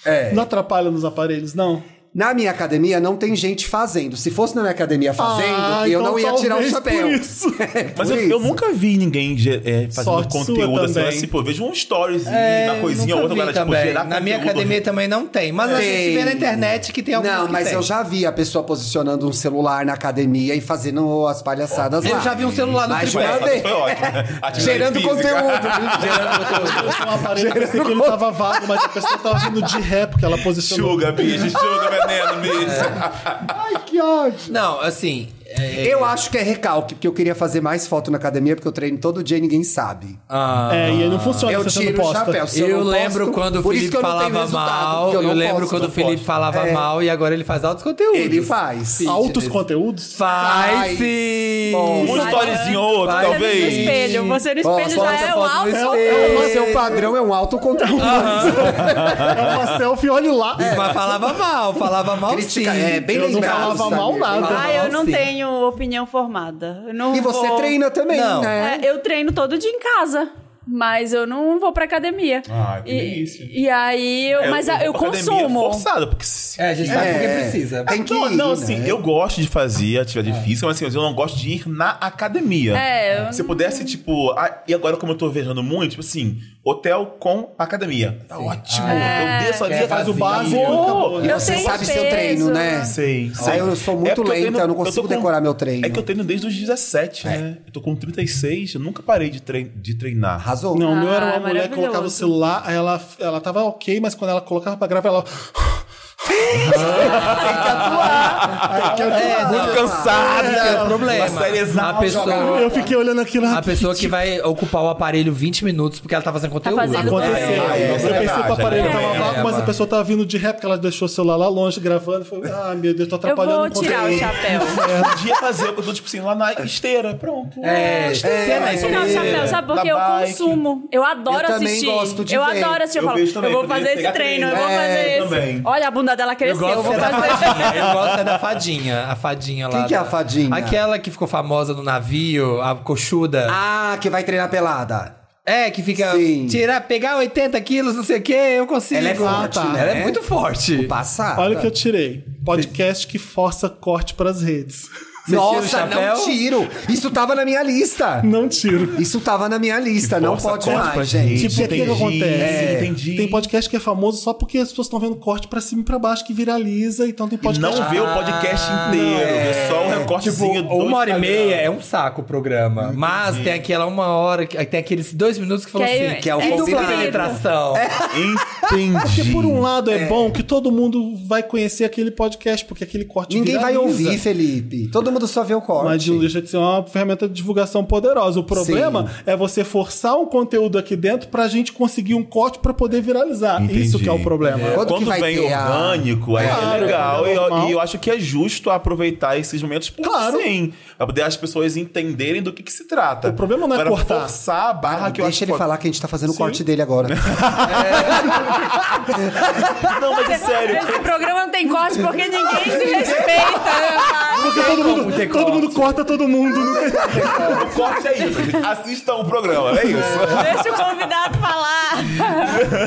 Speaker 2: É.
Speaker 1: Não atrapalha nos aparelhos, não?
Speaker 2: Na minha academia não tem gente fazendo. Se fosse na minha academia fazendo,
Speaker 1: Ah,
Speaker 2: eu
Speaker 1: então
Speaker 2: não ia tirar o
Speaker 1: talvez
Speaker 2: chapéu.
Speaker 1: por isso.
Speaker 2: *laughs* É,
Speaker 5: *laughs* Mas
Speaker 2: por
Speaker 5: eu,
Speaker 2: isso.
Speaker 5: eu nunca vi ninguém ge- é, fazendo
Speaker 1: Sorte sua
Speaker 5: conteúdo assim,
Speaker 1: também.
Speaker 5: assim, pô, eu vejo um stories
Speaker 3: É,
Speaker 5: uma coisinha ou
Speaker 3: nunca
Speaker 5: outra,
Speaker 3: vi
Speaker 5: agora, tipo,
Speaker 3: também.
Speaker 5: gerar
Speaker 3: Na minha
Speaker 5: conteúdo. *laughs*
Speaker 3: academia também não tem, mas a gente vê na
Speaker 2: Tem.
Speaker 3: internet que tem algumas
Speaker 2: Não,
Speaker 3: que
Speaker 2: mas
Speaker 3: tem.
Speaker 2: eu já vi a pessoa posicionando um celular na academia e fazendo as palhaçadas
Speaker 3: Eu
Speaker 2: lá.
Speaker 3: já vi um celular no
Speaker 2: Mas
Speaker 5: Foi
Speaker 2: Foi
Speaker 3: tripé.
Speaker 2: uma
Speaker 5: Tipo, essa,
Speaker 2: vez.
Speaker 3: *laughs*
Speaker 5: foi ótimo. *laughs* Atividade
Speaker 2: Gerando
Speaker 5: física.
Speaker 2: conteúdo.
Speaker 3: Gerando conteúdo.
Speaker 1: Um aparelho parecia que ele tava vago, mas a pessoa tava vindo de ré, porque ela posicionou.
Speaker 5: Suga, bicho, suga, veneno, bicho.
Speaker 2: *laughs* Ai, que ódio.
Speaker 3: Não, assim. é-
Speaker 2: Eu acho que é recalque, porque eu queria fazer mais foto na academia, porque eu treino todo dia e ninguém sabe.
Speaker 3: ah,
Speaker 1: É, e aí não funciona
Speaker 2: eu
Speaker 1: se você não
Speaker 2: tiro o
Speaker 1: posta.
Speaker 2: chapéu. Se
Speaker 3: eu,
Speaker 2: não posto,
Speaker 3: lembro quando o
Speaker 2: por isso
Speaker 3: Felipe
Speaker 2: que eu não tenho
Speaker 3: falava
Speaker 2: resultado,
Speaker 3: mal.
Speaker 2: porque
Speaker 3: Eu,
Speaker 2: não
Speaker 3: lembro
Speaker 2: posto,
Speaker 3: quando o
Speaker 2: não
Speaker 3: Felipe
Speaker 2: posto.
Speaker 3: falava
Speaker 2: É,
Speaker 3: mal e agora ele faz altos conteúdos.
Speaker 2: Ele faz.
Speaker 1: Altos conteúdos?
Speaker 3: Faz
Speaker 2: Faz.
Speaker 3: sim.
Speaker 2: Bom.
Speaker 5: Um storyzinho ou outro,
Speaker 3: Vai.
Speaker 4: Você no
Speaker 5: talvez.
Speaker 4: espelho, você no
Speaker 2: Ó,
Speaker 4: espelho já
Speaker 3: foto,
Speaker 4: é um
Speaker 3: foto no
Speaker 4: alto.
Speaker 3: espelho.
Speaker 2: O seu padrão é um autocontrole.
Speaker 1: É uma selfie, olhe lá.
Speaker 4: É,
Speaker 3: Mas falava mal, falava mal
Speaker 2: Crítica,
Speaker 3: sim.
Speaker 2: é bem
Speaker 1: Eu não
Speaker 2: lembrado.
Speaker 1: falava
Speaker 2: sabe?
Speaker 1: mal nada.
Speaker 3: Falava
Speaker 4: Ah, eu não
Speaker 3: sim.
Speaker 4: tenho opinião formada. Eu não
Speaker 2: E você
Speaker 4: vou-
Speaker 2: treina também,
Speaker 3: Não.
Speaker 2: né?
Speaker 4: É, eu treino todo dia em casa. Mas eu não vou pra academia.
Speaker 5: Ah, que
Speaker 4: e,
Speaker 5: delícia.
Speaker 4: E aí, eu, mas ah, eu,
Speaker 5: vou pra É, academia
Speaker 4: consumo.
Speaker 5: Forçado, porque se-
Speaker 3: É, a gente faz porque precisa.
Speaker 2: Tem que
Speaker 5: não,
Speaker 2: ir,
Speaker 5: não, assim,
Speaker 2: né? É.
Speaker 5: eu gosto de fazer atividade física, mas assim, eu não gosto de ir na academia.
Speaker 4: É, eu
Speaker 5: Se eu pudesse, tipo, ah, e agora como eu tô viajando muito, tipo assim, hotel com academia. Tá ótimo.
Speaker 4: É.
Speaker 5: Eu desço ali,
Speaker 3: Quer
Speaker 5: faz o
Speaker 2: um
Speaker 3: fazer.
Speaker 5: básico.
Speaker 1: E acabou,
Speaker 5: Vou.
Speaker 1: né?
Speaker 4: Eu
Speaker 2: Você
Speaker 4: tenho
Speaker 2: sabe seu
Speaker 4: peso,
Speaker 2: treino, né?
Speaker 5: Sei, sei.
Speaker 2: Ah, eu sou muito
Speaker 5: É porque
Speaker 2: lenta, eu não
Speaker 5: tô
Speaker 2: consigo decorar meu treino. É.
Speaker 5: É que eu treino desde os 17, né? Eu tô com 36, eu nunca parei de, trein- de treinar.
Speaker 2: *laughs* Arrasou.
Speaker 1: Não, o meu era
Speaker 4: Ah,
Speaker 1: uma mulher que
Speaker 4: maravilhoso.
Speaker 1: colocava o celular, aí ela, ela tava ok, mas quando ela colocava pra gravar, ela.
Speaker 3: É,
Speaker 5: Muito
Speaker 3: não,
Speaker 5: cansada.
Speaker 3: é o problema.
Speaker 5: Uma série
Speaker 3: a pessoa,
Speaker 1: Eu fiquei olhando aquilo.
Speaker 3: a pessoa que vai ocupar o aparelho 20 minutos porque ela tá fazendo conteúdo.
Speaker 4: fazendo
Speaker 1: Aconteceu.
Speaker 5: É, é,
Speaker 1: eu
Speaker 5: é
Speaker 1: pensei que o
Speaker 5: verdade,
Speaker 1: aparelho
Speaker 5: é,
Speaker 1: tava
Speaker 5: é,
Speaker 1: vago,
Speaker 3: é,
Speaker 1: mas a
Speaker 3: mano.
Speaker 1: pessoa tava vindo de ré, porque ela deixou o celular lá longe gravando. Foi, ah, meu Deus, tô
Speaker 4: Eu
Speaker 1: atrapalhando
Speaker 4: vou
Speaker 1: o
Speaker 4: tirar o
Speaker 1: conteúdo.
Speaker 5: *laughs*
Speaker 4: chapéu.
Speaker 5: Eu podia fazer, eu tô, tipo assim, lá na esteira, pronto.
Speaker 3: É,
Speaker 2: tá
Speaker 3: é,
Speaker 4: Eu vou tirar o chapéu, sabe? Porque eu
Speaker 5: Na bike.
Speaker 4: consumo. Eu adoro
Speaker 2: Eu também
Speaker 4: assistir.
Speaker 2: gosto de
Speaker 4: eu
Speaker 2: ver.
Speaker 4: adoro assistir. Eu,
Speaker 5: Eu
Speaker 4: falo,
Speaker 5: vejo também,
Speaker 4: eu vou
Speaker 5: poderia
Speaker 4: fazer esse
Speaker 5: pegar
Speaker 4: treino, eu
Speaker 5: treino.
Speaker 4: vou fazer
Speaker 5: É,
Speaker 4: esse.
Speaker 5: também.
Speaker 4: Olha, a bunda dela
Speaker 3: Eu
Speaker 4: cresceu, eu,
Speaker 3: gosto,
Speaker 4: vou
Speaker 3: é da
Speaker 5: *laughs*
Speaker 4: fazer.
Speaker 3: fadinha, eu gosto é da fadinha, a fadinha lá.
Speaker 2: Quem que é a
Speaker 3: da-
Speaker 2: fadinha?
Speaker 3: Aquela que ficou famosa no navio, a coxuda.
Speaker 2: Ah, que vai treinar pelada.
Speaker 3: É, que fica.
Speaker 2: Ah, Sim.
Speaker 3: Tirar, pegar 80 quilos, não sei o quê, eu consigo.
Speaker 2: Ela é forte,
Speaker 3: Ah, tá.
Speaker 2: né?
Speaker 3: Ela é muito forte.
Speaker 2: Passada.
Speaker 1: Olha o que eu tirei. Podcast que força corte pras redes. *laughs*
Speaker 3: Você
Speaker 2: Nossa,
Speaker 3: tira o chapéu?
Speaker 2: não tiro. Isso tava na minha lista.
Speaker 1: Não tiro.
Speaker 2: Isso tava na minha lista.
Speaker 5: Que
Speaker 2: Não
Speaker 5: força,
Speaker 2: pode
Speaker 5: corta pra
Speaker 2: mais, gente.
Speaker 1: Tipo, o que que,
Speaker 5: entendi,
Speaker 1: acontece?
Speaker 5: entendi.
Speaker 1: Tem podcast que é famoso só porque as pessoas estão vendo corte pra cima e pra baixo que viraliza, então tem
Speaker 5: E
Speaker 1: podcast.
Speaker 5: não vê o podcast
Speaker 1: Ah,
Speaker 5: inteiro,
Speaker 1: é.
Speaker 5: vê só um
Speaker 3: Tipo,
Speaker 5: recortezinho do
Speaker 3: uma hora e
Speaker 5: Instagram.
Speaker 3: meia é um saco o programa. Mas tem aquela uma hora, que- tem aqueles dois minutos que falam
Speaker 4: Que é-
Speaker 3: assim.
Speaker 2: Que é o
Speaker 4: é
Speaker 3: e dupla
Speaker 2: combinado.
Speaker 3: penetração.
Speaker 5: É. Entendi.
Speaker 1: Porque por um lado é, bom que todo mundo vai conhecer aquele podcast, porque aquele corte
Speaker 2: Ninguém vai
Speaker 1: viraliza.
Speaker 2: ouvir, Felipe. Todo mundo só vê o corte.
Speaker 1: Mas não deixa de um ser é uma ferramenta de divulgação poderosa. O problema é você forçar um conteúdo aqui dentro pra gente conseguir um corte pra poder viralizar.
Speaker 5: Entendi.
Speaker 1: Isso que é o problema.
Speaker 2: Quando que
Speaker 5: Quando
Speaker 2: vai
Speaker 5: vem
Speaker 2: ter a-
Speaker 5: orgânico, aí
Speaker 1: Claro,
Speaker 5: é legal.
Speaker 1: é
Speaker 5: e, eu,
Speaker 1: normal.
Speaker 5: e eu acho que é justo aproveitar esses momentos porque
Speaker 1: Claro.
Speaker 5: sim. Pra poder as pessoas entenderem do que, que se trata.
Speaker 1: O problema não é
Speaker 5: Agora,
Speaker 1: cortar.
Speaker 5: forçar a barra que eu
Speaker 2: Ah,
Speaker 5: acho
Speaker 2: Deixa ele
Speaker 5: que-
Speaker 2: falar que a gente tá fazendo o corte dele agora.
Speaker 1: *laughs*
Speaker 5: Não, mas é sério.
Speaker 1: *laughs*
Speaker 4: Esse programa não tem corte porque ninguém se respeita. né,
Speaker 1: Porque todo mundo,
Speaker 3: ter
Speaker 1: todo mundo corta todo mundo. né?
Speaker 5: o corte é isso. gente. Assistam o programa, é isso.
Speaker 4: Deixa o convidado falar.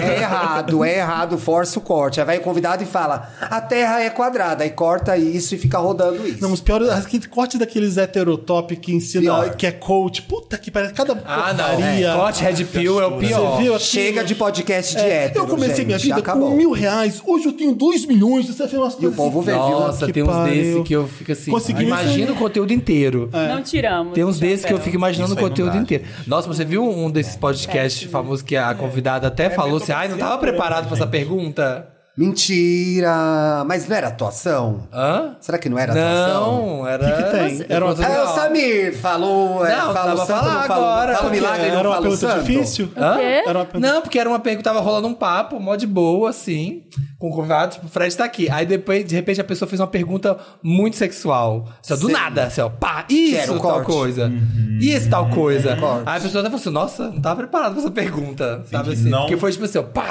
Speaker 2: É errado, é errado, força o corte. Aí vai o convidado e fala: a terra é quadrada. Aí corta isso e fica rodando isso.
Speaker 1: Não, os piores. Aquele corte daqueles heterotop que ensina,
Speaker 2: Pior.
Speaker 1: que é coach. Puta que pariu. Cada
Speaker 3: Ah, não.
Speaker 1: porcaria.
Speaker 3: É, corte Red Pill é o pior.
Speaker 1: Você viu aqui?
Speaker 2: Chega de podcast de
Speaker 1: É,
Speaker 2: hétero,
Speaker 1: eu comecei
Speaker 2: gente.
Speaker 1: minha vida
Speaker 2: Acabou.
Speaker 1: com mil reais, hoje eu tenho dois milhões, você fez umas
Speaker 2: E o
Speaker 1: coisas.
Speaker 2: povo
Speaker 1: assim.
Speaker 2: vê, viu?
Speaker 3: Nossa,
Speaker 1: Que
Speaker 3: tem uns
Speaker 1: pariu.
Speaker 3: desse que eu fico assim.
Speaker 1: Conseguimos
Speaker 3: Imagina o conteúdo inteiro.
Speaker 4: Não tiramos.
Speaker 3: Tem uns desses que eu
Speaker 4: chapéu.
Speaker 3: fico imaginando o
Speaker 5: Isso aí não
Speaker 3: conteúdo
Speaker 5: dá,
Speaker 3: inteiro. Nossa, você viu um desses podcasts famosos que a convidada até falou assim: ai, não tava preparado pra essa pergunta?
Speaker 2: Mentira! Mas não era atuação?
Speaker 3: Hã?
Speaker 2: Será que não era atuação?
Speaker 3: Não, era.
Speaker 1: Que que tem?
Speaker 3: Você-
Speaker 1: Era uma-
Speaker 3: Você-
Speaker 2: É, o Samir falou, é,
Speaker 3: Não,
Speaker 2: fala
Speaker 3: tava
Speaker 2: o santo, não
Speaker 3: falar
Speaker 2: fala-
Speaker 3: agora,
Speaker 2: fala o
Speaker 3: porque
Speaker 2: milagre, não
Speaker 1: É, Era uma
Speaker 2: fala o
Speaker 1: pergunta
Speaker 2: santo.
Speaker 1: difícil?
Speaker 3: Hã?
Speaker 4: quê?
Speaker 1: Era uma pergunta
Speaker 3: Não, porque era uma pergunta, tava rolando um papo, mó de boa, assim, com o convidado, tipo, o Fred tá aqui. Aí depois, de repente, a pessoa fez uma pergunta muito sexual. Assim, ó, do
Speaker 2: Sim.
Speaker 3: nada, assim, ó, pá, isso,
Speaker 2: Quero um
Speaker 3: tal
Speaker 2: corte. um
Speaker 3: coisa.
Speaker 5: Uhum.
Speaker 3: Isso, tal coisa.
Speaker 2: Corte.
Speaker 3: Aí a pessoa até falou assim, nossa, não tava preparado pra essa pergunta, sabe
Speaker 5: Entendi,
Speaker 3: assim?
Speaker 5: não.
Speaker 3: Porque foi tipo assim, ó, pá.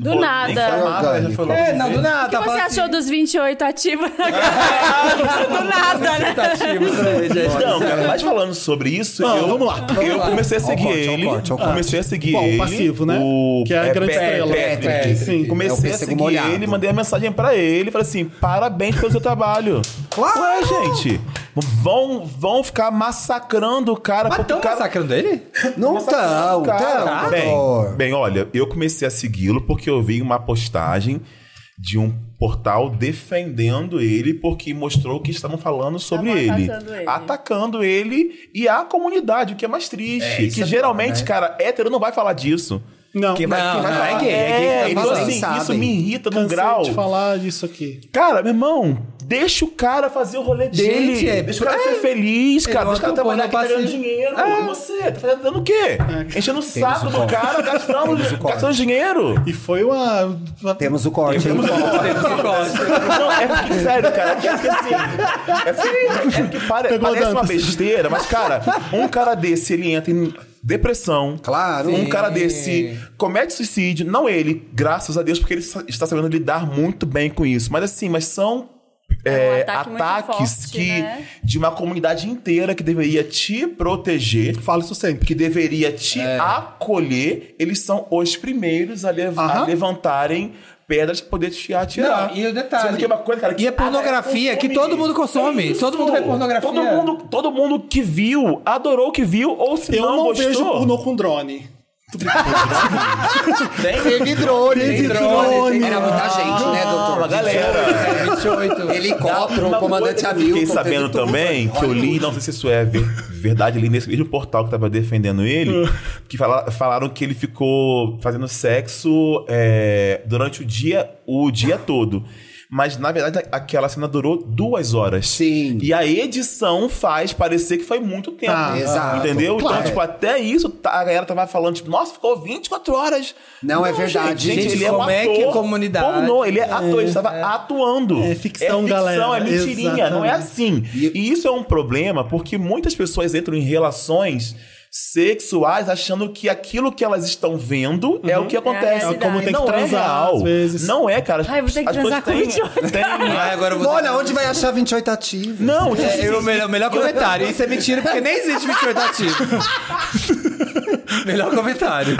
Speaker 4: Do
Speaker 5: Pô,
Speaker 4: nada.
Speaker 5: Nem chamava, já foi logo.
Speaker 3: É, não, do nada.
Speaker 4: O que você
Speaker 2: Tá assim, *laughs*
Speaker 4: achou dos 28 ativos? Do nada, né?
Speaker 5: Não, Então, cara, mas falando sobre isso,
Speaker 1: Não,
Speaker 5: eu,
Speaker 1: vamos lá.
Speaker 5: eu comecei a seguir
Speaker 2: corte, ó,
Speaker 5: ele.
Speaker 2: corte, ó,
Speaker 5: comecei a seguir
Speaker 1: Bom, o
Speaker 5: ele.
Speaker 1: passivo, né?
Speaker 5: O,
Speaker 1: Que é a grande
Speaker 5: Pe-
Speaker 1: estrela.
Speaker 5: Patrick.
Speaker 1: Patrick, sim.
Speaker 5: Comecei
Speaker 2: É o
Speaker 5: a seguir
Speaker 2: pêssego molhado.
Speaker 5: ele, mandei a mensagem pra ele, falei assim: parabéns pelo seu trabalho.
Speaker 2: Claro!
Speaker 5: Ué, gente, vão, vão ficar massacrando o cara.
Speaker 3: Mas
Speaker 5: porque
Speaker 3: tão
Speaker 5: o cara...
Speaker 3: massacrando ele?
Speaker 2: Não tá, tão, tão,
Speaker 5: Bem,
Speaker 2: doutor.
Speaker 5: tá, bem, olha, eu comecei a segui-lo porque eu vi uma postagem de um portal defendendo ele porque mostrou que estavam falando sobre
Speaker 6: Estavam
Speaker 5: ele.
Speaker 6: atacando ele.
Speaker 5: Atacando ele e a comunidade, o que é mais triste.
Speaker 2: isso
Speaker 5: que
Speaker 2: é
Speaker 5: geralmente,
Speaker 2: bom, né?
Speaker 5: cara, hétero não vai falar disso.
Speaker 1: Não.
Speaker 5: Quem vai,
Speaker 3: Não,
Speaker 5: quem vai
Speaker 3: não,
Speaker 5: falar
Speaker 3: é gay, é gay que tá
Speaker 5: então,
Speaker 2: falando.
Speaker 5: assim,
Speaker 2: Sabem.
Speaker 5: isso me irrita num
Speaker 1: Cansei
Speaker 5: grau.
Speaker 1: de falar disso aqui.
Speaker 5: Cara, meu irmão, deixa o cara fazer o rolê dele.
Speaker 3: Gente, é-
Speaker 5: Deixa o cara
Speaker 3: é.
Speaker 5: ser feliz,
Speaker 3: Ele
Speaker 5: cara.
Speaker 3: não
Speaker 5: Deixa o cara
Speaker 3: tá pondo
Speaker 5: trabalhar aqui, tá
Speaker 3: passe-
Speaker 5: ganhando dinheiro. E você? Tá fazendo o quê? Enchendo o
Speaker 2: o
Speaker 5: saco do
Speaker 2: corte.
Speaker 5: cara, gastando,
Speaker 2: Temos o corte.
Speaker 5: gastando dinheiro.
Speaker 1: E foi uma. uma-
Speaker 2: Temos o corte.
Speaker 5: Não, é porque, sério, cara, é porque assim. É porque, é porque pare-
Speaker 1: Pegou
Speaker 5: parece uma
Speaker 1: Dantas.
Speaker 5: besteira, mas, cara, um cara desse, ele entra em depressão.
Speaker 2: Claro.
Speaker 5: Um cara
Speaker 3: Sim.
Speaker 5: desse comete suicídio, não ele, graças a Deus, porque ele sa- está sabendo lidar muito bem com isso. Mas assim, mas são
Speaker 4: Um
Speaker 5: é,
Speaker 6: Um ataque muito
Speaker 5: ataques
Speaker 6: forte,
Speaker 5: que
Speaker 6: né?
Speaker 5: de uma comunidade inteira que deveria te proteger,
Speaker 1: Falo isso sempre.
Speaker 5: que deveria te
Speaker 3: É.
Speaker 5: acolher, eles são os primeiros a, lev- a
Speaker 1: Aham.
Speaker 5: levantarem pedras pra poder te atirar.
Speaker 3: Não, e o detalhe-
Speaker 5: Sendo que é uma coisa, cara, que
Speaker 3: E é pornografia que todo mundo consome.
Speaker 5: É isso.
Speaker 3: Todo mundo vê pornografia.
Speaker 5: Todo mundo, todo mundo que viu, adorou o que viu, ou se
Speaker 1: Eu não,
Speaker 5: não, gostou.
Speaker 1: vejo pornô com drone.
Speaker 2: Teve drone.
Speaker 1: Teve drone.
Speaker 2: Era é, muita gente, né, doutor?
Speaker 5: uma galera.
Speaker 3: 28.
Speaker 2: Helicóptero,
Speaker 5: Uma
Speaker 2: comandante
Speaker 5: coisa que eu
Speaker 2: avião.
Speaker 5: Fiquei sabendo também que eu li, não sei se isso é ver- verdade, ali nesse mesmo portal que tava
Speaker 2: *laughs*
Speaker 5: defendendo ele, que fala- falaram que ele ficou fazendo sexo é, durante o dia, o dia todo. Mas, na verdade, aquela cena durou duas horas.
Speaker 2: Sim.
Speaker 5: E a edição faz parecer que foi muito tempo.
Speaker 1: Tá,
Speaker 2: exato.
Speaker 5: Entendeu?
Speaker 2: Ah, Claro.
Speaker 5: Então, tipo, até isso, tá- a galera tava falando, tipo, nossa, ficou 24 horas.
Speaker 2: Não, é verdade.
Speaker 5: Gente,
Speaker 2: Gente,
Speaker 5: ele é um
Speaker 3: como é que
Speaker 5: ator
Speaker 3: comunidade-
Speaker 5: pornô, ele é ator, ele estava atuando.
Speaker 1: É ficção, galera,
Speaker 5: É mentirinha, não é
Speaker 1: exatamente.
Speaker 5: assim.
Speaker 2: E-
Speaker 5: E isso é um problema porque muitas pessoas entram em relações sexuais achando que aquilo que elas estão vendo é o
Speaker 4: Uhum.
Speaker 5: que acontece.
Speaker 6: É como
Speaker 1: tem que
Speaker 5: não
Speaker 1: transar,
Speaker 5: é real.
Speaker 1: às vezes.
Speaker 5: Não é, cara.
Speaker 4: Ai, vou ter que
Speaker 5: As pessoas
Speaker 4: transar com
Speaker 5: têm-
Speaker 4: 28.
Speaker 5: têm-
Speaker 3: Ai, agora eu vou
Speaker 2: Olha, onde vai achar 28 ativos?
Speaker 5: Não, tipo,
Speaker 3: É, o melhor, melhor comentário. Isso é mentira, porque nem existe 28 ativos. Melhor comentário.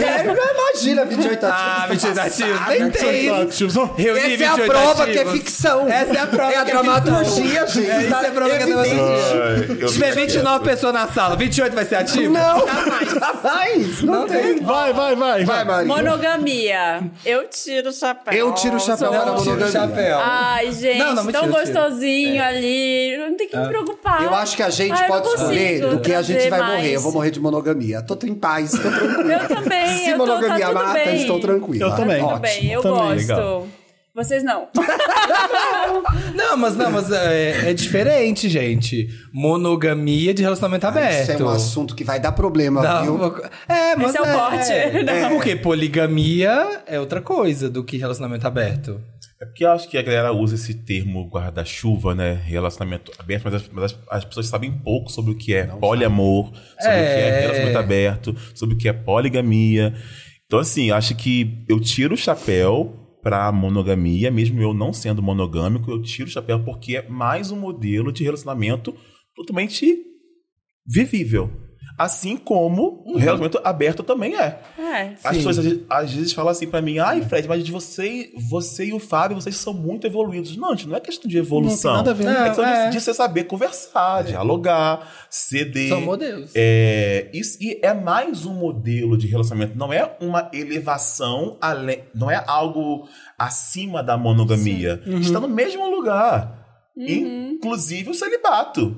Speaker 2: Sério, É, não imagina 28
Speaker 3: Ah, mentira, nativos. Nem tem
Speaker 1: Só
Speaker 3: isso.
Speaker 1: ativos, não?
Speaker 3: Reuni
Speaker 2: Essa é a
Speaker 3: 28
Speaker 2: prova que é
Speaker 3: nativos.
Speaker 2: ficção.
Speaker 3: Essa é a prova
Speaker 2: É a
Speaker 3: que ficção.
Speaker 2: dramaturgia, gente. Tá
Speaker 3: É, isso é a prova que é
Speaker 2: Evidente.
Speaker 3: dramaturgia.
Speaker 5: Ai, eu
Speaker 3: Se tiver
Speaker 5: fico
Speaker 3: 29
Speaker 5: quieto.
Speaker 3: pessoas na sala, 28 vai ser ativo?
Speaker 2: Não, jamais. Não, tem.
Speaker 1: Vai, vai, vai.
Speaker 2: Vai, Mari.
Speaker 4: Monogamia. Eu tiro o chapéu.
Speaker 2: Eu tiro o chapéu
Speaker 4: Sou-
Speaker 2: na
Speaker 3: Não, tira o
Speaker 2: monogamia.
Speaker 3: chapéu.
Speaker 2: Ah.
Speaker 4: Ai, gente,
Speaker 3: Não, não, mentira,
Speaker 4: tão
Speaker 3: tira.
Speaker 4: gostosinho ali. Não tem que me preocupar.
Speaker 2: É. Eu acho que a gente
Speaker 4: Ai, Ah, eu
Speaker 2: pode
Speaker 4: não consigo
Speaker 2: escolher do que a gente
Speaker 4: trazer
Speaker 2: vai
Speaker 4: mais.
Speaker 2: morrer. Eu vou morrer de monogamia. Tô em paz, tô
Speaker 4: *laughs*
Speaker 2: tranquila.
Speaker 4: Eu também,
Speaker 2: é Se
Speaker 4: eu tô- tá
Speaker 2: monogamia
Speaker 4: tudo
Speaker 2: mata,
Speaker 4: bem. Tá
Speaker 2: estou tranquila.
Speaker 1: Eu também.
Speaker 4: Tudo
Speaker 2: Ótimo.
Speaker 4: bem, eu
Speaker 1: também,
Speaker 4: gosto.
Speaker 5: legal.
Speaker 4: Vocês não.
Speaker 2: *laughs*
Speaker 3: Não, mas não, mas é, é diferente, gente. Monogamia de relacionamento aberto.
Speaker 2: Isso é um assunto que vai dar problema,
Speaker 3: Dá
Speaker 2: viu?
Speaker 3: uma co- É, mas
Speaker 4: Esse é o corte.
Speaker 2: *laughs*
Speaker 3: É, Porque poligamia é outra coisa do que relacionamento aberto.
Speaker 5: É porque eu acho que a galera usa esse termo guarda-chuva, né? Relacionamento aberto, mas, as, mas as- as pessoas sabem pouco sobre o que é poliamor, sobre o que
Speaker 3: É.
Speaker 5: é relacionamento aberto, sobre o que é poligamia. Então, assim, acho que eu tiro o chapéu pra monogamia, mesmo eu não sendo monogâmico, eu tiro o chapéu porque é mais um modelo de relacionamento totalmente vivível. Assim como o relacionamento aberto também é.
Speaker 4: É.
Speaker 3: Sim.
Speaker 5: As pessoas às vezes, às vezes falam assim pra mim, ai Fred, mas você, você e o Fábio, vocês são muito evoluídos. Não, gente, não é questão de evolução.
Speaker 1: Não tem nada a ver.
Speaker 5: É questão de-
Speaker 3: Não, é.
Speaker 5: de, você saber conversar, dialogar, ceder.
Speaker 3: São modelos.
Speaker 5: É, isso, e é mais um modelo de relacionamento, não é uma elevação, ale- não é algo acima da monogamia. Está no mesmo lugar. Inclusive o celibato.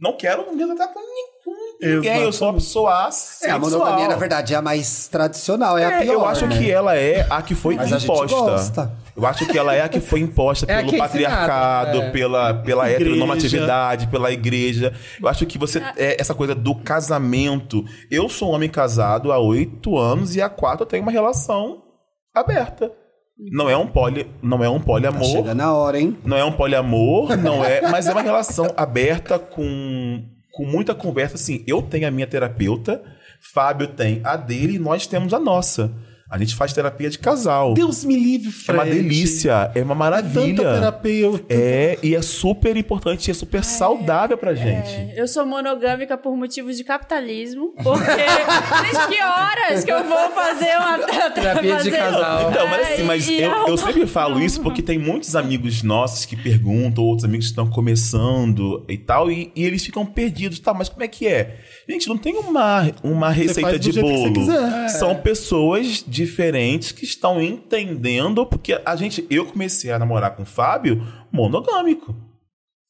Speaker 5: Não quero me tratar com ninguém. Eu sou uma pessoa
Speaker 2: É,
Speaker 5: assexual.
Speaker 2: a monogamia, na verdade, é a mais tradicional, é, a
Speaker 5: É,
Speaker 2: pior.
Speaker 5: eu acho
Speaker 2: né?
Speaker 5: que ela é a que foi
Speaker 2: Mas a gente
Speaker 5: imposta.
Speaker 2: gosta. Tá
Speaker 5: eu acho que ela é a que foi imposta
Speaker 3: É a que
Speaker 5: pelo
Speaker 3: é
Speaker 5: patriarcado,
Speaker 3: ensinada, é.
Speaker 5: pela, pela
Speaker 1: Igreja.
Speaker 5: heteronormatividade, pela igreja. Eu acho que você. é essa coisa do casamento. Eu sou um homem casado há oito anos e há quatro eu tenho uma relação aberta. Não é um poli, não é um
Speaker 2: Tá
Speaker 5: poliamor.
Speaker 2: chegando a hora, hein?
Speaker 5: Não é um poliamor, não é, mas é uma relação aberta com, com muita conversa. Assim, eu tenho a minha terapeuta, Fábio tem a dele e nós temos a nossa. A gente faz terapia de casal.
Speaker 1: Deus me livre,
Speaker 5: é
Speaker 1: Fred.
Speaker 5: uma delícia, é
Speaker 1: Tanta
Speaker 5: uma maravilha.
Speaker 1: terapia. eu-
Speaker 5: É, e é super importante, é super saudável pra gente.
Speaker 4: Eu sou monogâmica por motivos de capitalismo, porque *laughs* desde que horas que eu vou fazer uma
Speaker 3: Terapia de
Speaker 4: fazer- um-
Speaker 3: casal.
Speaker 5: Então, mas assim,
Speaker 4: É,
Speaker 5: mas
Speaker 4: e- e
Speaker 5: eu,
Speaker 4: arrumar-
Speaker 5: eu sempre falo isso porque tem muitos amigos nossos que perguntam, outros amigos que estão começando e tal, e, e eles ficam perdidos. Tá, mas como é que é? Gente, não tem uma, uma receita
Speaker 1: faz do
Speaker 5: de
Speaker 1: jeito que você
Speaker 5: bolo.
Speaker 1: quiser.
Speaker 5: São pessoas diferentes que estão entendendo, porque a gente, eu comecei a namorar com o Fábio monogâmico.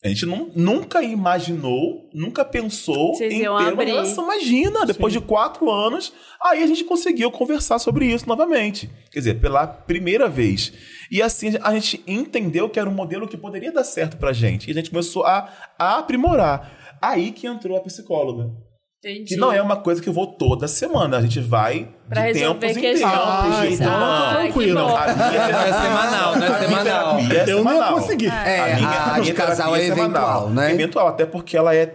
Speaker 5: A gente nu- nunca imaginou, nunca pensou
Speaker 4: Vocês
Speaker 5: em ter
Speaker 4: iam
Speaker 5: uma
Speaker 4: abrir.
Speaker 5: relação. Imagina, depois de quatro anos, aí a gente conseguiu conversar sobre isso novamente. Quer dizer, pela primeira vez. E assim a gente entendeu que era um modelo que poderia dar certo pra gente. E a gente começou a, a aprimorar. Aí que entrou a psicóloga.
Speaker 4: Entendi.
Speaker 5: Que não é uma coisa que eu vou toda semana. A gente vai
Speaker 4: Pra
Speaker 5: de
Speaker 4: resolver
Speaker 5: tempos em tempos.
Speaker 4: questão.
Speaker 1: Ah,
Speaker 5: de
Speaker 1: então
Speaker 5: plano.
Speaker 1: tá
Speaker 4: Ai, que
Speaker 1: tranquilo.
Speaker 4: bom.
Speaker 5: A minha
Speaker 3: Não é semanal, não é
Speaker 5: a minha
Speaker 3: semanal.
Speaker 5: terapia é
Speaker 1: Eu não
Speaker 5: semanal.
Speaker 1: ia conseguir.
Speaker 2: É, a, a de
Speaker 5: terapia
Speaker 2: casal é
Speaker 5: semanal.
Speaker 2: eventual, né?
Speaker 5: Eventual, até porque ela é,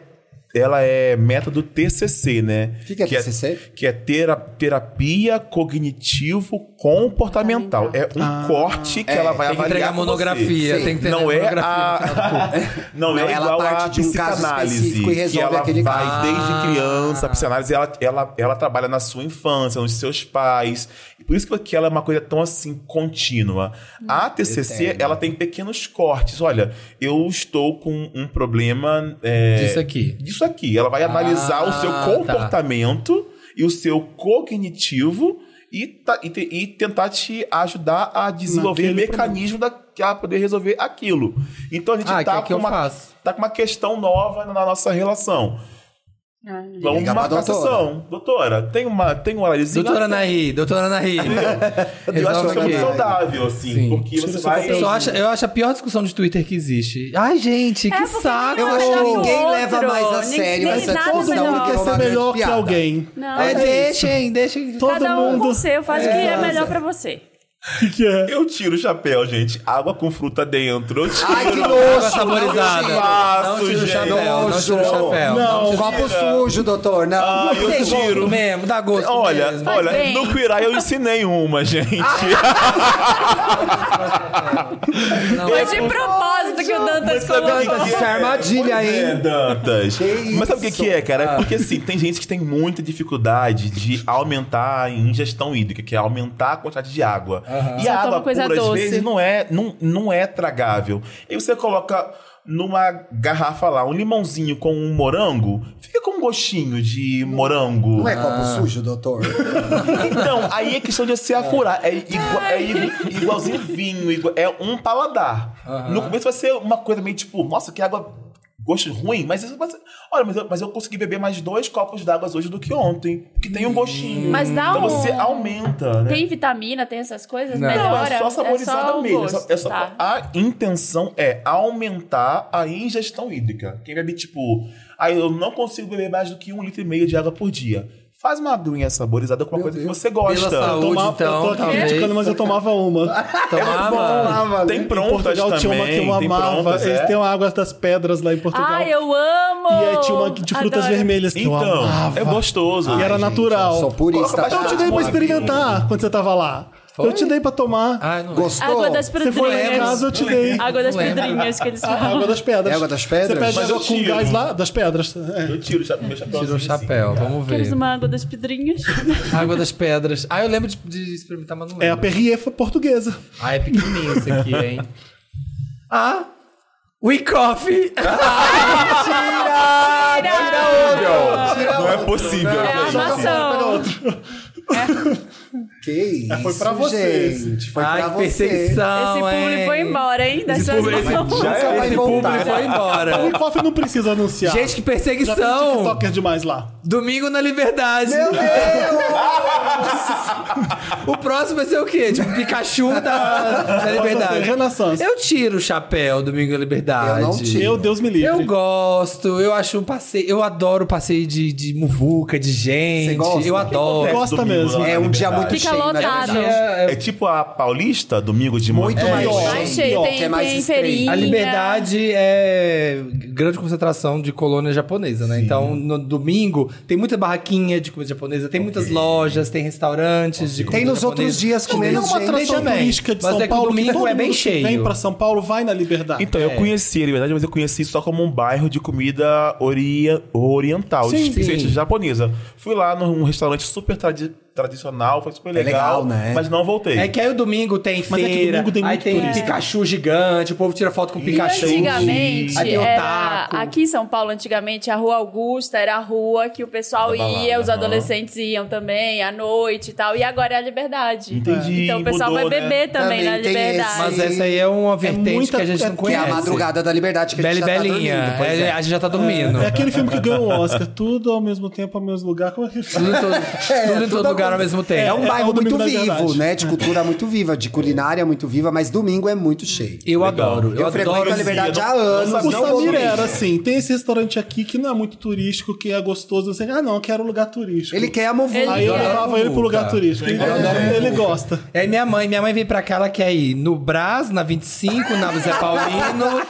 Speaker 5: ela é método TCC, né?
Speaker 2: O que, que é TCC?
Speaker 5: que é tera- terapia cognitivo comportamental. É um corte que
Speaker 2: É,
Speaker 5: ela vai
Speaker 3: Tem que entregar
Speaker 5: avaliar com você.
Speaker 3: monografia,
Speaker 2: Sim.
Speaker 3: tem que ter
Speaker 5: Não é
Speaker 3: monografia. no final do
Speaker 5: a *laughs* não
Speaker 2: Não,
Speaker 5: é
Speaker 2: ela
Speaker 5: igual à
Speaker 2: parte de um caso
Speaker 5: psicanálise
Speaker 2: específico e
Speaker 5: que
Speaker 2: resolve
Speaker 5: ela
Speaker 2: aquele
Speaker 5: vai
Speaker 2: caso.
Speaker 5: desde criança. A psicanálise ela, ela, ela trabalha na sua infância, nos seus pais. E por isso que ela é uma coisa tão assim contínua. A TCC
Speaker 2: Eterna.
Speaker 5: ela tem pequenos cortes. Olha, eu estou com um problema é,
Speaker 3: Disso aqui.
Speaker 5: disso aqui. Ela vai analisar o seu
Speaker 3: tá.
Speaker 5: comportamento e o seu cognitivo e, ta- e te- e tentar te ajudar a desenvolver o
Speaker 1: Naquele
Speaker 5: mecanismo da, pra poder resolver aquilo. Então a gente
Speaker 3: Ah, que
Speaker 5: tá,
Speaker 3: é que
Speaker 5: com
Speaker 3: eu
Speaker 5: uma,
Speaker 3: faço.
Speaker 5: tá com uma questão nova na nossa relação.
Speaker 4: Ah,
Speaker 5: Vamos
Speaker 2: Liga
Speaker 5: uma
Speaker 2: pra doutora.
Speaker 5: cassação. Doutora, tem, uma, tem um horáriozinho.
Speaker 3: Doutora Nahi, doutora *laughs* Nahi.
Speaker 5: Eu acho que
Speaker 3: Resolve
Speaker 5: é muito
Speaker 3: aqui.
Speaker 5: saudável, assim,
Speaker 3: Sim.
Speaker 5: porque
Speaker 1: Tira
Speaker 5: você
Speaker 1: o
Speaker 5: vai...
Speaker 1: seu
Speaker 3: Eu, só acho, eu acho a pior discussão de Twitter que existe. Ai, gente, que
Speaker 4: É, porque
Speaker 3: saco.
Speaker 2: Eu
Speaker 4: Não,
Speaker 2: acho que
Speaker 4: não,
Speaker 2: ninguém
Speaker 4: outro.
Speaker 2: leva mais a
Speaker 4: Ninguém-
Speaker 2: sério
Speaker 4: nem
Speaker 2: essa
Speaker 4: nada
Speaker 2: discussão.
Speaker 4: melhor.
Speaker 1: Todo mundo quer
Speaker 2: virou uma
Speaker 1: ser
Speaker 2: grande
Speaker 1: melhor que
Speaker 2: piada.
Speaker 1: alguém.
Speaker 4: Não,
Speaker 3: É,
Speaker 1: isso.
Speaker 3: deixem, Tá deixem.
Speaker 1: Todo
Speaker 4: Cada um
Speaker 1: mundo.
Speaker 4: com o seu, faz o que é melhor pra você.
Speaker 1: O que, que é?
Speaker 5: Eu tiro o chapéu, gente. Água com fruta dentro. Eu tiro.
Speaker 2: Ai, que
Speaker 3: Água
Speaker 2: nojo!
Speaker 3: saborizada. Não
Speaker 5: Faço,
Speaker 3: tira o
Speaker 5: gente.
Speaker 3: chapéu, não tira o chapéu.
Speaker 1: Não,
Speaker 2: Um copo sujo, doutor. Não.
Speaker 5: Ah, eu
Speaker 3: Tem gosto
Speaker 5: tiro.
Speaker 3: mesmo, dá gosto
Speaker 5: Olha,
Speaker 3: mesmo.
Speaker 5: olha,
Speaker 4: bem.
Speaker 5: no Quirai eu ensinei uma, gente.
Speaker 2: Ah,
Speaker 5: *laughs*
Speaker 3: Não, é
Speaker 4: Foi de propósito que o Dantas colocou.
Speaker 2: Isso é armadilha,
Speaker 5: Pois é,
Speaker 2: hein?
Speaker 5: Dantas.
Speaker 2: Que
Speaker 5: Mas sabe o que,
Speaker 2: isso? Ah.
Speaker 5: que é, cara? É porque assim, tem gente que tem muita dificuldade de aumentar a ingestão hídrica, que é aumentar a quantidade de água. E
Speaker 4: Só
Speaker 5: a
Speaker 4: toma
Speaker 5: água
Speaker 4: coisa
Speaker 5: pura,
Speaker 4: doce.
Speaker 5: às vezes, não é, não, não é tragável. E você coloca numa garrafa lá um limãozinho com um morango, fica com um gostinho de morango.
Speaker 2: Não é copo sujo, doutor.
Speaker 5: Então, aí é questão de se afurar. É, igua- é igu- igualzinho vinho, igua- é um paladar. No começo vai ser uma coisa meio tipo, nossa, que água. Gosto ruim, mas isso mas- olha, mas eu, mas eu consegui beber mais dois copos d'água hoje do que ontem, que tem um gostinho.
Speaker 4: Mas dá
Speaker 5: então
Speaker 4: um-
Speaker 5: você aumenta, né?
Speaker 4: Tem vitamina, tem essas coisas?
Speaker 3: Não.
Speaker 5: Não,
Speaker 4: Melhora.
Speaker 5: é só saborizada
Speaker 4: o
Speaker 5: mesmo. é só-
Speaker 4: gosto,
Speaker 5: é só-
Speaker 4: tá.
Speaker 5: A intenção é aumentar a ingestão hídrica. Quem bebe, tipo, aí eu não consigo beber mais do que um litro e meio de água por dia. Faz uma aguinha saborizada com uma coisa que você gosta.
Speaker 3: Pela saúde,
Speaker 1: Tomava- eu tô
Speaker 3: então,
Speaker 1: aqui
Speaker 3: talvez.
Speaker 1: criticando, mas eu tomava uma.
Speaker 3: Tomava.
Speaker 2: né?
Speaker 5: Tem
Speaker 1: em
Speaker 5: prontas
Speaker 1: Portugal
Speaker 5: também.
Speaker 1: tinha uma que eu
Speaker 5: tem
Speaker 1: amava.
Speaker 5: prontas,
Speaker 1: Eles
Speaker 5: é.
Speaker 1: têm uma água das pedras lá em Portugal.
Speaker 4: Ai, eu amo!
Speaker 1: E aí tinha uma de frutas
Speaker 4: Adoro.
Speaker 1: vermelhas que eu
Speaker 5: Então,
Speaker 1: amava.
Speaker 5: é gostoso.
Speaker 1: E era
Speaker 5: Ai, gente.
Speaker 1: natural.
Speaker 2: Sou purista.
Speaker 5: Coloca
Speaker 1: Eu te dei pra experimentar quando você tava lá. Eu te dei pra tomar.
Speaker 3: Ai, não.
Speaker 2: Gostou?
Speaker 4: Água das
Speaker 1: você foi lá em
Speaker 4: pedrinhas.
Speaker 1: casa, eu te dei.
Speaker 4: Água das
Speaker 3: Não lembro.
Speaker 4: pedrinhas que eles
Speaker 1: A
Speaker 4: falam.
Speaker 1: água das pedras.
Speaker 2: É água das pedras?
Speaker 1: Você pede
Speaker 5: Mas
Speaker 1: água
Speaker 5: eu
Speaker 1: com
Speaker 5: tiro.
Speaker 1: gás lá? Das pedras. É.
Speaker 5: Eu tiro o chapéu. meu chapéu
Speaker 3: Tira o
Speaker 5: assim,
Speaker 3: chapéu,
Speaker 5: assim.
Speaker 3: vamos ver.
Speaker 4: Queres uma água das pedrinhas?
Speaker 3: Água das pedras. Ah, eu lembro de, de experimentar, mas não lembro.
Speaker 1: É a Perrier portuguesa.
Speaker 3: Ah, é pequenininho isso aqui, hein? Ah, We Coffee!
Speaker 5: Não é possível.
Speaker 4: É a
Speaker 5: gente.
Speaker 4: maçã.
Speaker 2: Que isso,
Speaker 3: Ah,
Speaker 1: foi pra você,
Speaker 2: gente. Foi pra
Speaker 3: Ai, que
Speaker 2: você.
Speaker 3: perseguição,
Speaker 4: Esse público
Speaker 3: hein?
Speaker 4: foi embora, hein? Das
Speaker 3: é. Esse
Speaker 4: suas
Speaker 3: público, esse,
Speaker 4: mãos.
Speaker 2: Já é
Speaker 3: já, é
Speaker 2: vai
Speaker 3: esse
Speaker 2: voltar.
Speaker 3: público foi embora.
Speaker 2: Tá
Speaker 1: O Coffee não precisa anunciar.
Speaker 3: Gente, que
Speaker 1: já tem
Speaker 3: perseguição!
Speaker 1: TikToker demais lá.
Speaker 3: Domingo na Liberdade. Meu Deus! *laughs* o próximo vai ser o quê? Tipo, Pikachu na, na
Speaker 1: Você,
Speaker 3: Liberdade.
Speaker 1: Renaissance.
Speaker 3: Eu tiro o chapéu Domingo na Liberdade.
Speaker 2: Eu não tiro.
Speaker 1: Meu Deus me livre.
Speaker 3: Eu gosto, eu acho um passeio. Eu adoro passeio de, de muvuca, de gente.
Speaker 2: Você gosta?
Speaker 3: Eu adoro.
Speaker 1: Gosta
Speaker 5: Domingo lá
Speaker 1: mesmo.
Speaker 5: na
Speaker 2: É um dia
Speaker 5: Liberdade.
Speaker 2: muito
Speaker 4: Fica
Speaker 2: cheio, na
Speaker 4: lotado.
Speaker 2: verdade.
Speaker 5: É tipo a Paulista, domingo de
Speaker 2: Muito
Speaker 5: manhã.
Speaker 2: maior.
Speaker 1: É,
Speaker 4: Mais
Speaker 1: Sim.
Speaker 4: cheio,
Speaker 1: Ó,
Speaker 4: tem,
Speaker 2: que é mais
Speaker 4: tem
Speaker 2: estreito.
Speaker 4: feirinha.
Speaker 3: A liberdade é grande concentração de colônia japonesa, né? Então, no domingo, tem muita barraquinha de comida japonesa, tem muitas lojas, tem restaurantes de comida
Speaker 2: Tem nos
Speaker 3: japonesa.
Speaker 2: outros dias com
Speaker 1: Não, tem
Speaker 2: menos
Speaker 1: uma
Speaker 2: gente.
Speaker 1: atração
Speaker 3: também.
Speaker 1: turística de
Speaker 3: Mas
Speaker 1: São
Speaker 3: é que o
Speaker 1: Paulo
Speaker 3: domingo
Speaker 1: que todo
Speaker 3: é bem
Speaker 1: mundo
Speaker 3: cheio.
Speaker 1: que vem pra São Paulo vai na Liberdade.
Speaker 5: Então,
Speaker 2: É.
Speaker 5: eu conheci a Liberdade, mas eu conheci só como um bairro de comida ori- oriental,
Speaker 1: Sim.
Speaker 5: especialmente
Speaker 3: Sim.
Speaker 5: japonesa. Fui lá num restaurante super tradi- tradicional, foi super
Speaker 2: É legal,
Speaker 5: legal,
Speaker 2: né?
Speaker 5: mas não voltei.
Speaker 3: É que aí o domingo tem
Speaker 1: Mas é que
Speaker 3: feira,
Speaker 1: domingo tem
Speaker 3: aí
Speaker 1: muito
Speaker 3: tem
Speaker 1: turista.
Speaker 3: Pikachu gigante, o povo tira foto com
Speaker 4: E
Speaker 3: Pikachu.
Speaker 4: antigamente,
Speaker 3: Aí tem o
Speaker 4: era,
Speaker 3: taco.
Speaker 4: aqui em São Paulo, antigamente, a Rua Augusta era a rua que o pessoal
Speaker 5: Da
Speaker 4: ia,
Speaker 5: balada,
Speaker 4: os
Speaker 5: aham.
Speaker 4: adolescentes iam também, à noite e tal. E agora é a liberdade.
Speaker 5: Entendi,
Speaker 4: Então o pessoal
Speaker 5: mudou,
Speaker 4: vai
Speaker 5: né?
Speaker 4: beber também
Speaker 2: Também
Speaker 4: na
Speaker 2: tem
Speaker 4: liberdade.
Speaker 2: esse.
Speaker 3: Mas essa aí é uma vertente
Speaker 1: muita-
Speaker 3: que a gente
Speaker 1: é
Speaker 3: não
Speaker 2: Que é
Speaker 3: conhece.
Speaker 2: a madrugada da liberdade que a
Speaker 3: Bela
Speaker 2: gente
Speaker 3: e
Speaker 2: já tá
Speaker 3: Belinha.
Speaker 2: dormindo. pois
Speaker 3: É,
Speaker 2: é.
Speaker 3: A gente já tá dormindo.
Speaker 1: É aquele filme que ganhou o Oscar. Tudo ao mesmo tempo, ao mesmo lugar. Como é *laughs* que
Speaker 3: Tudo, em todo- tudo em
Speaker 2: É, tudo
Speaker 3: todo lugar
Speaker 2: ao-
Speaker 3: ao mesmo tempo.
Speaker 2: É um bairro
Speaker 1: o domingo
Speaker 2: muito
Speaker 1: da
Speaker 2: vivo,
Speaker 1: liberdade.
Speaker 2: né? De cultura muito viva, de culinária muito viva, mas domingo é muito cheio.
Speaker 3: Eu adoro. Eu,
Speaker 2: Eu frequento
Speaker 3: adoro.
Speaker 2: a liberdade
Speaker 5: não-
Speaker 2: há
Speaker 5: não
Speaker 2: anos.
Speaker 1: O
Speaker 5: sabia, Não vou
Speaker 1: Samir
Speaker 5: mesmo.
Speaker 1: era assim: tem esse restaurante aqui que não é muito turístico, que é gostoso. Você, ah, não, eu quero um lugar turístico.
Speaker 2: Ele quer a muvuca.
Speaker 1: Aí eu
Speaker 3: adora
Speaker 1: levava
Speaker 3: muvuca.
Speaker 1: ele pro lugar turístico. Ele, ele gosta.
Speaker 3: É minha mãe. Minha mãe veio pra cá, ela quer ir no Brás, na 25, na Zé Paulino.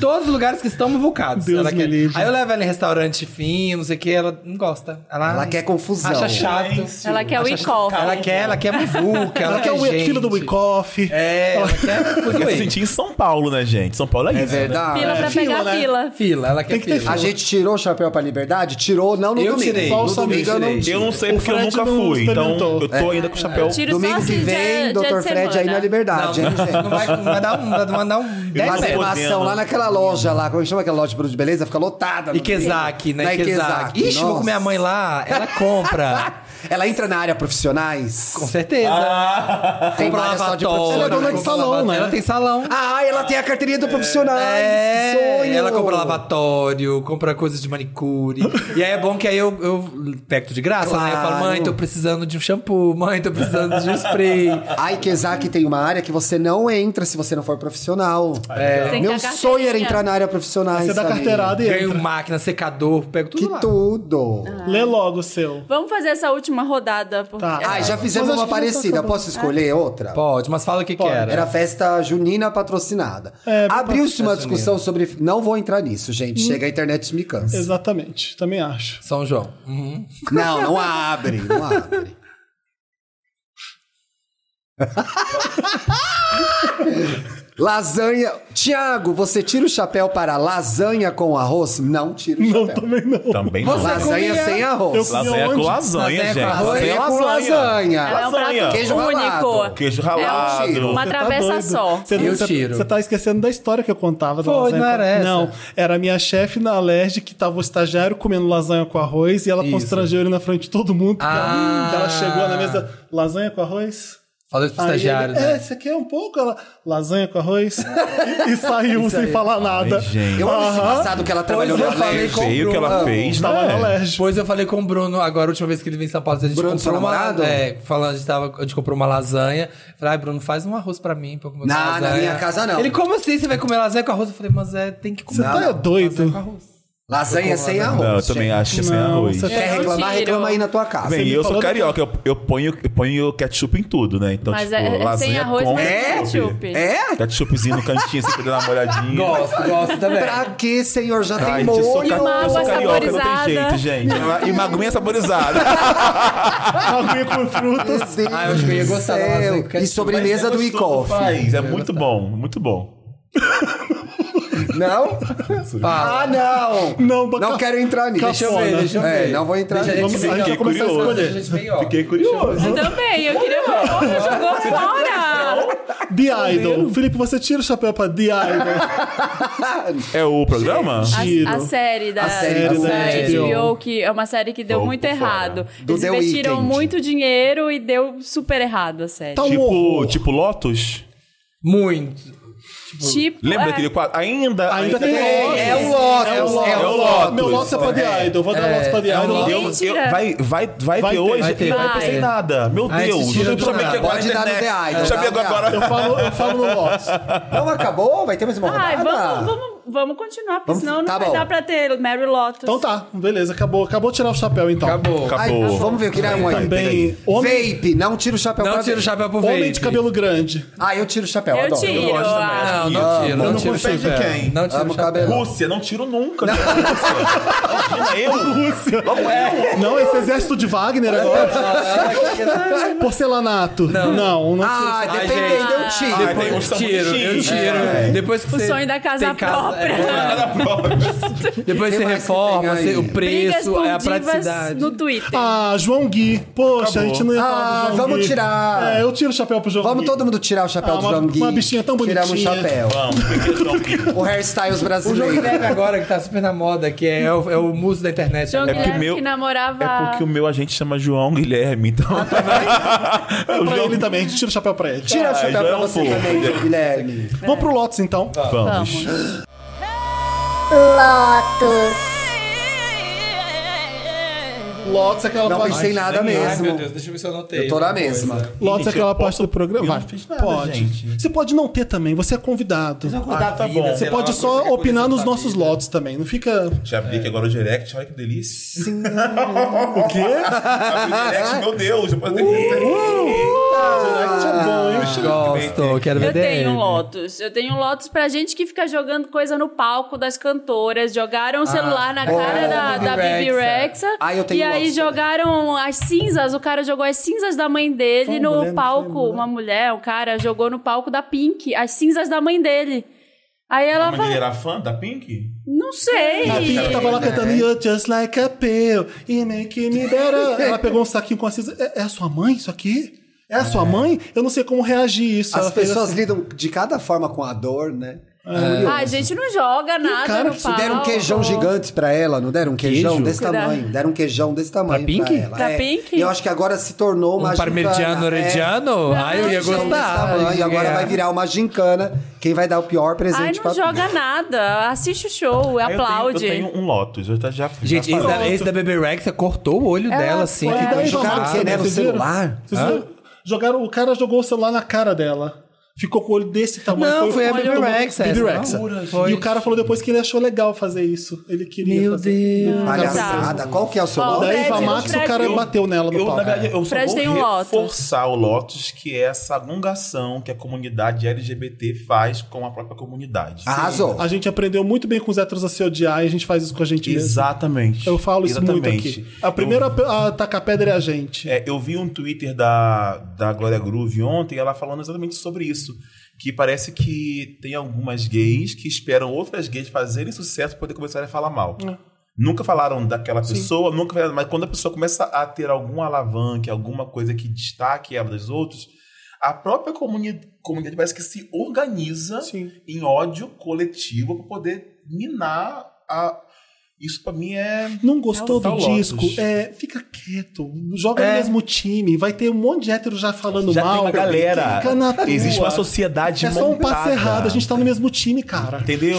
Speaker 3: todos os lugares que estão muvucados.
Speaker 1: Deus
Speaker 3: ela
Speaker 1: me
Speaker 3: quer.
Speaker 1: livre.
Speaker 3: Aí eu levo ela em restaurante fino, não sei o que, ela não gosta. Ela,
Speaker 2: Ela quer confusão.
Speaker 3: Acha chato.
Speaker 4: Ela quer o
Speaker 3: Acha chato.
Speaker 4: e-coffee.
Speaker 3: Ela quer, ela quer muvuca, ela,
Speaker 1: Ela quer É, o
Speaker 3: gente.
Speaker 1: filho do Wyckoff.
Speaker 3: É, ela quer tudo
Speaker 5: Eu
Speaker 3: isso.
Speaker 5: senti em São Paulo, né, gente? São Paulo é isso.
Speaker 2: É
Speaker 5: né?
Speaker 2: verdade.
Speaker 4: Fila pra
Speaker 1: Fila,
Speaker 4: pegar
Speaker 1: né?
Speaker 4: fila.
Speaker 3: Fila, ela quer
Speaker 1: Tem que ter
Speaker 3: fila.
Speaker 2: A gente tirou o chapéu pra liberdade? Tirou, não no
Speaker 3: Eu
Speaker 2: domingo.
Speaker 3: tirei.
Speaker 2: No
Speaker 1: Só o Samir
Speaker 2: domingo eu não
Speaker 3: tirei.
Speaker 5: Eu não sei
Speaker 1: O
Speaker 5: porque eu
Speaker 1: Fred
Speaker 5: nunca
Speaker 1: não
Speaker 5: fui, então
Speaker 1: experimentou.
Speaker 5: eu tô ainda com o chapéu.
Speaker 4: Tiro só
Speaker 2: Domingo que
Speaker 4: assim,
Speaker 2: vem,
Speaker 4: dia, dia
Speaker 2: Dr.
Speaker 4: de
Speaker 2: Fred aí na
Speaker 4: semana.
Speaker 3: Não,
Speaker 2: liberdade, hein,
Speaker 3: não *laughs*
Speaker 2: gente?
Speaker 3: vai, não vai dar um, vai dar um
Speaker 2: Tem
Speaker 3: 10
Speaker 2: uma
Speaker 5: Mas
Speaker 3: metros.
Speaker 2: animação lá naquela loja lá, como chama aquela loja de produtos de beleza? Fica lotada. no
Speaker 3: Ikezaki,
Speaker 2: domingo.
Speaker 3: né? Ikezaki. Ixi, vou
Speaker 2: nossa.
Speaker 3: com minha mãe lá, ela
Speaker 2: *laughs*
Speaker 3: compra.
Speaker 2: Ela entra na área profissionais.
Speaker 3: Com certeza.
Speaker 2: Ah. Tem
Speaker 3: compra
Speaker 2: várias só de
Speaker 3: lavatório.
Speaker 2: profissionais.
Speaker 1: Ela é dona de
Speaker 3: compra
Speaker 1: salão,
Speaker 3: lavatório.
Speaker 1: né?
Speaker 3: Ela tem salão.
Speaker 2: Ah, ela tem a carteirinha do profissionais.
Speaker 3: É,
Speaker 2: que sonho.
Speaker 3: ela compra lavatório, compra coisas de manicure. e aí é bom que aí eu, eu pego de graça, né? Eu falo,
Speaker 2: Claro.
Speaker 3: mãe, tô precisando de um shampoo, mãe, tô precisando de um
Speaker 2: *laughs*
Speaker 3: spray.
Speaker 2: A Ikezaki tem uma área que você não entra se você não for profissional.
Speaker 3: É.
Speaker 4: Tem que
Speaker 2: Meu
Speaker 4: ter a
Speaker 2: sonho era
Speaker 4: carteirinha.
Speaker 2: entrar na área profissionais.
Speaker 1: Você dá
Speaker 2: sabe?
Speaker 1: é carteirada e
Speaker 3: Ganho
Speaker 1: entra.
Speaker 3: máquina, secador, pego tudo
Speaker 2: Que
Speaker 3: lá.
Speaker 4: Ah.
Speaker 1: um-
Speaker 2: tudo.
Speaker 1: Lê logo o seu.
Speaker 4: Vamos fazer essa última rodada. Porque...
Speaker 1: Tá.
Speaker 4: É.
Speaker 2: Ai, Ah, já fizemos
Speaker 1: Mas acho que já
Speaker 2: uma
Speaker 1: tá
Speaker 2: parecida.
Speaker 1: acabando.
Speaker 2: Posso escolher outra?
Speaker 3: Pode, mas fala o que, que era.
Speaker 2: Era festa junina patrocinada.
Speaker 1: É,
Speaker 2: Abriu-se uma
Speaker 3: festa
Speaker 2: discussão sobre. Não vou entrar nisso, gente. Chega a internet e me cansa.
Speaker 1: Exatamente, também acho.
Speaker 3: São João. Uhum.
Speaker 2: *laughs* Não, não abre, não abre. *laughs* lasanha. Tiago, você tira o chapéu para lasanha com arroz? Não tira o
Speaker 1: Não,
Speaker 2: chapéu.
Speaker 1: também não.
Speaker 5: Também
Speaker 3: Você
Speaker 5: não.
Speaker 2: Lasanha
Speaker 3: comia-
Speaker 2: sem arroz.
Speaker 1: Eu-
Speaker 5: Lasanha com
Speaker 1: onde?
Speaker 5: lasanha,
Speaker 3: Lasanha
Speaker 5: gente.
Speaker 3: com
Speaker 5: Lasanha
Speaker 2: Lasanha com
Speaker 4: Ela
Speaker 2: lasanha.
Speaker 4: é um prato
Speaker 5: Lasanha. tá
Speaker 2: Queijo ralado.
Speaker 4: único.
Speaker 5: Queijo ralado.
Speaker 2: tiro.
Speaker 4: Uma
Speaker 1: Você
Speaker 4: travessa
Speaker 1: doido?
Speaker 4: só.
Speaker 1: Você,
Speaker 3: Eu
Speaker 1: você-
Speaker 3: tiro.
Speaker 1: Você tá esquecendo da história que eu contava da
Speaker 3: Foi,
Speaker 1: lasanha.
Speaker 3: não
Speaker 1: com-
Speaker 3: era essa.
Speaker 1: Não, era a minha chefe na Alerj que tava o estagiário comendo lasanha com arroz e ela
Speaker 3: Isso.
Speaker 1: constrangeu ele na frente de todo mundo. Porque ela,
Speaker 3: Ah.
Speaker 1: que ela chegou na mesa, lasanha com arroz?
Speaker 3: Falou isso pro
Speaker 1: Aí
Speaker 3: estagiário,
Speaker 1: ele, É,
Speaker 3: né?
Speaker 1: você quer um pouco? Ela, lasanha com
Speaker 3: *laughs*
Speaker 1: arroz? e, e saiu sem falar nada.
Speaker 5: gente.
Speaker 2: Eu amo esse
Speaker 1: Aham.
Speaker 2: passado que ela trabalhou
Speaker 3: Pois
Speaker 2: na
Speaker 3: eu falei
Speaker 2: Alerj.
Speaker 3: com-
Speaker 5: Feio que ela
Speaker 3: Comprou,
Speaker 5: fez,
Speaker 3: É.
Speaker 1: Tava na
Speaker 5: né?
Speaker 1: Alerj.
Speaker 3: Depois eu falei com o Bruno, agora a última vez que ele vem em São Paulo, a gente
Speaker 2: Bruno, seu
Speaker 3: comprou uma.
Speaker 2: namorado?
Speaker 3: É, falando, a gente, tava, a gente comprou uma lasanha. Falei, ai, Bruno, faz um arroz pra mim pra eu comer
Speaker 2: Não,
Speaker 3: com
Speaker 2: na
Speaker 3: lasanha.
Speaker 2: minha casa não.
Speaker 3: Ele, como assim? Você vai comer lasanha com arroz? Eu falei, mas é, tem que comer.
Speaker 1: Você tá
Speaker 3: lasanha
Speaker 1: doido?
Speaker 3: com arroz.
Speaker 2: Lasanha sem arroz.
Speaker 5: Não, eu também
Speaker 2: gente.
Speaker 5: acho que é sem
Speaker 1: Não,
Speaker 5: arroz.
Speaker 1: você-
Speaker 2: Quer
Speaker 4: Eu
Speaker 2: reclamar?
Speaker 4: tiro.
Speaker 2: Reclama aí na tua casa.
Speaker 1: Você
Speaker 5: Bem,
Speaker 1: me
Speaker 5: eu sou
Speaker 1: falou do
Speaker 5: carioca, eu, eu ponho, eu ponho ketchup em tudo, né? Então,
Speaker 4: Mas
Speaker 5: tipo,
Speaker 4: é- é sem
Speaker 5: lasanha
Speaker 4: arroz,
Speaker 5: com
Speaker 4: mas
Speaker 2: é
Speaker 4: ketchup.
Speaker 2: É?
Speaker 5: Ketchupzinho no cantinho, assim, pra dar uma olhadinha.
Speaker 3: Gosto, gosto também.
Speaker 2: Pra que, senhor? Já
Speaker 5: Ai,
Speaker 2: tem
Speaker 5: gente, eu sou,
Speaker 2: molho.
Speaker 5: ca- eu
Speaker 4: Uma
Speaker 5: sou
Speaker 4: água
Speaker 5: carioca, não tem
Speaker 4: saborizada.
Speaker 5: jeito, gente. E uma aguinha saborizada.
Speaker 1: Aguinha com frutas.
Speaker 3: Ah, eu acho que eu ia gostar da lasanha com ketchup.
Speaker 2: E sobremesa do
Speaker 5: Icoff.
Speaker 2: Icoff.
Speaker 5: É muito bom, muito bom.
Speaker 2: Não?
Speaker 3: Fala.
Speaker 2: Ah, não!
Speaker 1: Não, bota-
Speaker 2: Não quero entrar nisso.
Speaker 1: Deixa eu ver,
Speaker 3: deixa eu
Speaker 2: É,
Speaker 3: ver.
Speaker 2: não vou entrar
Speaker 3: Deixa
Speaker 2: nisso.
Speaker 1: Vamos, a gente
Speaker 5: Fiquei
Speaker 1: vai começar a
Speaker 5: curioso.
Speaker 1: escolher.
Speaker 5: Fiquei curioso.
Speaker 4: Eu também,
Speaker 2: *laughs*
Speaker 4: eu queria ver como jogou
Speaker 2: tá
Speaker 4: fora.
Speaker 1: The Idol. Felipe, você tira o chapéu pra The Idol.
Speaker 5: É o programa?
Speaker 1: Tiro.
Speaker 4: A, a série da,
Speaker 2: A série
Speaker 1: da
Speaker 4: da
Speaker 1: HBO.
Speaker 4: HBO, que é uma série que deu
Speaker 5: Pouco
Speaker 4: muito
Speaker 5: fora.
Speaker 4: errado.
Speaker 2: Do
Speaker 4: Eles
Speaker 2: The
Speaker 4: investiram
Speaker 2: Weeknd. Então,
Speaker 4: muito dinheiro e deu super errado a série.
Speaker 1: Tá um
Speaker 5: Tipo,
Speaker 1: horror.
Speaker 5: tipo Lotus?
Speaker 3: Muito.
Speaker 4: Tipo,
Speaker 5: Lembra
Speaker 4: é.
Speaker 5: daquele quadro? Ainda,
Speaker 1: Ainda tem
Speaker 2: Lotus. É o
Speaker 1: É o Lotus.
Speaker 2: Lotus. É o Lotus.
Speaker 1: Meu Lotus é pra The Idol. Vou dar
Speaker 3: É.
Speaker 1: Lotus pra The
Speaker 3: É um
Speaker 1: Idol.
Speaker 4: Lotus.
Speaker 5: Eu-
Speaker 4: Ninguém
Speaker 5: eu-
Speaker 4: tira.
Speaker 5: vai, vai,
Speaker 1: Vai
Speaker 5: vai, ter
Speaker 1: ter,
Speaker 5: hoje?
Speaker 1: vai
Speaker 3: ter.
Speaker 5: Não, não pensei
Speaker 4: Vai.
Speaker 5: em nada. Meu
Speaker 3: Ai,
Speaker 5: Deus.
Speaker 3: se tira do
Speaker 5: chamei
Speaker 3: nada.
Speaker 5: agora
Speaker 2: Pode dar no
Speaker 5: internet.
Speaker 2: The Idol,
Speaker 5: Chamei
Speaker 2: dá no
Speaker 5: agora.
Speaker 1: Eu falo, eu falo no Lotus.
Speaker 2: Então acabou? Vai ter mais uma
Speaker 4: Ai,
Speaker 2: rodada?
Speaker 4: vamos, vamos, vamos continuar, porque
Speaker 2: Vamos-
Speaker 4: senão não
Speaker 2: tá
Speaker 4: vai
Speaker 2: bom.
Speaker 4: dar pra ter Mary Lotus.
Speaker 1: Então tá, beleza. Acabou, acabou de tirar o chapéu então.
Speaker 3: Acabou.
Speaker 2: Ai,
Speaker 5: Acabou.
Speaker 2: vamos ver o que irá um aí.
Speaker 1: Também.
Speaker 2: Pega aí.
Speaker 1: Homem,
Speaker 2: Vape, não tira o chapéu
Speaker 3: Não
Speaker 2: pra
Speaker 3: tira o
Speaker 2: vape.
Speaker 3: chapéu pro
Speaker 1: homem
Speaker 3: vape.
Speaker 1: de cabelo grande.
Speaker 2: Ah, eu tiro o chapéu,
Speaker 4: Eu
Speaker 2: adoro.
Speaker 4: tiro.
Speaker 5: gosto também, acho
Speaker 3: Não, não
Speaker 5: bonito.
Speaker 3: tiro, não,
Speaker 5: Eu não
Speaker 3: tiro o
Speaker 5: gostei de
Speaker 3: chapéu.
Speaker 5: quem?
Speaker 3: Não tiro
Speaker 2: Amo
Speaker 3: o chapéu.
Speaker 2: cabelo.
Speaker 5: Rússia, não tiro nunca. cara. Imagina eu? Rússia. Logo é.
Speaker 1: Não, esse exército de Wagner
Speaker 2: *laughs*
Speaker 1: agora. Porcelanato. Não, não,
Speaker 2: Ah,
Speaker 1: tira.
Speaker 3: Ai,
Speaker 2: dependendo, eu
Speaker 4: gente.
Speaker 5: Ai,
Speaker 2: tiro.
Speaker 5: tem
Speaker 3: Eu
Speaker 5: uns que são
Speaker 3: um tiro, eu
Speaker 5: bonitinhos.
Speaker 3: tiro.
Speaker 5: É.
Speaker 3: Depois que
Speaker 4: O
Speaker 3: você
Speaker 4: sonho da casa
Speaker 3: tem
Speaker 4: própria.
Speaker 3: é,
Speaker 5: Nada próprio.
Speaker 3: depois
Speaker 2: Quem
Speaker 3: você
Speaker 2: mais que tem
Speaker 3: reforma,
Speaker 2: aí?
Speaker 3: você- o
Speaker 4: Brigas
Speaker 3: preço,
Speaker 4: por
Speaker 3: é a
Speaker 4: divas
Speaker 3: praticidade.
Speaker 4: no Twitter.
Speaker 1: Ah, João Gui. Poxa, a gente não ia falar
Speaker 2: Ah,
Speaker 1: do João
Speaker 2: vamos
Speaker 1: Gui.
Speaker 2: tirar.
Speaker 1: É, eu tiro o chapéu pro João
Speaker 2: Vamos
Speaker 1: Gui.
Speaker 2: todo mundo tirar o chapéu
Speaker 1: Ah,
Speaker 2: do
Speaker 1: uma-
Speaker 2: João Gui.
Speaker 1: uma bichinha tão
Speaker 2: Tiramos o
Speaker 1: bonitinha.
Speaker 2: chapéu.
Speaker 5: Vamos, porque João Guilherme.
Speaker 2: O hairstyles
Speaker 3: O João
Speaker 2: brasileiro.
Speaker 3: Guilherme agora, que tá super na moda, que é, é o, é o muso da internet.
Speaker 4: João
Speaker 5: É porque
Speaker 4: Guilherme
Speaker 5: meu-
Speaker 4: que namorava...
Speaker 5: É
Speaker 4: *laughs*
Speaker 5: porque o meu agente chama João Guilherme, então.
Speaker 1: É
Speaker 5: o
Speaker 1: pra ele
Speaker 5: João...
Speaker 1: também, a gente tira o chapéu pra ele.
Speaker 2: Tira o
Speaker 5: Ai,
Speaker 2: chapéu pra
Speaker 5: João
Speaker 2: você
Speaker 5: Fofo.
Speaker 2: também, João Guilherme.
Speaker 1: Vamos pro Lotus então.
Speaker 5: Vamos.
Speaker 1: Lotus é aquela
Speaker 2: Não
Speaker 1: parte.
Speaker 2: pensei nada
Speaker 3: Ai, meu
Speaker 2: mesmo.
Speaker 3: Deus, deixa eu ver se eu anotei.
Speaker 2: Eu tô na
Speaker 3: alguma coisa.
Speaker 2: mesma.
Speaker 1: Lotus é
Speaker 5: Gente,
Speaker 1: aquela
Speaker 5: eu
Speaker 1: parte
Speaker 5: posso-
Speaker 1: do programa.
Speaker 5: eu não
Speaker 1: Vai.
Speaker 5: fiz nada,
Speaker 1: pode.
Speaker 5: gente.
Speaker 1: Você pode não ter também, você é convidado.
Speaker 5: Ah, tá bom.
Speaker 1: Você pode só opinar nos nossos lotes também. Não fica.
Speaker 5: Já abri aqui
Speaker 1: É.
Speaker 5: agora o direct, olha que delícia. *laughs* Sim. o quê? Abri o direct, meu Deus. Eu posso ter
Speaker 1: Uh! Direct é bom, hein?
Speaker 3: Gosto, quero ver
Speaker 4: Eu tenho
Speaker 3: dele.
Speaker 4: um Lotus. Eu tenho um Lotus pra gente que fica jogando coisa no palco das cantoras. Jogaram o celular na cara da,
Speaker 3: Bibi
Speaker 4: da Bibi
Speaker 3: Rexa.
Speaker 4: Rexa.
Speaker 2: Ah, eu tenho
Speaker 4: e aí
Speaker 2: Lotus também.
Speaker 4: jogaram as cinzas. O cara jogou as cinzas da mãe dele
Speaker 1: Foi uma
Speaker 4: no
Speaker 1: mulher, não foi
Speaker 4: palco.
Speaker 1: uma mulher?
Speaker 4: uma mulher, o cara jogou no palco da Pink. As cinzas da mãe dele. Aí ela
Speaker 5: Mas é ele
Speaker 4: falou,
Speaker 5: era fã da Pink?
Speaker 4: não sei.
Speaker 1: A Pink tava lá cantando You're just like a pill e make me better. Ela pegou um saquinho com a cinza. É, é a sua mãe isso aqui? É a sua mãe? Eu não sei como reagir a isso.
Speaker 2: As
Speaker 1: Ela fez
Speaker 2: pessoas
Speaker 1: assim.
Speaker 2: lidam de cada forma com a dor, né?
Speaker 3: É.
Speaker 4: Ah, a gente não joga nada
Speaker 1: cara,
Speaker 4: no
Speaker 1: se
Speaker 4: palco.
Speaker 2: Deram um queijão gigante pra ela, não deram um queijão
Speaker 3: Queijo?
Speaker 2: desse
Speaker 4: Cuidado.
Speaker 2: tamanho. Deram um queijão desse tamanho pra,
Speaker 3: Pink?
Speaker 2: ela.
Speaker 4: Pra
Speaker 2: é.
Speaker 4: Pink?
Speaker 2: E eu acho que agora se tornou uma
Speaker 3: Um parmigiano
Speaker 2: gincana, é.
Speaker 3: reggiano? Ai, eu ia
Speaker 2: Queijão desse
Speaker 3: gostar.
Speaker 2: tamanho, agora vai virar uma gincana. Quem vai dar o pior
Speaker 4: Ai,
Speaker 2: presente
Speaker 4: não
Speaker 2: pra
Speaker 4: joga nada. Assiste o show,
Speaker 5: Aí eu tenho-
Speaker 4: aplaude.
Speaker 5: Eu tenho, um Lotus, eu tá- já fiz.
Speaker 3: Gente,
Speaker 1: é
Speaker 3: esse da, esse da Baby Rexa cortou o olho dela, assim.
Speaker 1: Foi
Speaker 3: ficou
Speaker 1: daí,
Speaker 2: Jogaram
Speaker 1: Valmar,
Speaker 2: o quê, né? No
Speaker 1: vocês viram?
Speaker 2: celular?
Speaker 1: Vocês viram? Jogaram, o cara jogou o celular na cara dela. Ficou com o olho desse tamanho.
Speaker 3: Não, foi a
Speaker 1: olho
Speaker 3: Bibi
Speaker 1: do-
Speaker 3: Rexa
Speaker 1: Bibi
Speaker 3: essa,
Speaker 1: Rexa.
Speaker 3: loucura, foi.
Speaker 1: E o cara falou depois que ele achou legal fazer isso. Ele queria
Speaker 3: Meu
Speaker 1: fazer.
Speaker 3: Deus.
Speaker 2: Palhaçada. Qual que é o seu
Speaker 4: Ó,
Speaker 2: nome?
Speaker 1: Da
Speaker 4: Fred,
Speaker 1: Eva
Speaker 4: o
Speaker 1: Max, é o
Speaker 4: Fred-
Speaker 1: cara
Speaker 4: Eu-
Speaker 1: bateu nela no
Speaker 5: Eu, na
Speaker 1: palco. né?
Speaker 5: verdade, eu só
Speaker 4: Fred
Speaker 5: vou
Speaker 4: tem um Lotus.
Speaker 5: reforçar o Lotus, que é essa alongação que a comunidade LGBT faz com a própria comunidade.
Speaker 1: Ah,
Speaker 2: Arrasou.
Speaker 1: A gente aprendeu muito bem com os héteros a se odiar e a gente faz isso com a gente mesmo.
Speaker 5: Exatamente.
Speaker 1: Eu falo isso
Speaker 5: Exatamente.
Speaker 1: muito aqui. A primeira a a tacar pedra é a gente.
Speaker 5: Eu, é, eu vi um Twitter da, da Glória Groove ontem, ela falando exatamente sobre isso. Que parece que tem algumas gays que esperam outras gays fazerem sucesso para poder começar a falar mal. Nunca falaram daquela pessoa, nunca falaram, mas quando a pessoa começa a ter algum alavanque, alguma coisa que destaque ela dos outros, a própria comuni comunidade parece que se organiza
Speaker 1: Sim.
Speaker 5: em ódio coletivo para poder minar a. Isso para mim é.
Speaker 1: Não gostou
Speaker 5: Tá
Speaker 1: do
Speaker 5: Lotus.
Speaker 1: disco? É, fica quieto. Joga
Speaker 5: É.
Speaker 1: no mesmo time. Vai ter um monte de hétero já falando
Speaker 5: Já
Speaker 1: mal.
Speaker 5: tem uma galera.
Speaker 1: Fica na tua.
Speaker 5: Existe uma sociedade
Speaker 1: É só um
Speaker 5: montada.
Speaker 1: passo errado. A gente tá no mesmo time, cara. *laughs*
Speaker 5: Entendeu?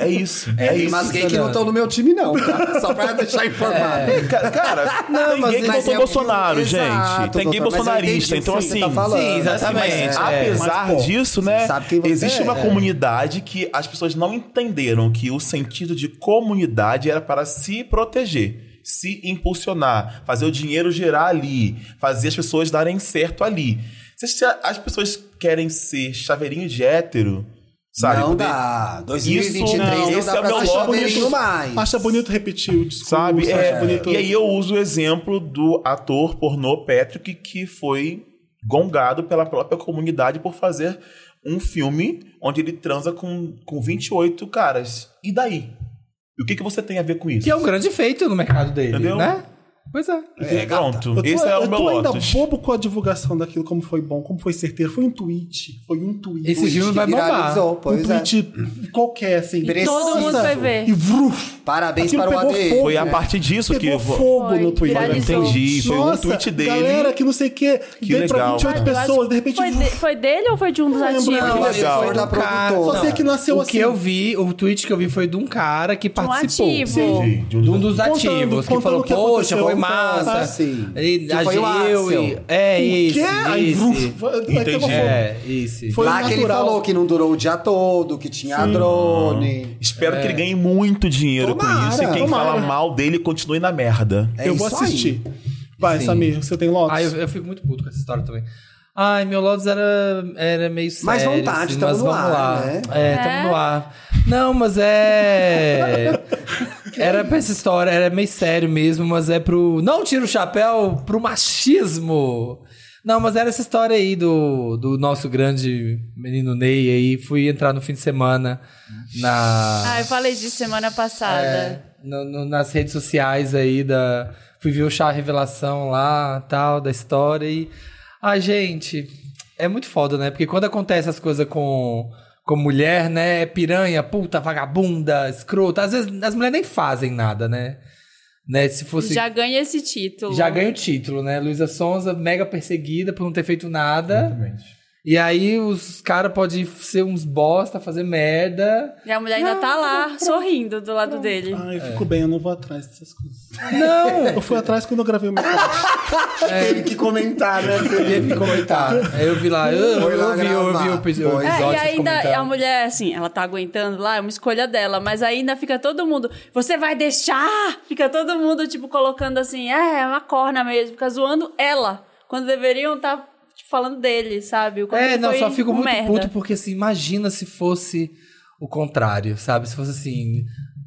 Speaker 5: É isso. É,
Speaker 2: Tem
Speaker 5: isso.
Speaker 2: umas gays que não estão no meu time, não, tá? Só pra
Speaker 4: *laughs* É.
Speaker 2: deixar informado.
Speaker 5: Cara, cara, tem
Speaker 3: mas-
Speaker 5: gay que
Speaker 3: mas
Speaker 5: votou
Speaker 2: é-
Speaker 5: Bolsonaro,
Speaker 2: Exato,
Speaker 5: gente. Tem
Speaker 2: doutor,
Speaker 5: gay
Speaker 2: mas é eu
Speaker 5: bolsonarista.
Speaker 2: entendi
Speaker 5: Então,
Speaker 2: o que você
Speaker 5: assim.
Speaker 2: tá falando.
Speaker 3: Sim, exatamente.
Speaker 5: Mas,
Speaker 3: É,
Speaker 5: apesar
Speaker 2: mas, pô,
Speaker 5: disso,
Speaker 2: você
Speaker 5: né?
Speaker 2: sabe quem você
Speaker 5: Existe
Speaker 2: é,
Speaker 5: uma
Speaker 2: é.
Speaker 5: comunidade que as pessoas não entenderam que o sentido de comunidade era para se proteger, se impulsionar, fazer o dinheiro gerar ali, fazer as pessoas darem certo ali. Se se as pessoas querem ser chaveirinho de hétero, sabe?
Speaker 2: não
Speaker 5: poder-
Speaker 2: dá. 2023
Speaker 5: não,
Speaker 2: não,
Speaker 5: esse
Speaker 2: dá
Speaker 5: é
Speaker 2: pra
Speaker 5: meu
Speaker 2: se
Speaker 5: bloco
Speaker 2: chaveiro
Speaker 5: de-
Speaker 2: mais.
Speaker 1: Acha bonito repetir o discurso.
Speaker 5: sabe?
Speaker 1: Acha
Speaker 5: É,
Speaker 1: bonito...
Speaker 5: E aí eu uso o exemplo do ator pornô Patrick que foi gongado pela própria comunidade por fazer um filme onde ele transa com, com 28 caras. E daí? E o que, que você tem a ver com isso?
Speaker 3: Que é um grande feito no mercado dele,
Speaker 5: Entendeu?
Speaker 3: né? Pois é.
Speaker 5: É, pronto,
Speaker 1: Eu tô,
Speaker 5: esse é o
Speaker 1: eu
Speaker 5: meu
Speaker 1: tô ainda
Speaker 5: Lotus.
Speaker 1: bobo com a divulgação daquilo, como foi bom, como foi certeiro. Foi um tweet. Foi um tweet.
Speaker 3: Esse filme vai bombar.
Speaker 2: Viralizou,
Speaker 1: um
Speaker 2: pois é.
Speaker 1: tweet qualquer, assim.
Speaker 2: Precisa.
Speaker 4: Todo mundo vai ver.
Speaker 1: E vruf,
Speaker 2: Parabéns
Speaker 1: Aquilo
Speaker 2: para o
Speaker 1: pegou
Speaker 2: AD.
Speaker 1: fogo.
Speaker 5: Foi a partir disso que
Speaker 1: pegou
Speaker 5: eu vou-
Speaker 1: fogo
Speaker 4: Foi,
Speaker 1: no Twitter.
Speaker 4: viralizou.
Speaker 5: Entendi, foi um
Speaker 1: Nossa,
Speaker 5: tweet dele.
Speaker 1: Galera, que não sei o quê. dei
Speaker 5: legal,
Speaker 4: Ah,
Speaker 1: pra 28
Speaker 5: cara.
Speaker 1: pessoas, de repente.
Speaker 4: Foi, de- foi dele ou foi de um dos
Speaker 1: Não lembro,
Speaker 4: ativos?
Speaker 1: não.
Speaker 2: Não,
Speaker 5: Que legal.
Speaker 2: foi da
Speaker 1: Só sei
Speaker 2: produtora.
Speaker 1: que nasceu
Speaker 3: o
Speaker 1: assim.
Speaker 3: que eu vi, o tweet que eu vi foi de um cara que
Speaker 4: um
Speaker 3: participou.
Speaker 4: ativo.
Speaker 5: Entendi.
Speaker 3: De um dos
Speaker 1: Contando,
Speaker 3: ativos,
Speaker 1: contando
Speaker 3: que falou,
Speaker 1: o que
Speaker 3: poxa,
Speaker 1: aconteceu,
Speaker 3: foi
Speaker 1: tá?
Speaker 3: massa.
Speaker 2: Sim.
Speaker 3: Ele
Speaker 2: Que foi o
Speaker 3: agiu e...
Speaker 2: Axel.
Speaker 3: É isso,
Speaker 1: quê? Aí,
Speaker 3: isso.
Speaker 1: vruf, aí pegou
Speaker 5: Entendi.
Speaker 1: fogo.
Speaker 3: É, isso.
Speaker 1: Foi
Speaker 2: Lá que ele
Speaker 1: natural.
Speaker 2: falou que não durou o dia todo, que tinha drone.
Speaker 5: Espero
Speaker 3: É.
Speaker 5: que ele ganhe muito dinheiro com
Speaker 2: Tomara,
Speaker 5: isso e quem
Speaker 1: tomara.
Speaker 5: fala mal dele continue na merda.
Speaker 2: É
Speaker 1: eu vou
Speaker 2: isso aí.
Speaker 1: assistir. Vai,
Speaker 3: Sim.
Speaker 1: Samir, você tem Lotus?
Speaker 3: Ai, Ah, eu, eu fico muito puto com essa história também. Ai, meu Lotus era, era meio sério.
Speaker 2: Mais vontade,
Speaker 3: assim,
Speaker 2: tamo
Speaker 3: mas
Speaker 2: no
Speaker 3: vamos
Speaker 2: ar,
Speaker 3: lá.
Speaker 2: né?
Speaker 3: É, tamo no ar. Não, mas é... Era pra essa história, era meio sério mesmo, mas é pro... Não tira o chapéu pro machismo! Não, mas era essa história aí do, do nosso grande menino Ney aí. Fui entrar no fim de semana na...
Speaker 4: Ah, eu falei disso semana passada.
Speaker 3: É, No- no- nas redes sociais aí da. Fui ver o chá revelação lá, tal, da história. E. Ah, gente, é muito foda, né? Porque quando acontece as coisas com, com mulher, né? Piranha, puta, vagabunda, escrota. Às vezes as mulheres nem fazem nada, né? né? Se fosse.
Speaker 4: Já ganha esse título.
Speaker 3: já ganha o título, né? Luísa Sonza, mega perseguida por não ter feito nada.
Speaker 5: Exatamente.
Speaker 3: E aí os caras podem ser uns bosta, fazer merda.
Speaker 4: E a mulher ainda tá lá, sorrindo do lado dele.
Speaker 1: Ai, eu fico bem, eu não vou atrás dessas coisas.
Speaker 3: É, Não!
Speaker 1: Eu fui atrás quando eu gravei o meu podcast.
Speaker 2: Teve que comentar, né?
Speaker 3: Teve que comentar. Aí eu vi lá, eu,
Speaker 2: Foi lá
Speaker 3: eu vi, eu
Speaker 2: gravar.
Speaker 3: vi o episódio.
Speaker 2: Foi.
Speaker 4: É, e ainda a
Speaker 3: Ah, comentando.
Speaker 4: mulher, assim, ela tá aguentando lá, é uma escolha dela, mas ainda fica todo mundo, você vai deixar? Fica todo mundo, tipo, colocando assim, é, é uma corna mesmo, fica zoando ela, quando deveriam estar falando dele, sabe? O quanto
Speaker 3: É,
Speaker 4: ele
Speaker 3: não,
Speaker 4: foi
Speaker 3: só fico
Speaker 4: um
Speaker 3: muito
Speaker 4: merda.
Speaker 3: puto porque assim, imagina se fosse o contrário, sabe? Se fosse assim,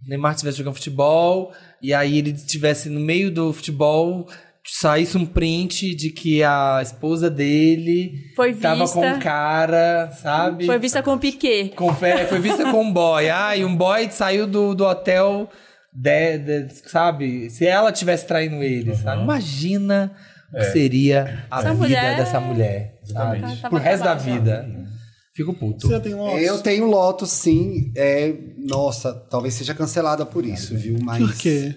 Speaker 3: Neymar estivesse jogando futebol e aí ele estivesse no meio do futebol, saísse um print de que a esposa dele
Speaker 4: Foi
Speaker 3: tava
Speaker 4: vista.
Speaker 3: com um cara, sabe?
Speaker 4: Foi vista com o Piquet.
Speaker 3: Com- é, foi vista com um boy. Ah, e um boy saiu do, do hotel, de- de- sabe? Se ela tivesse traindo ele, sabe? Imagina o que seria a
Speaker 4: Essa
Speaker 3: vida
Speaker 4: mulher-
Speaker 3: dessa mulher. Sabe?
Speaker 5: Exatamente.
Speaker 4: Tá- tá
Speaker 3: Pro resto da
Speaker 4: acabada.
Speaker 3: vida. Fico puto.
Speaker 1: Você tem Lotus?
Speaker 2: Eu tenho Lotus, sim. É, nossa, talviz seja cancelada por isso, viu? Mas...
Speaker 1: Por quê?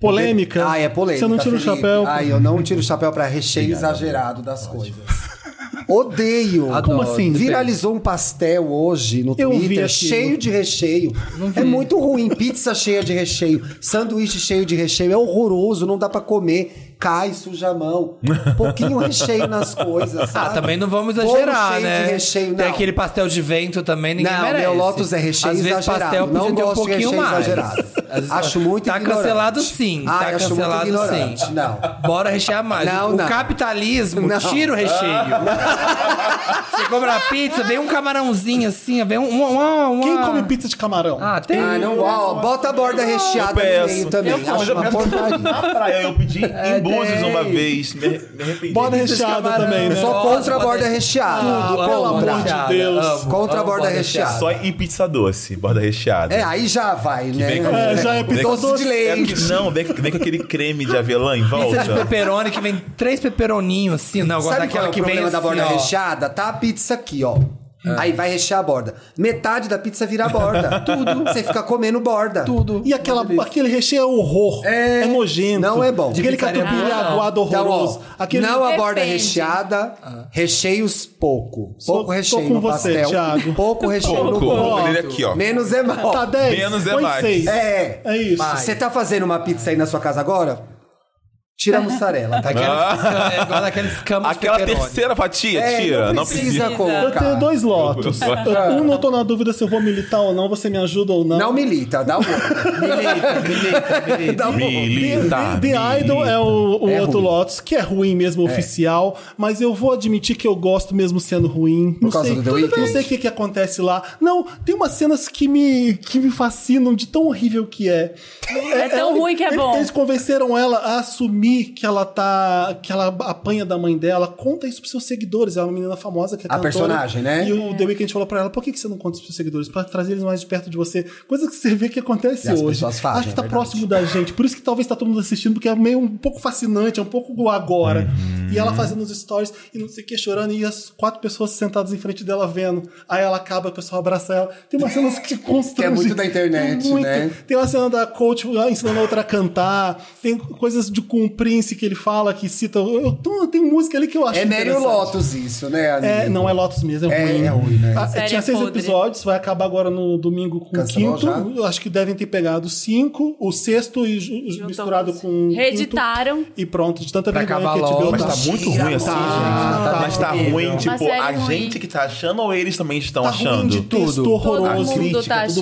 Speaker 1: Polêmica?
Speaker 2: Ah, é polêmica.
Speaker 1: Você não tira o
Speaker 2: Felipe.
Speaker 1: chapéu.
Speaker 2: Ah, eu não tiro o chapéu pra recheio exagerado das coisas. Odeio.
Speaker 3: Adoro. Como
Speaker 1: assim?
Speaker 2: Viralizou um pastel hoje no
Speaker 1: Eu vi
Speaker 2: Twitter
Speaker 1: aquilo.
Speaker 2: cheio de recheio. É muito ruim. Pizza cheia de recheio, sanduíche cheio de recheio. É horroroso, não dá pra comer. cai, suja a mão. Pouquinho recheio nas coisas,
Speaker 3: Ah,
Speaker 2: sabe?
Speaker 3: também não vamos
Speaker 2: Bolo
Speaker 3: exagerar,
Speaker 2: cheio
Speaker 3: né?
Speaker 2: De recheio,
Speaker 3: Tem
Speaker 2: não.
Speaker 3: aquele pastel de vento também, ninguém
Speaker 2: não,
Speaker 3: merece.
Speaker 2: meu Lotus é recheio
Speaker 3: Às vezes
Speaker 2: exagerado.
Speaker 3: pastel podia
Speaker 2: não
Speaker 3: ter um
Speaker 2: gosto de
Speaker 3: pouquinho
Speaker 2: recheio
Speaker 3: mais.
Speaker 2: exagerado.
Speaker 3: *laughs* Às vezes-
Speaker 2: Acho muito
Speaker 3: Tá
Speaker 2: ignorante.
Speaker 3: cancelado sim, tá
Speaker 2: Ai, acho muito
Speaker 3: cancelado
Speaker 2: ignorante.
Speaker 3: sim.
Speaker 2: Não.
Speaker 3: Bora rechear mais.
Speaker 2: Não,
Speaker 3: o
Speaker 2: não.
Speaker 3: capitalismo
Speaker 2: Não.
Speaker 3: tira o
Speaker 2: *laughs*
Speaker 3: recheio. Você compra a pizza, vem um camarãozinho assim, vem um... um, um, um
Speaker 1: Quem come pizza de camarão?
Speaker 3: Ah, tem...
Speaker 2: Ah, não, ó, bota a borda recheada no meio também.
Speaker 5: Eu, mas
Speaker 2: acho
Speaker 5: eu
Speaker 2: uma
Speaker 5: peço
Speaker 2: porcaria.
Speaker 5: na praia. Eu pedi em Búzios
Speaker 2: tem.
Speaker 5: uma vez. Me, me arrependi.
Speaker 1: Bota
Speaker 5: Bota
Speaker 1: recheada também, né?
Speaker 2: Só contra a borda recheada. Tudo,
Speaker 1: pelo amor de Deus.
Speaker 2: Contra a borda recheada.
Speaker 5: Só em pizza doce, borda recheada.
Speaker 2: Ah, É, aí já vai, né?
Speaker 5: vem com-
Speaker 1: É, já é pizza
Speaker 2: Doce
Speaker 1: doce.
Speaker 2: de
Speaker 5: É
Speaker 2: leite.
Speaker 5: que- não, vem, vem com aquele creme de avelã em
Speaker 3: Pizza de
Speaker 5: volta.
Speaker 3: peperoni que vem três peperoninhos assim. Não, eu gosto
Speaker 2: Sabe qual
Speaker 3: daquela
Speaker 2: é o
Speaker 3: que vem
Speaker 2: problema da
Speaker 3: assim,
Speaker 2: borda
Speaker 3: ó. Ah.
Speaker 2: recheada? Tá a pizza aqui, ó. Aí vai rechear a borda. Metade da pizza vira borda. Tudo. Você fica comendo borda.
Speaker 3: Tudo.
Speaker 1: E aquela, aquele recheio é horror.
Speaker 2: É.
Speaker 1: É, nojento.
Speaker 2: Não é bom.
Speaker 1: Aquele
Speaker 3: Pizzaria
Speaker 1: catupiry
Speaker 3: boa, não.
Speaker 1: aguado
Speaker 2: Então,
Speaker 1: horroroso.
Speaker 2: ó,
Speaker 1: aquele...
Speaker 2: não a borda
Speaker 4: Depende.
Speaker 2: recheada, recheios pouco.
Speaker 1: Sou-
Speaker 2: Pouco
Speaker 1: tô
Speaker 2: recheio
Speaker 1: com
Speaker 2: no
Speaker 1: você,
Speaker 2: pastel.
Speaker 1: Thiago.
Speaker 2: Pouco recheio
Speaker 5: Pouco.
Speaker 2: no bolo.
Speaker 5: Olha ele aqui, ó.
Speaker 2: Menos é mal.
Speaker 1: Tá 10,
Speaker 5: Menos é
Speaker 1: põe
Speaker 5: mais.
Speaker 1: seis.
Speaker 2: É.
Speaker 1: É isso.
Speaker 2: Se Você tá fazendo uma pizza aí na sua casa agora? Tira a
Speaker 1: *laughs*
Speaker 2: mussarela, tá?
Speaker 3: Aquela, é igual daquela escama de
Speaker 5: Ah. Aquela
Speaker 3: peperoni.
Speaker 5: terceira fatia,
Speaker 2: É,
Speaker 5: tira. Não
Speaker 2: precisa,
Speaker 5: precisa.
Speaker 2: colocar.
Speaker 1: Eu tenho dois lotos. um não tô na dúvida se eu vou militar ou não, você me ajuda ou não.
Speaker 2: Não milita, dá o *laughs* Milita, milita, milita. Dá um o
Speaker 5: Milita,
Speaker 1: The, The Idol é o, o
Speaker 2: É
Speaker 1: outro
Speaker 2: ruim.
Speaker 1: Lotus, que é ruim mesmo, oficial, mas eu vou admitir que eu gosto mesmo sendo ruim. não
Speaker 2: causa
Speaker 1: sei,
Speaker 2: do The Weeknd?
Speaker 1: Não sei o que, que acontece lá. Não, tem umas cenas que me, que me fascinam de tão horrível que é.
Speaker 4: É tão ruim que é
Speaker 1: eles-
Speaker 4: bom.
Speaker 1: Eles convenceram ela a assumir que ela tá. que ela apanha da mãe dela. Conta isso pros seus seguidores. Ela é uma menina famosa que é
Speaker 2: A
Speaker 1: cantora.
Speaker 2: personagem, né?
Speaker 1: E o The Weeknd falou pra ela: por que, que você não conta isso pros seus seguidores? Pra trazer eles mais de perto de você. Coisa que você vê que acontece
Speaker 2: E as
Speaker 1: hoje.
Speaker 2: pessoas fazem,
Speaker 1: Acho que
Speaker 2: é
Speaker 1: tá
Speaker 2: verdade.
Speaker 1: próximo da gente. Por isso que talvez tá todo mundo assistindo, porque é meio um pouco fascinante, é um pouco do agora.
Speaker 2: Uhum.
Speaker 1: E ela fazendo os stories e não sei o que, chorando, e as quatro pessoas sentadas em frente dela vendo. Aí ela acaba, o pessoal abraça ela. Tem umas cenas que constrangem.
Speaker 2: é muito da internet,
Speaker 1: Tem muito.
Speaker 2: né?
Speaker 1: Tem uma cena da coach lá ensinando a outra a cantar. Tem coisas de, com o Prince que ele fala, que cita. Eu, tô- tem música ali que eu acho
Speaker 2: É Mary
Speaker 1: interessante.
Speaker 2: Lotus isso, né, amigo?
Speaker 1: É, não é Lotus mesmo, é,
Speaker 2: É,
Speaker 1: ruim.
Speaker 2: é ruim, né?
Speaker 1: Ah,
Speaker 4: Série
Speaker 1: tinha seis
Speaker 4: podre.
Speaker 1: episódios, vai acabar agora no domingo com
Speaker 2: Cancelou
Speaker 1: o quinto.
Speaker 2: já?
Speaker 1: Eu acho que devem ter pegado cinco, o sexto e ju- misturado
Speaker 4: com-
Speaker 1: com. o quinto.
Speaker 4: Reeditaram.
Speaker 1: E pronto, de tanta
Speaker 3: Pra
Speaker 1: vergonha
Speaker 3: acabar
Speaker 1: que a gente
Speaker 3: logo.
Speaker 1: viu.
Speaker 5: Mas tá muito ruim assim, gente. Mas tá ruim, tipo,
Speaker 4: série
Speaker 5: a
Speaker 4: ruim.
Speaker 5: gente que tá achando ou eles também estão
Speaker 1: Tá ruim
Speaker 5: achando?
Speaker 1: de texto
Speaker 3: Todo
Speaker 4: mundo
Speaker 1: horroroso.
Speaker 4: tá
Speaker 5: todo mundo.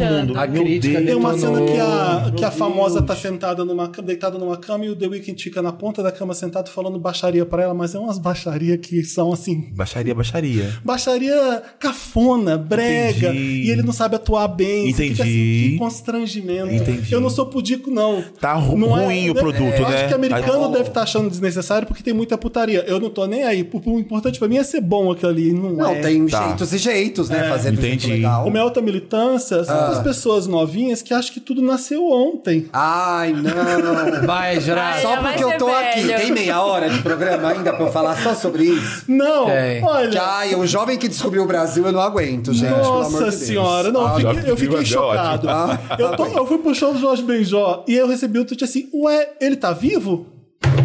Speaker 4: achando.
Speaker 3: A
Speaker 5: Meu
Speaker 3: crítica
Speaker 5: Deus.
Speaker 1: Tem um uma cena que a,
Speaker 5: Meu
Speaker 1: que a famosa
Speaker 5: Deus.
Speaker 1: tá sentada numa cama, deitada numa cama e o The Weeknd fica na ponta da cama sentado falando baixaria pra ela, mas é umas baixaria que são assim,
Speaker 5: Baixaria, baixaria.
Speaker 1: baixaria cafona, brega,
Speaker 5: Entendi.
Speaker 1: e ele não sabe atuar bem. Você Fica assim,
Speaker 5: Entendi.
Speaker 1: que constrangimento.
Speaker 5: Entendi.
Speaker 1: Eu não sou pudico, não.
Speaker 5: Tá ru-
Speaker 1: Não é-
Speaker 5: ruim o produto,
Speaker 1: Eu
Speaker 5: né?
Speaker 1: acho que americano
Speaker 5: Aí-
Speaker 1: deve estar achando desnecessário porque tem muita putaria. Eu não tô nem aí. O, o importante pra mim é ser bom aquilo ali. Não,
Speaker 2: Não,
Speaker 1: é.
Speaker 2: tem
Speaker 5: Tá.
Speaker 2: jeitos e jeitos, né? Fazer do jeito
Speaker 5: entendi.
Speaker 2: legal.
Speaker 1: Como é outra militância,
Speaker 2: Ah.
Speaker 1: são as pessoas novinhas que acham que tudo nasceu ontem.
Speaker 2: Ai, não.
Speaker 3: Vai, Geraldo.
Speaker 4: Ai,
Speaker 2: Só
Speaker 4: já vai
Speaker 2: porque eu
Speaker 4: ser
Speaker 2: tô aqui.
Speaker 4: velho.
Speaker 2: Tem meia hora de programa ainda pra eu falar só sobre isso?
Speaker 1: Não,
Speaker 3: Tem.
Speaker 1: olha.
Speaker 2: Que, ai, o jovem que descobriu o Brasil, eu não aguento, gente. pelo amor de
Speaker 1: Nossa
Speaker 2: Deus.
Speaker 1: senhora, não, eu
Speaker 2: Ah,
Speaker 1: fiquei, eu
Speaker 5: Jorge
Speaker 1: fiquei
Speaker 5: Benjó é
Speaker 1: chocado.
Speaker 5: ótimo.
Speaker 2: Ah,
Speaker 1: eu, tô- eu fui pro show do Jorge Benjó e eu recebi um tweet assim: Ué, ele tá vivo?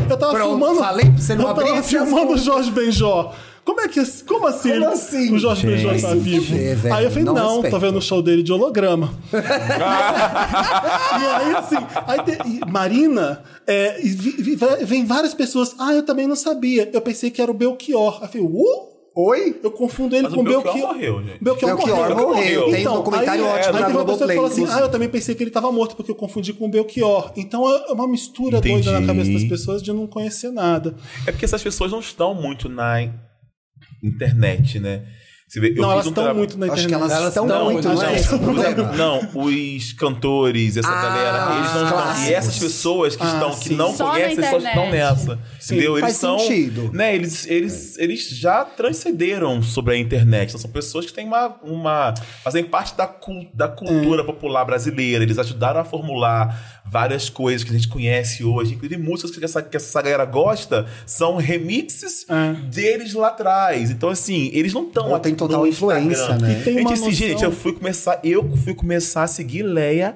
Speaker 1: Eu tava
Speaker 2: Pronto,
Speaker 1: filmando.
Speaker 2: falei pra você não
Speaker 1: eu
Speaker 2: abrir
Speaker 1: tava
Speaker 2: esse
Speaker 1: filmando o
Speaker 2: assunto.
Speaker 1: Jorge Benjó. Como é que. Como assim?
Speaker 2: Como
Speaker 1: ele-
Speaker 2: assim?
Speaker 1: O Jorge
Speaker 5: Gente.
Speaker 1: Benjó tá
Speaker 2: Vai se
Speaker 1: vivo.
Speaker 2: fuder, velho,
Speaker 1: aí eu falei:
Speaker 2: não
Speaker 1: Não,
Speaker 2: respeito.
Speaker 1: tô vendo o show dele de holograma.
Speaker 2: *laughs*
Speaker 1: E aí, assim, aí tem- e Marina, é, e vi- vi- vem várias pessoas. Ah, eu também não sabia. Eu pensei que era o Belchior. Aí eu falei, uh?
Speaker 2: Oi?
Speaker 1: Eu confundo ele
Speaker 5: Mas
Speaker 1: com
Speaker 5: o
Speaker 1: o
Speaker 5: Belchior
Speaker 1: Belchior.
Speaker 5: morreu, gente. Então,
Speaker 1: Belchior,
Speaker 2: Belchior
Speaker 1: morreu. Então,
Speaker 2: morreu. Tem um documentário
Speaker 1: aí,
Speaker 5: é,
Speaker 2: ótimo
Speaker 1: aí
Speaker 2: na
Speaker 1: teve uma
Speaker 5: um
Speaker 1: pessoa
Speaker 2: Globoplay,
Speaker 1: que falou assim: Ah,
Speaker 2: inclusive.
Speaker 1: eu também pensei que ele tava morto, porque eu confundi com o Belchior. Então é uma mistura
Speaker 5: Entendi.
Speaker 1: doida na cabeça das pessoas de não conhecer nada.
Speaker 5: É porque essas pessoas não estão muito na in- internet, né? Você vê, eu
Speaker 1: não,
Speaker 5: fiz
Speaker 1: elas
Speaker 5: um
Speaker 1: estão
Speaker 5: tra-
Speaker 1: muito na
Speaker 2: Acho
Speaker 1: internet.
Speaker 2: que elas,
Speaker 3: Elas
Speaker 2: estão
Speaker 3: estão
Speaker 2: muito,
Speaker 5: Não,
Speaker 2: não é esse
Speaker 1: *laughs*
Speaker 2: o problema.
Speaker 5: não, os cantores, essa
Speaker 2: Ah,
Speaker 5: galera, eles não estão.
Speaker 2: clássicos.
Speaker 5: E essas pessoas que estão, que
Speaker 1: sim.
Speaker 5: não
Speaker 4: Só na
Speaker 5: conhecem, só estão
Speaker 4: internet.
Speaker 5: nessa. entendeu? Eles
Speaker 2: Ah, faz
Speaker 5: são.
Speaker 2: sentido.
Speaker 5: Né, eles, eles,
Speaker 2: É.
Speaker 5: eles já transcenderam sobre a internet. Então, são pessoas que têm uma. uma fazem parte da, cul- da cultura
Speaker 2: É.
Speaker 5: popular brasileira. Eles ajudaram a formular várias coisas que a gente conhece hoje. Inclusive, músicas que essa, que essa galera gosta são remixes deles lá atrás. Então, assim, eles não estão.
Speaker 2: Ou É. tem
Speaker 5: no
Speaker 2: total
Speaker 5: Instagram.
Speaker 2: influência, né?
Speaker 1: Tem
Speaker 5: Gente,
Speaker 1: uma
Speaker 5: esse-
Speaker 1: noção-
Speaker 5: gente, eu fui começar, eu fui começar a seguir Leia,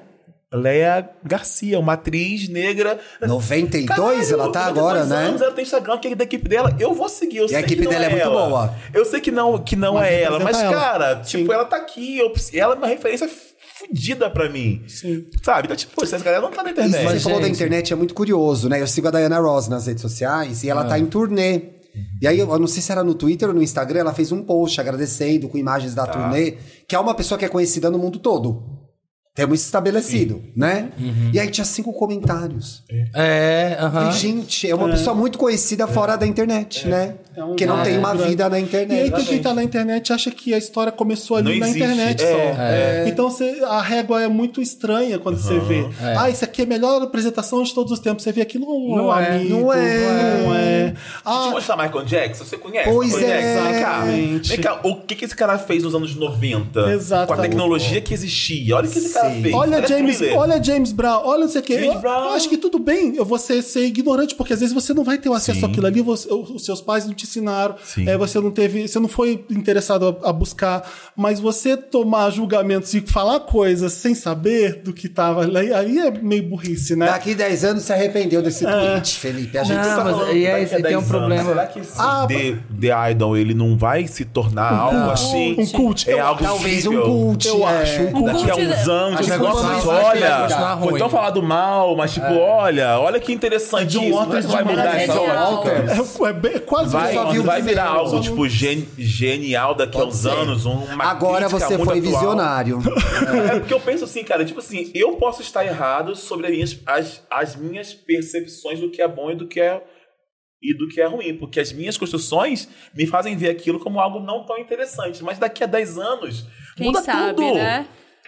Speaker 5: Leia Garcia, uma atriz negra.
Speaker 2: 92 ela tá
Speaker 5: 92
Speaker 2: agora, né?
Speaker 5: anos, Ela tem Instagram, que é da equipe dela. Eu vou seguir, eu
Speaker 2: a equipe dela é muito boa.
Speaker 5: Eu sei que não, que não
Speaker 1: Mas
Speaker 5: é ela, mas
Speaker 1: representa ela.
Speaker 5: cara,
Speaker 1: Sim.
Speaker 5: tipo, ela tá aqui, eu, preciso- ela é uma referência f- fudida pra mim. Sabe? Então, tipo, pô, essa galera não tá na
Speaker 2: Isso que
Speaker 5: internet.
Speaker 2: você
Speaker 3: Mas,
Speaker 2: falou da
Speaker 3: gente-
Speaker 2: internet é muito curioso, né? Eu sigo a Diana Ross nas redes sociais e ela tá em turnê. E aí, eu eu não sei se era no Twitter ou no Instagram, ela fez um post agradecendo com imagens da turnê, que é uma pessoa que é conhecida no mundo todo. Temos estabelecido, né? E aí tinha cinco comentários.
Speaker 3: É, aham.
Speaker 2: Falei, gente, é uma pessoa muito conhecida fora da internet, né? que não
Speaker 1: é,
Speaker 2: tem uma
Speaker 1: é.
Speaker 2: vida na
Speaker 1: E aí
Speaker 2: internet.
Speaker 1: tem quem tá na internet e acha que a história começou ali
Speaker 5: Não
Speaker 1: na
Speaker 5: existe.
Speaker 1: internet
Speaker 5: É,
Speaker 1: só. Então você- a régua é muito estranha quando você vê. Ah, isso aqui é a melhor apresentação de todos os tempos. Você vê aquilo, não,
Speaker 3: é,
Speaker 1: amigo,
Speaker 2: não é.
Speaker 1: não é.
Speaker 5: Deixa eu
Speaker 1: Ah,
Speaker 5: te mostrar Michael Jackson, você conhece?
Speaker 2: Pois
Speaker 5: Michael
Speaker 2: é,
Speaker 5: Jackson? Vem cá,
Speaker 1: exatamente.
Speaker 5: vem cá, o que, que esse cara fez nos anos 90?
Speaker 1: Exato.
Speaker 5: Com a tecnologia que existia. Olha o que esse cara
Speaker 2: Sim.
Speaker 5: fez. Ele
Speaker 1: Olha
Speaker 5: é
Speaker 1: James,
Speaker 5: thriller.
Speaker 1: olha James Brown, olha não sei o quê.
Speaker 5: James
Speaker 1: Eu,
Speaker 5: Brown.
Speaker 1: eu acho que tudo bem eu- você ser ignorante, porque às vezes você não vai ter o acesso
Speaker 5: Sim.
Speaker 1: àquilo ali, você- o- os seus pais não te ensinaram,
Speaker 5: Sim.
Speaker 1: é, você não teve, você não foi interessado a, a buscar, mas você tomar julgamentos e falar coisas sem saber do que tava ali, aí é meio burrice, né?
Speaker 2: Daqui 10 anos se arrependeu desse tweet, Felipe. A gente
Speaker 3: Não,
Speaker 5: Você tá
Speaker 3: mas e
Speaker 5: falando
Speaker 2: é
Speaker 5: daqui
Speaker 3: aí
Speaker 5: a
Speaker 3: você tem
Speaker 5: 10
Speaker 3: um
Speaker 5: anos,
Speaker 3: problema.
Speaker 5: Será que esse
Speaker 1: Ah,
Speaker 5: The, The Idol ele não vai se tornar algo assim?
Speaker 1: Um cult.
Speaker 5: É
Speaker 1: Eu-
Speaker 5: algo
Speaker 2: Talvez um
Speaker 5: horrível.
Speaker 2: cult,
Speaker 1: Eu
Speaker 2: é.
Speaker 1: acho um cult.
Speaker 5: Daqui a
Speaker 4: cult
Speaker 5: uns
Speaker 4: de-
Speaker 5: anos,
Speaker 2: Acho
Speaker 5: esse
Speaker 2: que
Speaker 5: negócio
Speaker 2: vai
Speaker 5: mas
Speaker 2: continuar É.
Speaker 5: olha,
Speaker 3: ruim.
Speaker 5: foi tão falado mal, mas tipo, olha, olha que interessante
Speaker 1: John
Speaker 2: um
Speaker 5: isso, não é
Speaker 1: Waters
Speaker 5: que vai
Speaker 1: de
Speaker 5: mudar
Speaker 1: Maravilha.
Speaker 5: essa hora.
Speaker 1: É, é bem- é quase
Speaker 5: Vai,
Speaker 2: só viu
Speaker 5: vai
Speaker 2: o
Speaker 5: virar
Speaker 2: primeiro.
Speaker 5: algo, tipo, gen- genial daqui a
Speaker 2: Pode
Speaker 5: uns
Speaker 2: ser.
Speaker 5: anos, uma
Speaker 2: Agora
Speaker 5: crítica
Speaker 2: você
Speaker 5: muito
Speaker 2: foi
Speaker 5: atual.
Speaker 2: visionário.
Speaker 5: É porque eu penso assim, cara, tipo assim, eu posso estar errado sobre as minhas, as, as minhas percepções do que é bom e do que é e do que é ruim, porque as minhas construções me fazem ver aquilo como algo não tão interessante, mas daqui a 10 anos
Speaker 4: Quem
Speaker 5: muda
Speaker 4: sabe,
Speaker 5: tudo.
Speaker 4: né?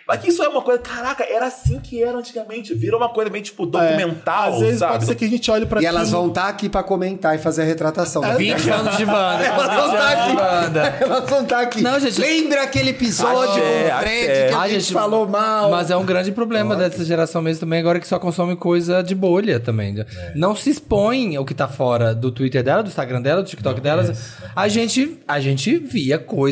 Speaker 5: Mas que isso é uma coisa, caraca, era assim que era antigamente, vira uma coisa meio tipo
Speaker 1: É,
Speaker 5: documental,
Speaker 1: Às vezes
Speaker 5: sabe?
Speaker 1: pode ser que a gente olhe pra
Speaker 2: E elas
Speaker 1: quem-
Speaker 2: vão estar aqui pra comentar e fazer a retratação. da
Speaker 3: 20 anos de banda.
Speaker 2: Elas
Speaker 3: 20
Speaker 2: não tá
Speaker 3: anos de
Speaker 2: aqui.
Speaker 3: banda.
Speaker 2: *laughs* Elas vão estar aqui.
Speaker 3: Não, gente.
Speaker 2: Lembra aquele episódio
Speaker 5: Axé,
Speaker 2: com o Fred
Speaker 5: axé.
Speaker 2: que a
Speaker 3: Ah,
Speaker 2: gente
Speaker 3: gente,
Speaker 2: falou mal?
Speaker 3: Mas é um grande problema dessa geração mesmo também, agora que só consome coisa de bolha também. né?
Speaker 2: É.
Speaker 3: Não se expõe ao que tá fora do Twitter dela, do Instagram dela, do TikTok delas. A gente, a gente via coisa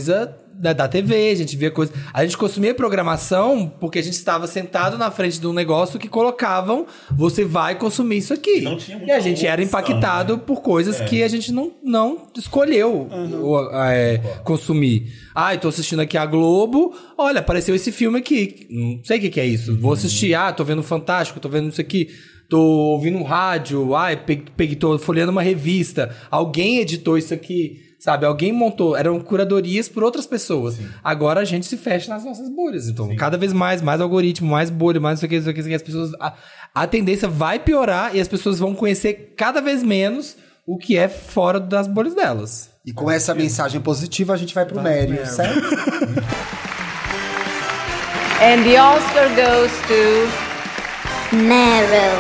Speaker 3: da, da TV, a gente via coisa. A gente consumia programação porque a gente estava sentado na frente de um negócio que colocavam, você vai consumir isso aqui.
Speaker 5: Não tinha muita
Speaker 3: e a gente era
Speaker 5: opção, né? É.
Speaker 3: impactado por coisas que a gente não, não escolheu o- é, consumir. Ah, eu tô assistindo aqui a Globo. Olha, apareceu esse filme aqui. Não sei o que, que é isso.
Speaker 5: Uhum.
Speaker 3: Vou assistir. Ah, tô vendo Fantástico, tô vendo isso aqui. Tô ouvindo um rádio. Ah, peguei, peguei- tô folheando uma revista. Alguém editou isso aqui. Sabe, alguém montou, eram curadorias por outras pessoas. Agora a gente se fecha nas nossas bolhas. Então, cada vez mais, mais algoritmo, mais bolha, mais isso aqui, isso aqui, isso aqui. As pessoas. A, a tendência vai piorar e as pessoas vão conhecer cada vez menos o que é fora das bolhas delas.
Speaker 2: E com essa mensagem positiva a gente vai pro Mério, certo?
Speaker 7: And the Oscar goes to
Speaker 8: Meryl.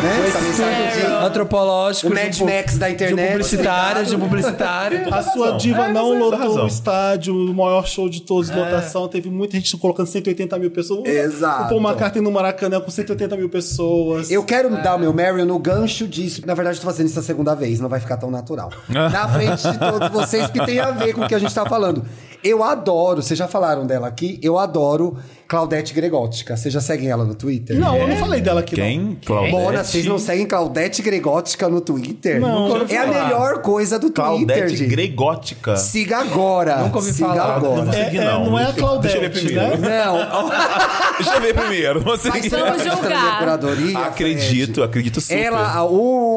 Speaker 2: né? Essa mensagem de...
Speaker 3: Antropológico,
Speaker 2: O Mad
Speaker 3: de um pu-
Speaker 2: Max da
Speaker 3: de um
Speaker 2: internet.
Speaker 3: publicitário, de um
Speaker 2: *laughs*
Speaker 3: publicitário.
Speaker 1: A sua diva
Speaker 2: É,
Speaker 1: não lotou
Speaker 5: É, razão.
Speaker 1: o estádio, o maior show de todos, lotação. Teve muita gente colocando 180 mil pessoas.
Speaker 2: Exato.
Speaker 1: O Paul McCartney no Maracanã com 180 mil pessoas.
Speaker 2: Eu quero dar o meu Meryl no gancho disso. Na verdade, eu tô fazendo isso a segunda vez, não vai ficar tão natural. Na frente de todos vocês que tem a ver com o que a gente tá falando. Eu adoro, vocês já falaram dela aqui, eu adoro Claudete Gregótica. Vocês já seguem ela no Twitter?
Speaker 1: Não, eu não falei dela aqui, não.
Speaker 5: Claudete?
Speaker 2: Mona, vocês não seguem Claudete Gregótica no Twitter?
Speaker 1: Não,
Speaker 3: nunca ouvi
Speaker 2: é a
Speaker 3: falar.
Speaker 2: melhor coisa do Twitter,
Speaker 5: Claudete
Speaker 2: gente.
Speaker 5: Gregótica.
Speaker 2: Siga agora.
Speaker 3: Nunca ouvi
Speaker 2: Siga
Speaker 3: falar.
Speaker 5: Não
Speaker 2: agora.
Speaker 5: sei
Speaker 1: É,
Speaker 5: que
Speaker 1: é, não é a
Speaker 5: Deixa eu- Deixa eu ver
Speaker 1: Claudete, né?
Speaker 5: primeiro.
Speaker 2: Não,
Speaker 5: *laughs* Deixa eu ver primeiro. Não sei
Speaker 2: mas
Speaker 5: que-
Speaker 4: Vamos
Speaker 2: essa
Speaker 4: julgar.
Speaker 2: minha curadoria,
Speaker 5: Acredito, acredito
Speaker 2: Fred.
Speaker 5: super.
Speaker 2: Ela, a,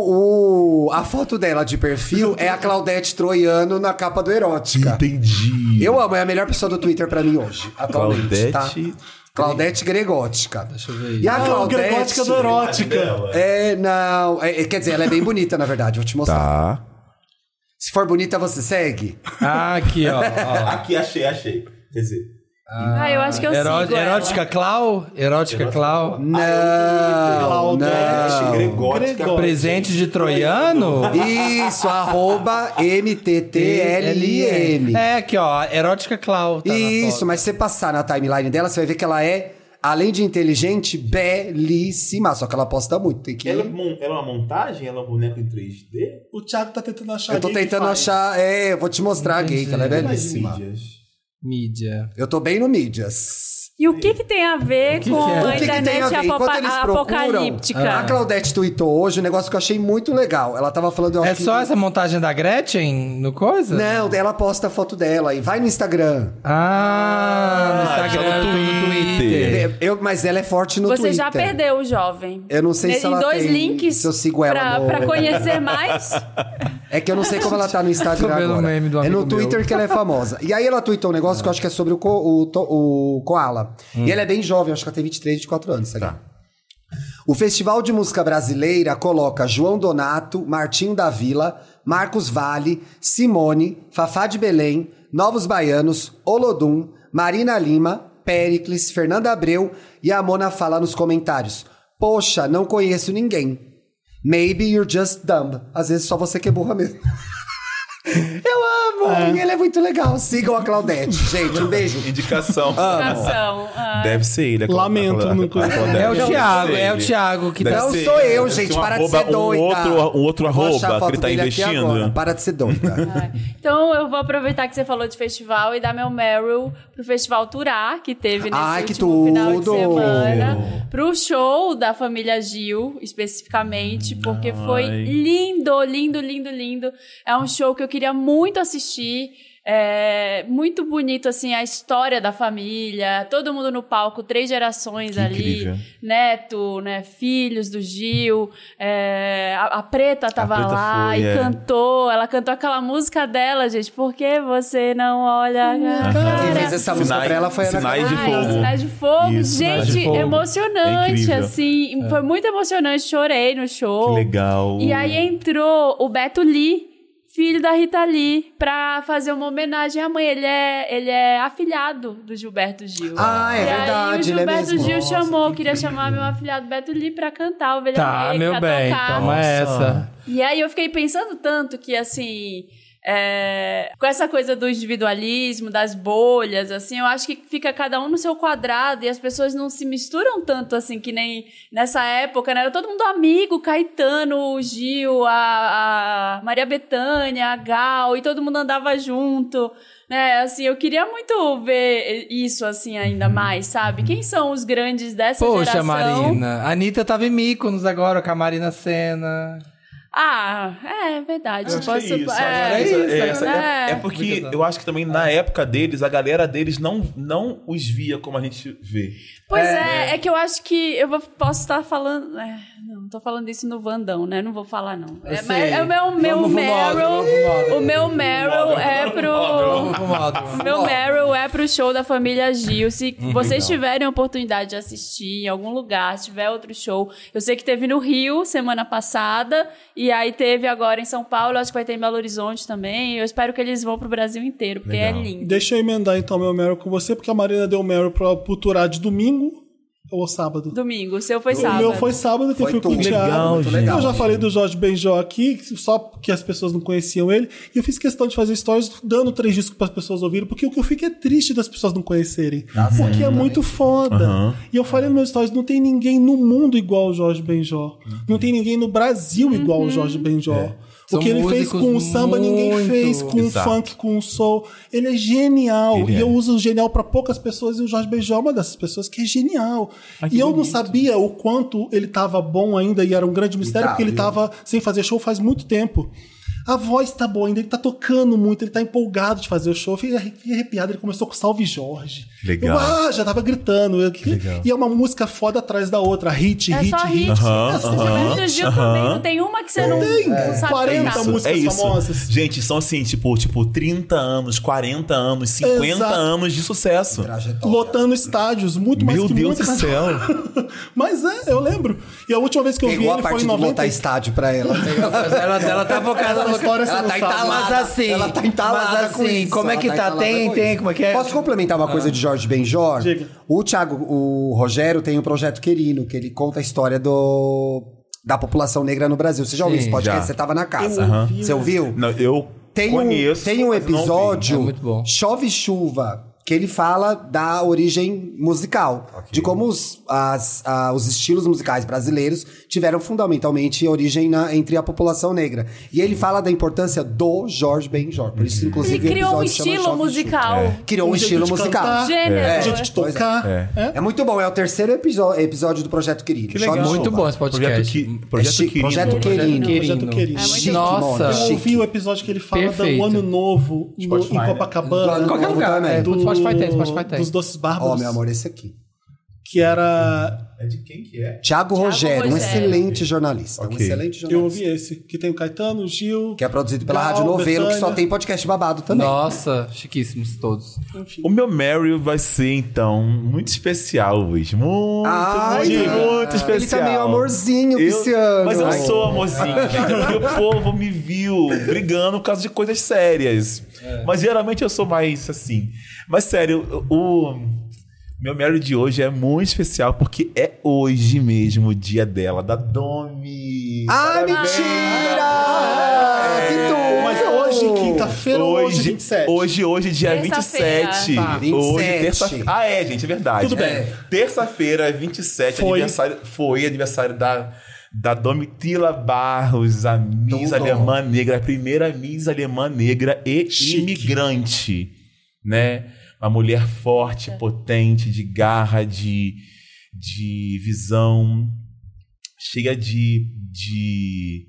Speaker 2: o, o- a foto dela de perfil é a Claudete Troiano na capa do Erótica.
Speaker 5: Entendi.
Speaker 2: Eu amo, é a melhor pessoa do Twitter pra mim hoje, atualmente,
Speaker 5: Claudete-
Speaker 2: tá? Claudete Gregótica. Deixa eu
Speaker 3: ver aí.
Speaker 2: E a
Speaker 1: Ah, o
Speaker 2: Claudete...
Speaker 1: Gregótica do Erótica.
Speaker 2: É, não... é- é, quer dizer, ela é bem bonita, na verdade, vou te mostrar.
Speaker 5: Tá.
Speaker 2: Se for bonita, você segue?
Speaker 3: Ah, aqui, ó. ó.
Speaker 5: Aqui, achei, achei. Quer dizer,
Speaker 4: Ah, eu acho que eu
Speaker 3: Eró-
Speaker 4: sigo ela.
Speaker 3: erótica Clau? Erótica Clau?
Speaker 5: é
Speaker 2: Não,
Speaker 1: Claudete
Speaker 2: não.
Speaker 5: Gregótica.
Speaker 1: Gregótica.
Speaker 3: Presente de troiano?
Speaker 2: Isso, arroba MTTLM.
Speaker 3: É, aqui, ó. Erótica Clau. tá na
Speaker 2: Isso,
Speaker 3: foto.
Speaker 2: mas se você passar na timeline dela, você vai ver que ela é, além de inteligente, belíssima. Só que ela posta muito, tem que...
Speaker 5: ela, é mon- ela é uma montagem? Ela é um boneco em 3D?
Speaker 1: O Thiago tá tentando achar.
Speaker 2: Eu tô
Speaker 1: alguém que
Speaker 2: tentando
Speaker 1: faz.
Speaker 2: achar... É, eu vou te mostrar, gay, que ela é
Speaker 5: Nas
Speaker 2: belíssima.
Speaker 5: mídias.
Speaker 3: Mídia.
Speaker 2: Eu tô bem no mídias.
Speaker 4: E o que que tem a ver com
Speaker 3: que é?
Speaker 4: a
Speaker 2: O que que
Speaker 4: internet
Speaker 2: tem a ver?
Speaker 4: apopa-
Speaker 2: Enquanto eles procuram, ah.
Speaker 4: apocalíptica?
Speaker 2: a Claudete tweetou hoje um negócio que eu achei muito legal. Ela tava falando... eu
Speaker 3: É
Speaker 2: acho que-
Speaker 3: só essa montagem da Gretchen no coisa?
Speaker 2: Não, ela posta a foto dela e vai no Instagram.
Speaker 3: Ah, no
Speaker 5: Ah,
Speaker 3: Instagram,
Speaker 5: só no
Speaker 3: no
Speaker 5: Twitter.
Speaker 3: Twitter.
Speaker 2: Eu, mas ela é forte no
Speaker 4: Você
Speaker 2: Twitter.
Speaker 4: já perdeu o jovem.
Speaker 2: Eu não sei se
Speaker 4: Em
Speaker 2: ela
Speaker 4: dois
Speaker 2: tem-
Speaker 4: links
Speaker 2: se eu sigo ela
Speaker 4: pra,
Speaker 2: no-
Speaker 4: pra
Speaker 2: *laughs*
Speaker 4: conhecer mais.
Speaker 2: É que eu não sei como ela tá no Instagram
Speaker 3: Tô vendo
Speaker 2: agora.
Speaker 3: o meme do
Speaker 2: é no
Speaker 3: amigo
Speaker 2: Twitter
Speaker 3: meu.
Speaker 2: que ela é famosa. E aí ela tweetou um negócio que eu acho que é sobre o, co- o to- o Koala. E ela é bem jovem, acho que ela tem 23, 24 anos, tá sabe? O Festival de Música Brasileira coloca João Donato, Martinho da Vila, Marcos Vale, Simone, Fafá de Belém, Novos Baianos, Olodum, Marina Lima, Péricles, Fernanda Abreu e a Mona fala nos comentários. Poxa, não conheço ninguém. Maybe you're just dumb. Às vezes só você que é burra mesmo. *laughs* Eu amo! E ele é muito legal. Sigam a Claudete. Gente, um beijo. *laughs*
Speaker 5: Indicação.
Speaker 4: Ação, ah.
Speaker 5: Deve ser ele. é claro.
Speaker 1: Lamento,
Speaker 5: Claro,
Speaker 1: não
Speaker 5: claro,
Speaker 1: conheço.
Speaker 5: claro,
Speaker 3: É
Speaker 5: deve
Speaker 3: o
Speaker 5: ser
Speaker 3: Thiago,
Speaker 5: ele.
Speaker 3: é o Thiago que
Speaker 5: Deve
Speaker 3: tá-
Speaker 2: Não
Speaker 5: ser
Speaker 2: sou
Speaker 5: ele,
Speaker 2: eu,
Speaker 5: deve
Speaker 2: gente.
Speaker 5: ser um
Speaker 2: Para de
Speaker 5: arroba-
Speaker 2: ser doida.
Speaker 5: Um outro, um outro
Speaker 2: Vou achar a
Speaker 5: arroba que
Speaker 2: foto
Speaker 5: ele tá
Speaker 2: dele aqui
Speaker 5: investindo.
Speaker 2: agora. Para de ser
Speaker 5: *laughs*
Speaker 2: doida.
Speaker 4: Então eu vou aproveitar que você falou de festival e dar meu Meryl pro festival Turá, que teve nesse
Speaker 2: Ai, que
Speaker 4: último final de
Speaker 2: tudo!
Speaker 4: semana. Pro show da família Gil, especificamente, porque foi
Speaker 5: Ai.
Speaker 4: lindo, lindo, lindo, lindo. É um show que eu queria muito assistir. É muito bonito, assim, a história da família, todo mundo no palco, três gerações
Speaker 5: Que
Speaker 4: ali.
Speaker 5: incrível.
Speaker 4: Neto, né? Filhos do Gil. é, a, a Preta tava
Speaker 5: Preta
Speaker 4: lá
Speaker 5: foi,
Speaker 4: e
Speaker 5: é.
Speaker 4: cantou. Ela cantou aquela música dela, gente. Por que você não olha? a cara?
Speaker 2: Quem fez essa música
Speaker 5: Sinais-
Speaker 2: pra ela foi a Ana
Speaker 5: sinais de
Speaker 4: Ai,
Speaker 5: fogo.
Speaker 4: Sinais de fogo.
Speaker 5: Isso, Sinais
Speaker 4: gente,
Speaker 5: de Fogo. É
Speaker 4: emocionante,
Speaker 5: incrível.
Speaker 4: assim. Foi muito emocionante. Chorei no
Speaker 5: Que
Speaker 4: show.
Speaker 5: legal.
Speaker 4: E aí entrou o Beto Lee, filho da Rita Lee, pra fazer uma homenagem à mãe. Ele é, ele é afilhado do Gilberto Gil.
Speaker 2: Ah, é
Speaker 4: e aí o
Speaker 2: verdade, ele é
Speaker 4: Gilberto
Speaker 2: mesmo.
Speaker 4: Gil
Speaker 2: Nossa,
Speaker 4: chamou, queria chamar meu afilhado Beto Lee pra cantar o Velha
Speaker 3: Tá,
Speaker 4: Negra,
Speaker 3: meu bem,
Speaker 4: tocar.
Speaker 3: toma essa.
Speaker 4: E aí eu fiquei pensando tanto que, assim, é, com essa coisa do individualismo, das bolhas, assim, eu acho que fica cada um no seu quadrado e as pessoas não se misturam tanto, assim, que nem nessa época, né? Era todo mundo amigo, Caetano, o Gil, a, a Maria Bethânia, a Gal, e todo mundo andava junto, né? Assim, eu queria muito ver isso, assim, ainda mais, sabe? Quem são os grandes dessa
Speaker 3: Uhum. Poxa,
Speaker 4: geração?
Speaker 3: Marina. A Anitta tava em Mykonos agora com a Marina Senna.
Speaker 4: Ah, é verdade.
Speaker 5: Acho que
Speaker 4: posso...
Speaker 5: é isso,
Speaker 4: é,
Speaker 5: é isso, é isso,
Speaker 4: né?
Speaker 5: é- é porque eu acho que também na época deles, a galera deles não, não os via como a gente vê.
Speaker 4: Pois é, é, que eu acho que eu vou- posso estar falando. é, não, tô falando isso no Vandão, né? Não vou falar, não. É,
Speaker 3: Eu
Speaker 4: mas
Speaker 3: sei.
Speaker 4: é o meu, meu
Speaker 3: Vamos pro módulo, vamos pro
Speaker 4: Meryl.
Speaker 3: módulo.
Speaker 4: O meu Meryl é pro.
Speaker 3: Vamos lá, vamos lá.
Speaker 4: Meu Meryl é pro show da família Gil. Se vocês tiverem a oportunidade de assistir em algum lugar, se tiver outro show. Eu sei que teve no Rio semana passada. E aí teve agora em São Paulo. Acho que vai ter em Belo Horizonte também. Eu espero que eles vão pro Brasil inteiro, porque é
Speaker 5: Legal.
Speaker 4: lindo.
Speaker 1: Deixa eu emendar então meu Meryl com você, porque a Marina deu Meryl pra Puturá de domingo ou sábado?
Speaker 4: Domingo, o seu foi
Speaker 1: O
Speaker 4: sábado.
Speaker 1: meu foi sábado que
Speaker 2: Foi
Speaker 1: eu fui com o
Speaker 2: tudo.
Speaker 1: Thiago.
Speaker 5: Legal,
Speaker 1: eu
Speaker 5: gente.
Speaker 1: já falei do Jorge Benjó aqui, que só porque as pessoas não conheciam ele. E eu fiz questão de fazer stories dando três discos para as pessoas ouvirem, porque o que eu fico é triste das pessoas não conhecerem. porque é muito foda. E eu falei nos meus stories, não tem ninguém no mundo igual o Jorge Benjó. Não tem ninguém no Brasil igual
Speaker 4: Uhum.
Speaker 1: o Jorge Benjó. O
Speaker 3: São
Speaker 1: que ele fez
Speaker 3: músicos
Speaker 1: com o samba, ninguém
Speaker 3: muito-
Speaker 1: fez. Com o
Speaker 5: Exato.
Speaker 1: um funk, com o soul. Ele é genial.
Speaker 5: Ele
Speaker 1: e
Speaker 5: é.
Speaker 1: eu uso o genial para poucas pessoas e o Jorge Benjó é uma dessas pessoas que é genial. e eu não sabia o quanto ele tava bom ainda e era um grande mistério,
Speaker 2: tá,
Speaker 1: porque ele
Speaker 2: viu?
Speaker 1: tava sem fazer show faz muito tempo. A voz tá boa ainda, ele tá tocando muito, ele tá empolgado de fazer o show. Eu Fiquei arre- fiquei arrepiado, ele começou com Salve Jorge.
Speaker 5: Legal.
Speaker 1: Eu, ah, já tava gritando. Eu- E é uma música foda atrás da outra. Hit,
Speaker 4: É
Speaker 1: hit,
Speaker 4: só
Speaker 1: hit.
Speaker 4: hit.
Speaker 1: É
Speaker 4: Você
Speaker 1: só
Speaker 4: vai
Speaker 1: hit.
Speaker 4: no Gil também, não tem uma que você não,
Speaker 1: Tem,
Speaker 4: não sabe
Speaker 1: 40
Speaker 4: cantar.
Speaker 1: músicas.
Speaker 5: é isso.
Speaker 1: famosas.
Speaker 5: Gente, são assim, tipo, tipo, 30 anos, 40 anos, 50
Speaker 1: Exato.
Speaker 5: anos de sucesso.
Speaker 2: Trajetória.
Speaker 1: Lotando estádios, muito mais
Speaker 5: Meu
Speaker 1: que
Speaker 5: Deus do
Speaker 1: muita gente.
Speaker 5: céu.
Speaker 1: *laughs* Mas é, eu lembro. E a última vez que eu vi
Speaker 2: Pegou a
Speaker 1: ele foi
Speaker 2: parte
Speaker 1: em
Speaker 2: de lotar
Speaker 1: 90.
Speaker 2: estádio pra
Speaker 5: *laughs*
Speaker 2: ela.
Speaker 3: Ela, ela tá focada
Speaker 1: Essa
Speaker 3: no...
Speaker 1: história você
Speaker 2: ela
Speaker 1: não
Speaker 2: tá
Speaker 1: sabe.
Speaker 3: Mas
Speaker 2: entalada.
Speaker 3: assim,
Speaker 2: ela tá entalada
Speaker 3: mas
Speaker 2: com
Speaker 3: assim,
Speaker 2: isso.
Speaker 3: como é
Speaker 2: Ela
Speaker 3: que tá?
Speaker 2: entalada
Speaker 3: Tem-
Speaker 2: com
Speaker 3: tem,
Speaker 2: isso.
Speaker 3: como é que é?
Speaker 2: Posso complementar uma coisa de Jorge Benjor?
Speaker 1: Diga.
Speaker 2: O Thiago, o Rogério tem o projeto Querino, que ele conta a história do da população negra no Brasil. Você já ouviu
Speaker 3: Sim,
Speaker 2: esse podcast?
Speaker 5: já.
Speaker 2: Você tava na casa. Você ouviu?
Speaker 5: Não, eu
Speaker 2: Tem um,
Speaker 5: conheço.
Speaker 2: tem um
Speaker 5: mas não vi.
Speaker 2: episódio
Speaker 3: É muito bom.
Speaker 2: Chove Chuva, que ele fala da origem musical, de como os, as- ah, os estilos musicais brasileiros tiveram fundamentalmente origem na- entre a população negra. E ele fala da importância do Jorge Benjor. Por
Speaker 5: Uhum.
Speaker 2: isso, inclusive,
Speaker 4: Ele
Speaker 2: o
Speaker 4: criou um
Speaker 2: episódio chama
Speaker 4: estilo
Speaker 2: Jovem
Speaker 4: musical.
Speaker 2: Chute. Criou um,
Speaker 1: jeito
Speaker 2: estilo
Speaker 1: de
Speaker 2: musical.
Speaker 1: cantar,
Speaker 4: Gênero.
Speaker 1: um
Speaker 4: É.
Speaker 1: jeito de
Speaker 2: Pois é.
Speaker 1: tocar. É.
Speaker 2: É muito bom, é o terceiro episo- episódio do Projeto Querido.
Speaker 5: Que
Speaker 2: Jorge
Speaker 5: legal.
Speaker 3: Muito
Speaker 2: Silva.
Speaker 3: bom esse
Speaker 5: Projeto,
Speaker 3: podcast.
Speaker 5: que, projeto
Speaker 2: chique,
Speaker 5: querido.
Speaker 2: É projeto
Speaker 5: Projeto
Speaker 2: querido.
Speaker 5: querido.
Speaker 1: Projeto
Speaker 3: Querido.
Speaker 1: querido.
Speaker 4: É muito
Speaker 2: Chique,
Speaker 3: Nossa.
Speaker 2: mona,
Speaker 1: Eu
Speaker 2: chique.
Speaker 1: ouvi o episódio que ele fala
Speaker 3: Perfeito.
Speaker 1: do Ano Novo no-
Speaker 5: Spotify, né?
Speaker 1: em Copacabana.
Speaker 2: Do-
Speaker 3: Qualquer
Speaker 2: Novo
Speaker 3: lugar,
Speaker 2: também.
Speaker 3: é,
Speaker 1: né? do-
Speaker 3: Spotify tem, Spotify tem.
Speaker 1: Dos Doces
Speaker 2: Ó,
Speaker 1: Bárbaros.
Speaker 2: meu amor, esse aqui.
Speaker 1: Que era.
Speaker 5: É de quem que é?
Speaker 2: Tiago Rogério, um
Speaker 4: Rogério.
Speaker 2: excelente jornalista. Um
Speaker 5: Ok.
Speaker 2: excelente
Speaker 1: Eu
Speaker 2: jornalista.
Speaker 1: ouvi esse. Que tem o Caetano, o Gil.
Speaker 2: Que é produzido pela
Speaker 1: Gal,
Speaker 2: Rádio Novelo, que só
Speaker 1: Bethânia.
Speaker 2: tem podcast babado também.
Speaker 3: Nossa, chiquíssimos todos.
Speaker 5: O meu Mary vai ser, então, muito especial, Luiz. Muito, muito, muito especial.
Speaker 2: Ele tá meio amorzinho,
Speaker 5: Eu-
Speaker 2: Cristiano.
Speaker 5: Mas eu não
Speaker 2: Ai.
Speaker 5: sou amorzinho. porque o povo me viu brigando por causa de coisas sérias.
Speaker 1: É.
Speaker 5: Mas geralmente eu sou mais assim. Mas sério, o meu Mary de hoje é muito especial porque é hoje mesmo o dia dela, da Domi. É,
Speaker 2: Ah, mentira! Que tudo!
Speaker 1: É. Mas hoje, quinta-feira, ou hoje,
Speaker 5: Hoje,
Speaker 1: 27.
Speaker 5: hoje, hoje, dia
Speaker 4: Terça-feira.
Speaker 5: 27.
Speaker 2: Tá.
Speaker 5: Hoje,
Speaker 2: 27.
Speaker 5: terça-feira. Ah, é, gente, é verdade.
Speaker 1: Tudo bem.
Speaker 5: É. Terça-feira, 27,
Speaker 1: Foi.
Speaker 5: aniversário, foi aniversário da, da Domitila Barros, a Miss
Speaker 2: Tudo.
Speaker 5: Alemã Negra, a primeira Miss Alemã Negra e
Speaker 1: Chique.
Speaker 5: imigrante, né? Uma mulher forte, potente, de garra, de, de visão, cheia de, de,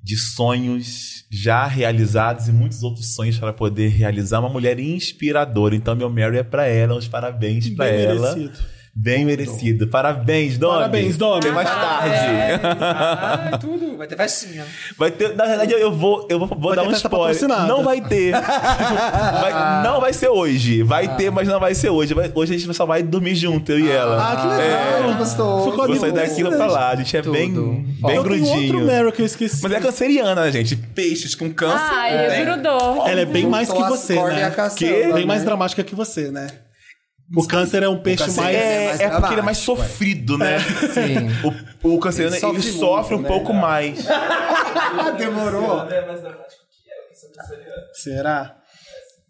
Speaker 5: de sonhos já realizados e muitos outros sonhos para poder realizar. Uma mulher inspiradora. Então, meu Mary é para ela, uns parabéns para
Speaker 1: Bem
Speaker 5: é ela.
Speaker 1: merecido.
Speaker 5: Bem merecido. Parabéns, Domi. *laughs*
Speaker 1: Parabéns, Domi.
Speaker 5: Até mais tarde.
Speaker 3: Ah, tudo. É, Vai ter festinha.
Speaker 5: Vai ter, na verdade, eu vou, eu vou, vou
Speaker 1: Vai
Speaker 5: dar
Speaker 1: ter
Speaker 5: um
Speaker 1: festa
Speaker 5: spoiler.
Speaker 1: patrocinada.
Speaker 5: Não vai ter. Vai- não vai ser hoje. Vai ter, mas não vai ser hoje. Vai- hoje a gente só vai dormir junto, eu e ela.
Speaker 1: Ah, que legal.
Speaker 2: É. Que gostoso.
Speaker 1: Ficou
Speaker 5: vou
Speaker 1: amigo
Speaker 5: sair daquilo pra lá. A gente é
Speaker 3: Tudo.
Speaker 5: bem, bem
Speaker 3: Eu
Speaker 1: Eu tenho
Speaker 5: grudinho.
Speaker 1: um outro Meryl que eu esqueci.
Speaker 5: Mas é canceriana, né, gente? Peixes com câncer.
Speaker 4: Ai,
Speaker 5: né?
Speaker 4: Ah, grudou.
Speaker 1: Ela é bem
Speaker 2: Juntou
Speaker 1: mais que
Speaker 2: as
Speaker 1: você,
Speaker 2: cordas e
Speaker 1: né?
Speaker 2: a caçamba,
Speaker 1: Que? Bem mais
Speaker 2: né?
Speaker 1: dramática que você, né? O câncer é um peixe
Speaker 2: câncer
Speaker 1: mais...
Speaker 5: É,
Speaker 2: mais
Speaker 5: é porque ele é
Speaker 2: dramático,
Speaker 5: mais sofrido, né?
Speaker 3: Sim.
Speaker 5: O, o canceriano, ele
Speaker 2: Ele
Speaker 5: sofre,
Speaker 2: sofre
Speaker 5: um
Speaker 2: muito, né?
Speaker 5: pouco mais.
Speaker 2: Ah, demorou.
Speaker 1: Será?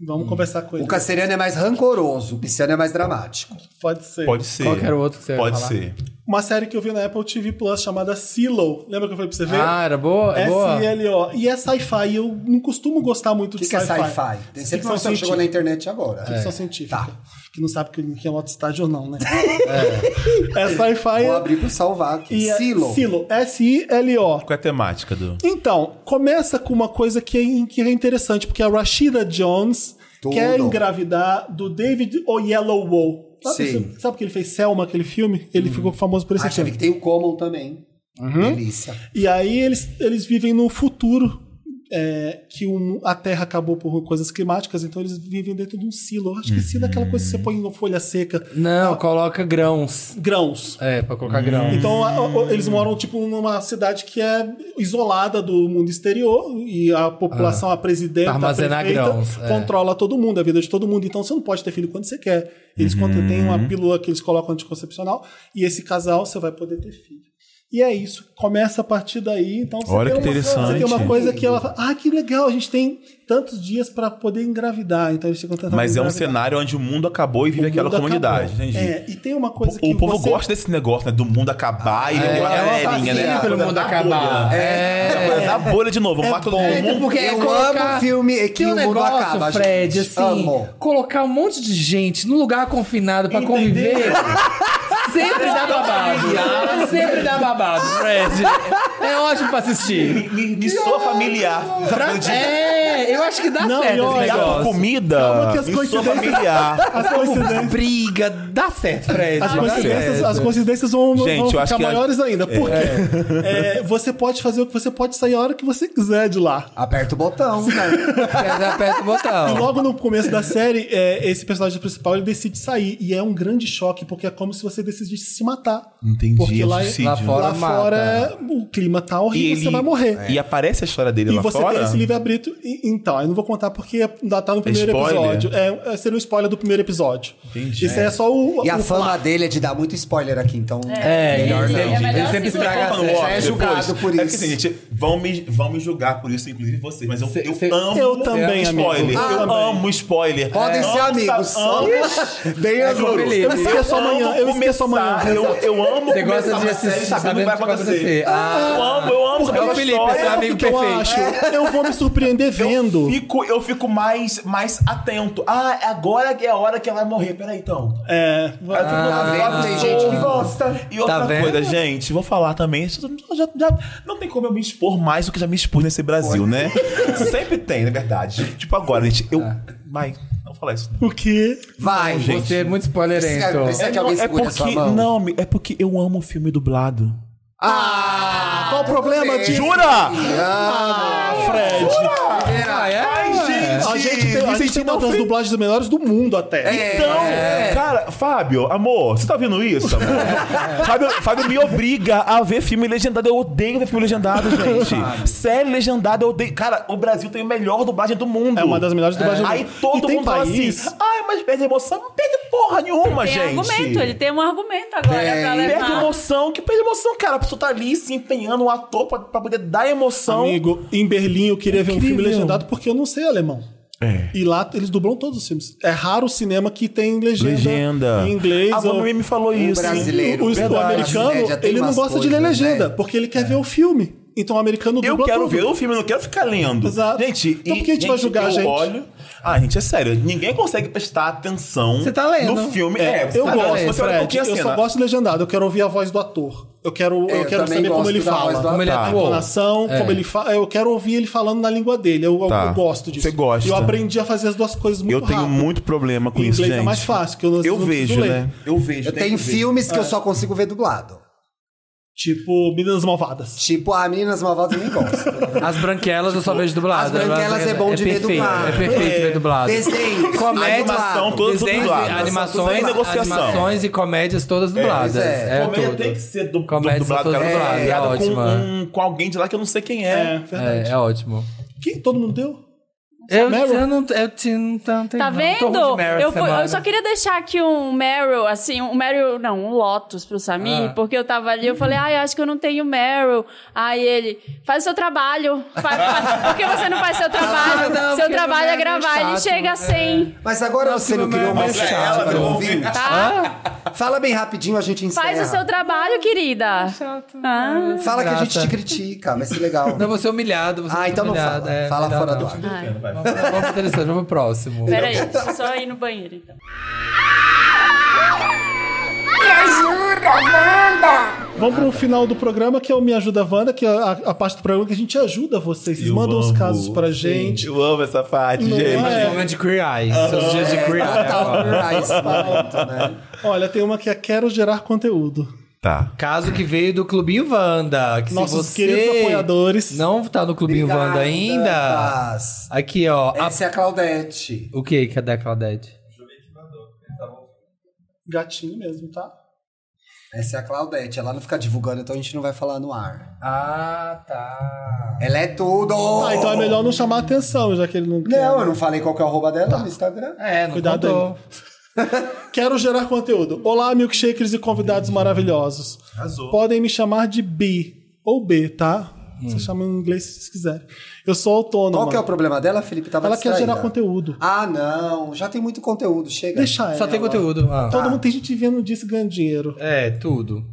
Speaker 1: Vamos conversar com ele.
Speaker 2: O canceriano é mais rancoroso, o pisciano é mais dramático.
Speaker 1: Pode ser.
Speaker 5: Pode ser.
Speaker 3: Qual que era o outro que você ia
Speaker 5: Pode
Speaker 3: falar?
Speaker 5: ser.
Speaker 1: Uma série que eu vi na Apple TV Plus chamada Silo. Lembra que eu falei pra você ver?
Speaker 3: Ah, era boa? É boa?
Speaker 1: S-I-L-O. E é sci-fi. Eu não costumo gostar muito
Speaker 2: O
Speaker 1: de
Speaker 2: que, que
Speaker 1: sci-fi.
Speaker 2: é sci-fi? Tem sempre uma pessoa que chegou na internet agora.
Speaker 1: Ficção
Speaker 2: É.
Speaker 1: científica.
Speaker 2: Tá.
Speaker 1: Que não sabe que, que é um outro estágio ou não, né? É, sci-fi.
Speaker 2: Vou abrir pro salvar aqui.
Speaker 1: e é
Speaker 2: Silo.
Speaker 1: Silo. S-I-L-O.
Speaker 5: Qual é a temática do.
Speaker 1: Então, começa com uma coisa que é, que é interessante, porque a Rashida Jones
Speaker 2: Tudo.
Speaker 1: quer engravidar do David Oyelowo. Sabe,
Speaker 2: Sim.
Speaker 1: sabe porque ele fez Selma, aquele filme? Ele ficou famoso por esse
Speaker 2: Ah, já
Speaker 1: filme.
Speaker 2: vi que tem o Common também.
Speaker 1: Uhum.
Speaker 2: Delícia.
Speaker 1: E aí eles, eles vivem num futuro é, que um- a Terra acabou por coisas climáticas, então eles vivem dentro de um silo. Eu acho
Speaker 2: Uhum.
Speaker 1: que silo é aquela coisa que você põe em folha seca,
Speaker 3: Não, coloca grãos.
Speaker 1: grãos.
Speaker 3: É, pra colocar grãos.
Speaker 1: Então a- a- eles moram tipo numa cidade que é isolada do mundo exterior e a
Speaker 5: Ah.
Speaker 1: população, a presidenta,
Speaker 3: Pra
Speaker 5: Tá
Speaker 1: a
Speaker 3: armazenar
Speaker 1: prefeita,
Speaker 3: grãos, é.
Speaker 1: controla todo mundo, a vida de todo mundo. Então você não pode ter filho quando você quer. Eles contêm têm
Speaker 5: Uhum.
Speaker 1: uma pílula que eles colocam anticoncepcional e esse casal você vai poder ter filho. E é isso, começa a partir daí. Então você
Speaker 5: Olha
Speaker 1: tem
Speaker 5: que
Speaker 1: uma,
Speaker 5: interessante.
Speaker 1: Você tem uma coisa que ela fala, ah, que legal, a gente tem tantos dias pra poder engravidar. Então eles ficam tentando
Speaker 5: Mas é um
Speaker 1: engravidar.
Speaker 5: cenário onde o mundo acabou e vive
Speaker 1: O
Speaker 5: aquela
Speaker 1: mundo acabou.
Speaker 5: comunidade, entendi.
Speaker 1: É, e tem uma coisa que
Speaker 5: o povo
Speaker 1: você-
Speaker 5: gosta desse negócio, né? Do mundo acabar e
Speaker 3: É,
Speaker 5: uma
Speaker 3: é uma
Speaker 5: galerinha,
Speaker 2: vacina
Speaker 5: né?
Speaker 2: pelo
Speaker 5: Coisa
Speaker 3: mundo
Speaker 5: da
Speaker 3: acabar.
Speaker 5: bolha.
Speaker 3: É.
Speaker 5: É, coisa da bolha de novo. Mata todo
Speaker 2: É, então,
Speaker 1: Tipo,
Speaker 5: mundo.
Speaker 2: porque
Speaker 3: É
Speaker 2: eu
Speaker 3: colocar-
Speaker 2: amo filme que,
Speaker 3: Tem
Speaker 2: o
Speaker 3: um
Speaker 2: mundo
Speaker 3: negócio,
Speaker 2: acaba,
Speaker 3: Fred,
Speaker 2: gente.
Speaker 3: assim,
Speaker 2: Amo.
Speaker 3: colocar um monte de gente num lugar confinado pra
Speaker 1: Entendeu?
Speaker 3: conviver. Sempre dá babado. Sempre dá babado, Fred. É ótimo pra assistir.
Speaker 5: Me, me soa familiar.
Speaker 1: tipo,
Speaker 3: É, eu acho que dá
Speaker 1: Não, e
Speaker 3: certo esse
Speaker 1: olha,
Speaker 5: Obrigado por
Speaker 3: negócio.
Speaker 5: comida.
Speaker 1: que as
Speaker 5: Me soa
Speaker 1: coincidências-
Speaker 5: *laughs* familiar.
Speaker 1: As coincidências
Speaker 3: Briga, dá certo, Fred.
Speaker 1: né? As
Speaker 3: dá
Speaker 1: coincidências,
Speaker 3: certo.
Speaker 1: as coincidências vão,
Speaker 5: Gente,
Speaker 1: vão
Speaker 5: eu
Speaker 1: ficar
Speaker 5: acho que a-
Speaker 1: maiores ainda. Por
Speaker 5: *laughs*
Speaker 1: quê? É, você pode fazer o que você pode sair a hora que você quiser de lá.
Speaker 2: Aperta o botão,
Speaker 1: *laughs*
Speaker 2: né?
Speaker 3: Aperta- Aperta o
Speaker 1: E
Speaker 3: botão.
Speaker 1: logo no começo da série, é, esse personagem principal ele decide sair. E é um grande choque, porque é como se você decidisse se matar.
Speaker 5: Entendi,
Speaker 1: Porque
Speaker 5: é um
Speaker 1: lá,
Speaker 5: suicídio.
Speaker 3: Lá
Speaker 1: lá
Speaker 3: fora
Speaker 1: fora,
Speaker 3: mata.
Speaker 1: é- o clima clima tal, e, você
Speaker 5: ele- é.
Speaker 1: vai morrer.
Speaker 5: E aparece a história dele
Speaker 1: E
Speaker 5: lá
Speaker 1: você
Speaker 5: fora.
Speaker 1: tem esse livre-arbítrio. E- Então, eu não vou contar porque ainda tá no primeiro
Speaker 5: spoiler?
Speaker 1: episódio. É, é, seria um spoiler do primeiro episódio.
Speaker 5: Entendi.
Speaker 1: Isso aí é só o.
Speaker 2: E a
Speaker 1: o
Speaker 2: fama
Speaker 1: falar.
Speaker 2: dele é de dar muito spoiler aqui, então.
Speaker 3: É, assim
Speaker 2: melhor
Speaker 3: ele,
Speaker 2: não.
Speaker 3: sempre-
Speaker 6: É melhor
Speaker 3: ele sempre
Speaker 6: segurar.
Speaker 3: estraga a
Speaker 5: Falando
Speaker 2: já
Speaker 3: série.
Speaker 5: off
Speaker 2: é julgado por
Speaker 5: É porque,
Speaker 2: isso.
Speaker 5: assim, gente, vão me, vão me julgar por isso, inclusive vocês. Mas eu,
Speaker 3: Cê-
Speaker 5: eu
Speaker 3: cê-
Speaker 5: amo
Speaker 1: Eu também,
Speaker 5: spoiler.
Speaker 1: amigo.
Speaker 5: eu
Speaker 1: Ah, também.
Speaker 5: amo spoiler.
Speaker 2: Podem
Speaker 5: É.
Speaker 2: ser
Speaker 5: Amo,
Speaker 2: amigos.
Speaker 5: sa- amo.
Speaker 2: Bem
Speaker 5: Eu
Speaker 2: as
Speaker 5: juro.
Speaker 3: Felipe.
Speaker 5: Eu esqueço
Speaker 1: É, Eu amo
Speaker 5: amanhã. Eu esqueço amanhã.
Speaker 1: começar.
Speaker 5: Eu, eu amo
Speaker 3: Você gosta
Speaker 5: começar
Speaker 3: de
Speaker 5: uma
Speaker 3: assistir
Speaker 5: série sabendo o que vai acontecer.
Speaker 3: Ah,
Speaker 5: Eu amo, eu amo saber
Speaker 3: é o
Speaker 5: uma
Speaker 3: Felipe,
Speaker 5: história.
Speaker 3: seu amigo
Speaker 1: Porque eu
Speaker 3: perfeito.
Speaker 1: acho. É. Eu vou me surpreender
Speaker 5: Eu
Speaker 1: vendo.
Speaker 5: fico, eu fico mais, mais atento. Ah, agora é a hora que ela vai morrer. Peraí, então.
Speaker 1: É.
Speaker 5: Aí eu fico,
Speaker 2: tá vendo?
Speaker 5: eu
Speaker 2: Tem
Speaker 5: absorvo.
Speaker 2: gente que gosta.
Speaker 5: E outra
Speaker 3: Tá vendo?
Speaker 5: coisa, gente, vou falar também. isso já- já- não tem como eu me expor mais do que já me expus nesse Brasil, né? Sempre tem, na verdade. Tipo agora, gente, eu. Vai, não vou falar isso.
Speaker 1: O que?
Speaker 2: Vai, gente.
Speaker 3: Você é muito spoilerento.
Speaker 2: Precisa-
Speaker 1: É
Speaker 2: precisa- Será que alguém segura
Speaker 5: É porque,
Speaker 2: sua mão?
Speaker 5: Não, amigo, é porque eu amo filme dublado.
Speaker 2: Ah,
Speaker 1: Qual o problema
Speaker 2: também.
Speaker 1: disso?
Speaker 5: Jura?
Speaker 1: Ah, Fred.
Speaker 3: Ah, é?
Speaker 1: A gente tem, a
Speaker 5: é
Speaker 1: gente tem uma das dublagens das melhores do mundo até.
Speaker 2: É,
Speaker 5: Então,
Speaker 2: é.
Speaker 5: cara, Fábio, amor, você tá vendo isso, amor?
Speaker 1: *laughs*
Speaker 5: Fábio, Fábio me obriga a ver filme legendado. Eu odeio ver filme legendado, gente. Série legendada, eu odeio. Cara, o Brasil tem a melhor dublagem do mundo.
Speaker 1: É uma das melhores dublagens do
Speaker 5: Aí
Speaker 1: mundo.
Speaker 5: todo
Speaker 1: E tem
Speaker 5: mundo fala
Speaker 1: país-
Speaker 5: assim, ai, mas perde emoção. Não perde porra nenhuma,
Speaker 4: Tem
Speaker 5: gente.
Speaker 4: argumento, ele tem um argumento agora pra
Speaker 5: Perde
Speaker 4: levar.
Speaker 5: emoção, que perde emoção, cara. A pessoa tá ali se empenhando, um ator pra, pra poder dar emoção.
Speaker 1: Amigo, em Berlim eu queria ver um filme
Speaker 5: Incrível.
Speaker 1: legendado porque eu não sei alemão.
Speaker 5: É.
Speaker 1: E lá eles dublam todos os filmes. É raro o cinema que tem legenda, em inglês.
Speaker 5: A
Speaker 1: ou...
Speaker 5: mamãe me falou isso.
Speaker 2: brasileiro.
Speaker 1: O, o- o
Speaker 5: Um Verdade.
Speaker 1: americano,
Speaker 2: Média tem
Speaker 1: ele não
Speaker 2: umas
Speaker 1: gosta de ler
Speaker 2: coisas,
Speaker 1: legenda,
Speaker 2: né?
Speaker 1: porque ele quer ver o filme. Então o americano
Speaker 5: Eu
Speaker 1: dubla
Speaker 5: quero
Speaker 1: tudo.
Speaker 5: ver o filme, eu não quero ficar lendo.
Speaker 1: Exato.
Speaker 5: Gente,
Speaker 1: Então por que a gente vai julgar a
Speaker 5: eu
Speaker 1: gente?
Speaker 5: Olho... Ah, gente, é sério. Ninguém consegue prestar atenção
Speaker 3: Você tá lendo.
Speaker 5: no filme.
Speaker 1: É,
Speaker 5: É, você
Speaker 1: eu
Speaker 5: tá lendo,
Speaker 1: gosto,
Speaker 5: você olha um
Speaker 1: Fred.
Speaker 5: pouquinho a
Speaker 1: Eu
Speaker 5: cena.
Speaker 1: só gosto de legendado. Eu quero ouvir a voz do ator. Eu quero, eu
Speaker 2: eu
Speaker 1: quero
Speaker 2: também
Speaker 1: saber como
Speaker 2: gosto
Speaker 1: ele
Speaker 2: da voz do
Speaker 1: fala.
Speaker 3: Como ele é
Speaker 5: Tá.
Speaker 3: atuou.
Speaker 1: entonação, como ele fala. Eu quero ouvir ele falando na língua dele. Eu, eu-
Speaker 5: Tá.
Speaker 1: eu gosto disso.
Speaker 5: Você gosta.
Speaker 1: Eu aprendi a fazer as duas coisas muito
Speaker 5: Eu tenho
Speaker 1: rápido.
Speaker 5: muito problema com
Speaker 1: Em
Speaker 5: isso,
Speaker 1: inglês
Speaker 5: gente.
Speaker 1: é mais fácil, que eu não
Speaker 5: Eu
Speaker 1: não preciso
Speaker 5: vejo,
Speaker 1: ler.
Speaker 5: né? Eu vejo.
Speaker 2: Eu
Speaker 5: tem
Speaker 2: tenho
Speaker 5: que ver.
Speaker 2: filmes que eu só consigo ver dublado.
Speaker 1: Tipo, Meninas Malvadas.
Speaker 2: Tipo, a Meninas Malvadas eu nem gosto.
Speaker 3: As branquelas eu só vejo dublado.
Speaker 2: As Branquelas é bom de ver
Speaker 3: perfeito,
Speaker 2: dublado.
Speaker 3: É perfeito ver dublado.
Speaker 2: Desenhos.
Speaker 3: Comédia,
Speaker 5: animação,
Speaker 2: dublado.
Speaker 5: tudo
Speaker 3: Desenhos, e
Speaker 5: dublado. Tudo
Speaker 3: animações,
Speaker 5: em negociação.
Speaker 3: animações e comédias todas dubladas.
Speaker 2: pois é.
Speaker 3: É,
Speaker 5: Comédia
Speaker 3: tudo.
Speaker 5: tem que ser du- du-
Speaker 3: Comédia
Speaker 5: dublado,
Speaker 3: todas
Speaker 5: cara.
Speaker 3: dubladas,
Speaker 5: É,
Speaker 3: é
Speaker 5: piada com,
Speaker 3: ótima.
Speaker 5: um- com alguém de lá que eu não sei quem
Speaker 1: É,
Speaker 5: é.
Speaker 1: verdade.
Speaker 3: É, é ótimo.
Speaker 1: Quem? Todo mundo deu?
Speaker 3: Eu,
Speaker 1: Meryl?
Speaker 3: eu não eu te- não tenho
Speaker 4: Tá
Speaker 3: Tô ruim de
Speaker 4: vendo?
Speaker 3: Meryl
Speaker 4: Eu,
Speaker 3: essa
Speaker 4: fui- eu
Speaker 3: semana.
Speaker 4: só queria deixar aqui um Meryl, assim, um Meryl, não, um Lotus pro Samir,
Speaker 3: Ah.
Speaker 4: porque eu tava ali, eu falei, ai, acho que eu não tenho Meryl. Aí ele, faz o seu trabalho. Faz, faz- *laughs* Por que você não faz seu trabalho?
Speaker 3: não,
Speaker 4: seu
Speaker 3: porque
Speaker 4: trabalho
Speaker 3: meu
Speaker 4: é
Speaker 3: Meryl é
Speaker 4: gravar, ele
Speaker 3: chato,
Speaker 4: chega a 100.
Speaker 2: Mas agora você não criou uma
Speaker 3: mas é ela,
Speaker 2: chave para
Speaker 5: meu
Speaker 2: o
Speaker 5: amor.
Speaker 2: ouvinte?
Speaker 4: tá? Ah?
Speaker 2: Fala bem rapidinho, a gente encerra.
Speaker 4: Faz o seu trabalho, querida. Ah.
Speaker 2: Fala que a gente
Speaker 3: Graça.
Speaker 2: te critica, mas que legal.
Speaker 3: Não, você é humilhado. Você
Speaker 2: ah,
Speaker 3: é
Speaker 2: então não
Speaker 3: humilhado,
Speaker 2: fala.
Speaker 3: é,
Speaker 2: fala
Speaker 3: melhor
Speaker 2: fora
Speaker 3: não.
Speaker 2: do ar.
Speaker 3: Vamos pro interessante, vamos pro próximo.
Speaker 4: Peraí, deixa eu só ir no banheiro, então.
Speaker 8: Me ajuda, Wanda!
Speaker 1: Vamos pro final do programa, que é o Me Ajuda Wanda, que é a, a parte do programa que a gente ajuda vocês. Vocês
Speaker 5: Eu
Speaker 1: mandam os
Speaker 5: amo.
Speaker 1: casos pra gente.
Speaker 5: Eu amo essa parte,
Speaker 1: Não
Speaker 5: gente.
Speaker 1: é?
Speaker 3: Momento de Queer Eye. Seus dias de Queer Eye.
Speaker 2: Tá,
Speaker 3: agora.
Speaker 2: tá, esse momento, né?
Speaker 1: Olha, tem uma que é Quero Gerar Conteúdo.
Speaker 5: Tá.
Speaker 3: Caso que veio do Clubinho Wanda. Que
Speaker 1: Nossos
Speaker 3: se você
Speaker 1: queridos apoiadores.
Speaker 3: Não tá no Clubinho
Speaker 2: Obrigada,
Speaker 3: Wanda ainda.
Speaker 2: Paz.
Speaker 3: Aqui, ó. a-
Speaker 2: Essa é a Claudete.
Speaker 3: O que? Cadê a Claudete?
Speaker 1: Gatinho mesmo, tá?
Speaker 2: Essa é a Claudete. Ela não fica divulgando, então a gente não vai falar no ar.
Speaker 3: Ah, tá.
Speaker 2: Ela é tudo!
Speaker 1: Ah, então é melhor não chamar atenção, já que ele não quer.
Speaker 2: Não, eu não falei qual que é o arroba dela no Instagram.
Speaker 3: É, não
Speaker 1: Cuidado
Speaker 3: contou.
Speaker 1: *laughs* Quero gerar conteúdo. Olá, milkshakers e convidados maravilhosos. Podem me chamar de B ou B, tá? Você chama em inglês se vocês quiserem. Eu sou autônoma.
Speaker 2: Hum. Qual que é o problema dela, Felipe? Tava
Speaker 1: Ela quer
Speaker 2: distraída.
Speaker 1: gerar conteúdo.
Speaker 2: Ah, não. Já tem muito conteúdo. Chega.
Speaker 1: Deixa ela.
Speaker 3: Só tem conteúdo. Ah.
Speaker 2: Tá.
Speaker 1: Todo mundo tem gente vendo disso e ganhando dinheiro.
Speaker 3: É, tudo.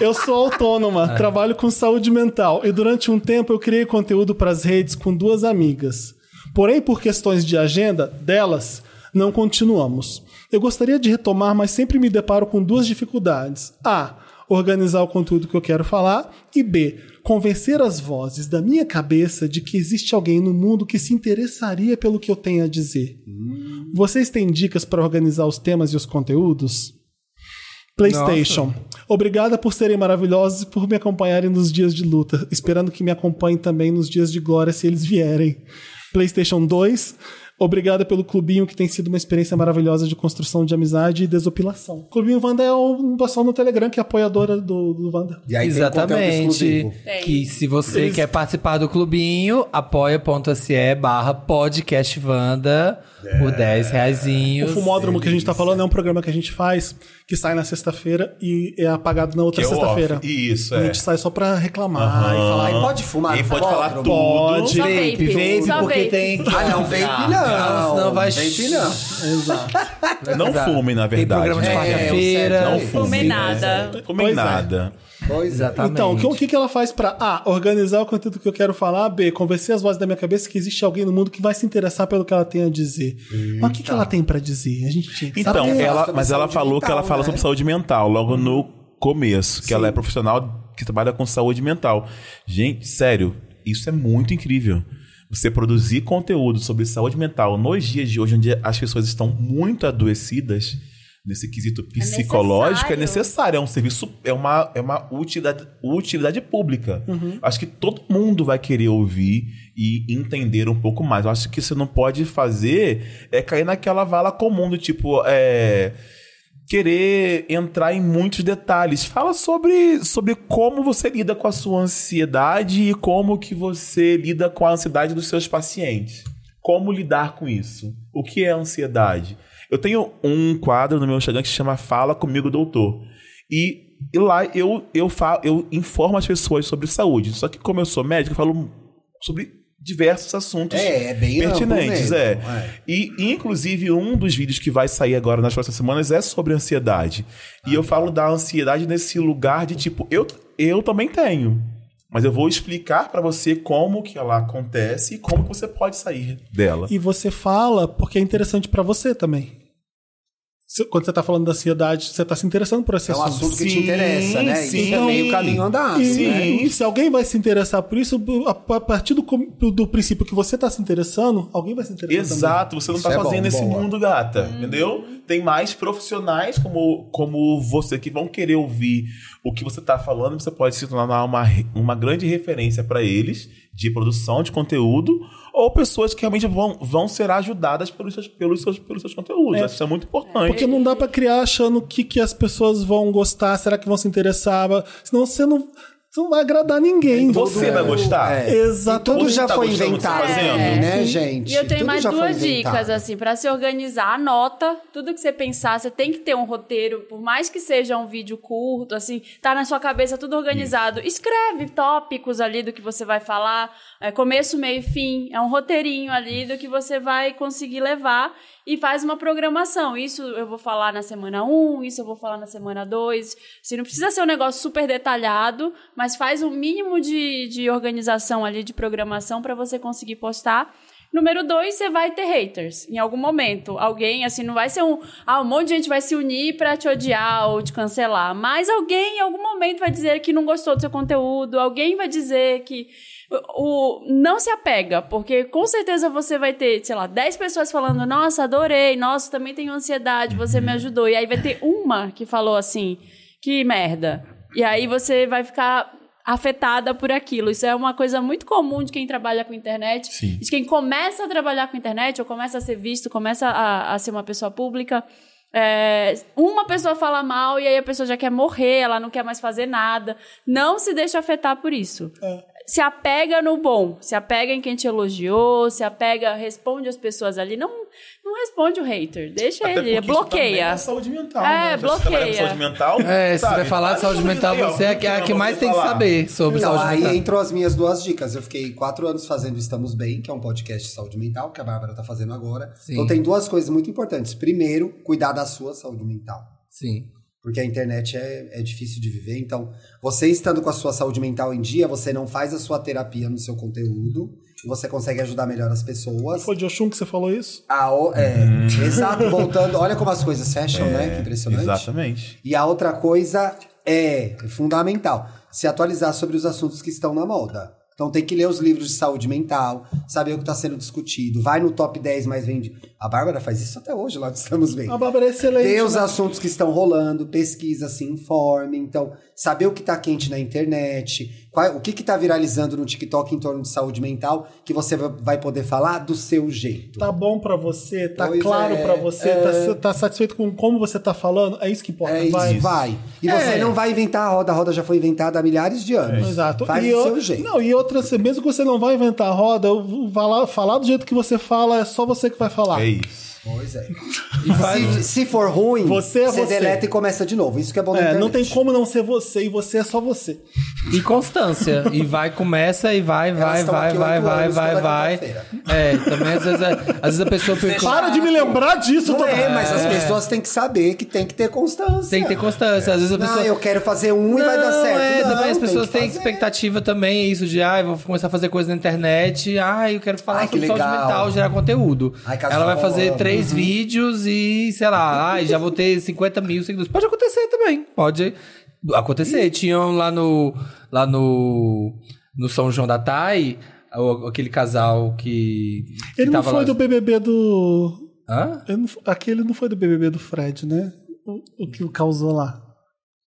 Speaker 1: Eu sou autônoma, trabalho com saúde mental e durante um tempo eu criei conteúdo para as redes com duas amigas. Porém, por questões de agenda delas, não continuamos. Eu gostaria de retomar, mas sempre me deparo com duas dificuldades. A. Organizar o conteúdo que eu quero falar. E B. Convencer as vozes da minha cabeça de que existe alguém no mundo que se interessaria pelo que eu tenho a dizer. Vocês têm dicas para organizar os temas e os conteúdos? PlayStation. Obrigada por serem maravilhosos e por me acompanharem nos dias de luta. Esperando que me acompanhem também nos dias de glória se eles vierem. PlayStation 2. Obrigada pelo clubinho, que tem sido uma experiência maravilhosa de construção de amizade e desopilação. Clubinho Wanda é o pessoal no Telegram, que é apoiadora do, do Wanda.
Speaker 2: E aí
Speaker 3: é
Speaker 2: tem um conteúdo
Speaker 3: Exatamente.
Speaker 2: exclusivo.
Speaker 3: Que se você quer participar do clubinho, apoia.se barra podcastvanda por 10
Speaker 1: O
Speaker 3: reaisinhos.
Speaker 1: Fumódromo que a gente tá falando é um programa que a gente faz, que sai na sexta-feira e é apagado na outra
Speaker 5: Que é o
Speaker 1: sexta-feira.
Speaker 5: off. Isso,
Speaker 1: A
Speaker 5: é.
Speaker 1: gente sai só pra reclamar e falar.
Speaker 2: Aí pode fumar.
Speaker 5: E
Speaker 2: no
Speaker 5: pode falar
Speaker 2: fórum?
Speaker 5: tudo.
Speaker 1: Pode.
Speaker 4: Só
Speaker 3: Vape,
Speaker 4: vape,
Speaker 3: vape,
Speaker 4: só
Speaker 3: porque
Speaker 4: vape.
Speaker 3: tem...
Speaker 2: Ah, não, vape não.
Speaker 3: Não, senão vai-
Speaker 2: Vape não. É, um
Speaker 5: Não fumem, na
Speaker 3: Tem
Speaker 5: verdade.
Speaker 3: programa de
Speaker 5: né?
Speaker 3: quarta-feira.
Speaker 5: Não
Speaker 2: Não
Speaker 5: fumem.
Speaker 4: Fumem
Speaker 5: né?
Speaker 4: nada.
Speaker 5: Fumem
Speaker 1: Pois é.
Speaker 5: nada.
Speaker 2: Pois é.
Speaker 3: Exatamente.
Speaker 1: Então, o que, o que que ela faz pra A, organizar o conteúdo que eu quero falar, B, convencer as vozes da minha cabeça que existe alguém no mundo que vai se interessar pelo que ela tem a dizer. Mas o que, que ela tem pra dizer? A gente tinha que
Speaker 5: Então,
Speaker 1: saber.
Speaker 5: ela,
Speaker 2: sobre
Speaker 5: mas ela
Speaker 2: saúde
Speaker 5: falou que ela
Speaker 2: mental,
Speaker 5: fala
Speaker 2: né?
Speaker 5: sobre saúde mental logo no começo, que ela é profissional que trabalha com saúde mental. Gente, sério, isso é muito incrível. Você produzir conteúdo sobre saúde mental nos dias de hoje, onde as pessoas estão muito adoecidas nesse quesito psicológico, é necessário. É, um serviço, é uma, é uma utilidade, utilidade pública. Acho que todo mundo vai querer ouvir e entender um pouco mais. Eu acho que você não pode fazer é cair naquela vala comum do tipo. É, querer entrar em muitos detalhes. Fala sobre, sobre como você lida com a sua ansiedade e como que você lida com a ansiedade dos seus pacientes. Como lidar com isso? O que é ansiedade? Eu tenho um quadro no meu Instagram que se chama Fala Comigo Doutor. E, e lá eu, eu, falo, eu informo as pessoas sobre saúde. Só que como eu sou médico, eu falo sobre diversos assuntos
Speaker 2: É, é bem amplo
Speaker 5: pertinentes.
Speaker 2: mesmo,
Speaker 5: é.
Speaker 2: é.
Speaker 5: E, inclusive, um dos vídeos que vai sair agora nas próximas semanas é sobre ansiedade. E eu falo da ansiedade nesse lugar de tipo, eu, eu também tenho. Mas eu vou explicar pra você como que ela acontece e como que você pode sair dela.
Speaker 1: E você fala porque é interessante pra você também. Se- Quando você tá falando da ansiedade, você tá se interessando por esse
Speaker 2: É um
Speaker 1: assunto.
Speaker 2: assunto que te
Speaker 5: Sim,
Speaker 2: interessa, né?
Speaker 5: sim.
Speaker 2: Isso é meio caminho andado,
Speaker 1: E,
Speaker 2: né?
Speaker 1: e se alguém vai se interessar por isso, a a partir do, com- do princípio que você tá se interessando, alguém vai se
Speaker 3: tá
Speaker 1: interessar também.
Speaker 5: Exato, você não
Speaker 2: Isso
Speaker 5: tá
Speaker 2: é bom,
Speaker 5: sozinho nesse
Speaker 2: boa.
Speaker 5: mundo, gata,
Speaker 4: Hum.
Speaker 5: entendeu? Tem mais profissionais como, como você que vão querer ouvir o que você tá falando, você pode se tornar uma, re- uma grande referência para eles de produção de conteúdo ou pessoas que realmente vão, vão ser ajudadas pelos seus, pelos seus, pelos seus conteúdos. Acho que Isso é muito importante.
Speaker 1: Porque não dá pra criar achando o que, que as pessoas vão gostar, será que vão se interessar? Senão você não, você não vai agradar ninguém.
Speaker 5: É, você vai gostar.
Speaker 2: É.
Speaker 1: Exato.
Speaker 2: Tudo
Speaker 5: Você
Speaker 2: já
Speaker 5: tá
Speaker 2: foi
Speaker 5: gostando do que tá
Speaker 2: inventado,
Speaker 5: fazendo?
Speaker 2: né, gente?
Speaker 4: E eu tenho
Speaker 2: Tudo
Speaker 4: mais
Speaker 2: já foi
Speaker 4: duas dicas,
Speaker 2: inventado.
Speaker 4: assim, pra se organizar, anota tudo que você pensar, você tem que ter um roteiro, por mais que seja um vídeo curto, assim, tá na sua cabeça tudo organizado. Escreve tópicos ali do que você vai falar, é, começo, meio e fim, é um roteirinho ali do que você vai conseguir levar e faz uma programação. Isso eu vou falar na semana 1, isso eu vou falar na semana 2. Assim, não precisa ser um negócio super detalhado, mas faz um mínimo de, de organização ali, de programação, pra você conseguir postar. Número dois, você vai ter haters em algum momento. Alguém, assim, não vai ser um. Ah, um monte de gente vai se unir pra te odiar ou te cancelar. Mas alguém em algum momento vai dizer que não gostou do seu conteúdo. Alguém vai dizer que. O, o- não se apega, porque com certeza você vai ter, sei lá, 10 pessoas falando: Nossa, adorei, nossa, também tenho ansiedade, você me ajudou. E aí vai ter uma que falou assim: Que merda. E aí você vai ficar afetada por aquilo. Isso é uma coisa muito comum de quem trabalha com internet. De quem começa a trabalhar com internet, ou começa a ser visto, começa a, a ser uma pessoa pública. É, uma pessoa fala mal e aí a pessoa já quer morrer, ela não quer mais fazer nada. Não se deixa afetar por isso.
Speaker 5: É.
Speaker 4: Se apega no bom, se apega em quem te elogiou, se apega, responde as pessoas ali. Não, não responde o hater, deixa
Speaker 5: Até
Speaker 4: ele,
Speaker 5: porque isso também
Speaker 4: bloqueia.
Speaker 5: É saúde mental.
Speaker 4: É,
Speaker 5: né? Já
Speaker 4: bloqueia.
Speaker 5: Você trabalha com saúde mental.
Speaker 3: É, se você
Speaker 5: sabe?
Speaker 3: vai falar de
Speaker 5: Ah,
Speaker 3: saúde
Speaker 5: eu
Speaker 3: mental,
Speaker 5: sei, ó,
Speaker 3: você é a que, a que
Speaker 5: eu
Speaker 3: mais
Speaker 5: vou
Speaker 3: tem que
Speaker 5: falar.
Speaker 3: saber sobre
Speaker 2: Então,
Speaker 3: saúde
Speaker 2: aí
Speaker 3: mental.
Speaker 2: entrou as minhas duas dicas. Eu fiquei quatro anos fazendo Estamos Bem, que é um podcast de saúde mental, que a Bárbara tá fazendo agora.
Speaker 3: Sim.
Speaker 2: Então tem duas coisas muito importantes. Primeiro, cuidar da sua saúde mental.
Speaker 3: Sim.
Speaker 2: Porque a internet é, é difícil de viver. Então, você estando com a sua saúde mental em dia, você não faz a sua terapia no seu conteúdo. Você consegue ajudar melhor as pessoas.
Speaker 1: Foi de Oxum que você falou isso?
Speaker 2: A o- é, *laughs* Exato, voltando. Olha como as coisas fecham, né?
Speaker 5: É,
Speaker 2: Que impressionante.
Speaker 5: Exatamente.
Speaker 2: E a outra coisa é fundamental: se atualizar sobre os assuntos que estão na moda. Então tem que ler os livros de saúde mental, saber o que está sendo discutido. Vai no top 10 mais vendido. A Bárbara faz isso até hoje, lá estamos bem.
Speaker 1: A Bárbara é excelente.
Speaker 2: Vê os
Speaker 1: né?
Speaker 2: assuntos que estão rolando, pesquisa, se informe. Então, saber o que está quente na internet, qual- o que está viralizando no TikTok em torno de saúde mental, que você va- vai poder falar do seu jeito.
Speaker 1: Tá bom pra você, tá
Speaker 2: Pois
Speaker 1: claro
Speaker 2: é,
Speaker 1: pra você,
Speaker 2: é.
Speaker 1: tá, sa- tá satisfeito com como você tá falando? É isso que importa.
Speaker 2: É isso,
Speaker 1: vai.
Speaker 2: vai. E você não vai inventar a roda, a roda já foi inventada há milhares de anos.
Speaker 1: É. Exato.
Speaker 2: Faz
Speaker 1: e
Speaker 2: do
Speaker 1: eu-
Speaker 2: seu jeito.
Speaker 1: Não, e outra, assim, mesmo que você não vai inventar a roda, eu vou falar, falar do jeito que você fala, é só você que vai falar.
Speaker 5: É isso.
Speaker 2: Pois é.
Speaker 3: E faz-
Speaker 2: Se, se for ruim,
Speaker 1: Você é você.
Speaker 2: deleta e começa de novo. Isso que é bom na
Speaker 1: É, não
Speaker 2: internet.
Speaker 1: tem como não ser você e você é só você.
Speaker 3: E constância. E vai, começa e vai, vai,
Speaker 2: estão
Speaker 3: vai,
Speaker 2: aqui
Speaker 3: vai,
Speaker 2: oito
Speaker 3: vai,
Speaker 2: anos,
Speaker 3: vai,
Speaker 2: toda
Speaker 3: vai.
Speaker 2: quinta-feira.
Speaker 3: É, também às vezes, a- às vezes a pessoa fica.
Speaker 1: Para de me lembrar disso,
Speaker 2: É Não
Speaker 1: tô-
Speaker 2: é, mas as pessoas têm que saber que tem que ter constância.
Speaker 3: Tem que ter constância. Às vezes a
Speaker 2: Não,
Speaker 3: pessoa.
Speaker 2: eu quero fazer um e vai dar
Speaker 3: Não,
Speaker 2: certo.
Speaker 3: É,
Speaker 2: Não,
Speaker 3: também as
Speaker 2: tem
Speaker 3: pessoas têm
Speaker 2: fazer.
Speaker 3: expectativa também, isso de, ah, eu vou começar a fazer coisa na internet, ah, eu quero falar
Speaker 2: Ai, que
Speaker 3: sobre saúde
Speaker 2: legal.
Speaker 3: mental, gerar conteúdo.
Speaker 2: Ai, Uhum. caso
Speaker 3: Ela vai
Speaker 2: de
Speaker 3: fazer
Speaker 2: amor.
Speaker 3: três vídeos e, sei lá, ai, já vou ter 50 mil seguidores. Pode acontecer também, pode acontecer. Tinham lá no, lá no, no São João da Tai, o- aquele casal que, que
Speaker 1: Ele não
Speaker 3: tava
Speaker 1: foi
Speaker 3: lá...
Speaker 1: do BBB do.
Speaker 3: Hã?
Speaker 1: ele não- Aquele não foi do BBB do Fred, né? O, o que o causou lá.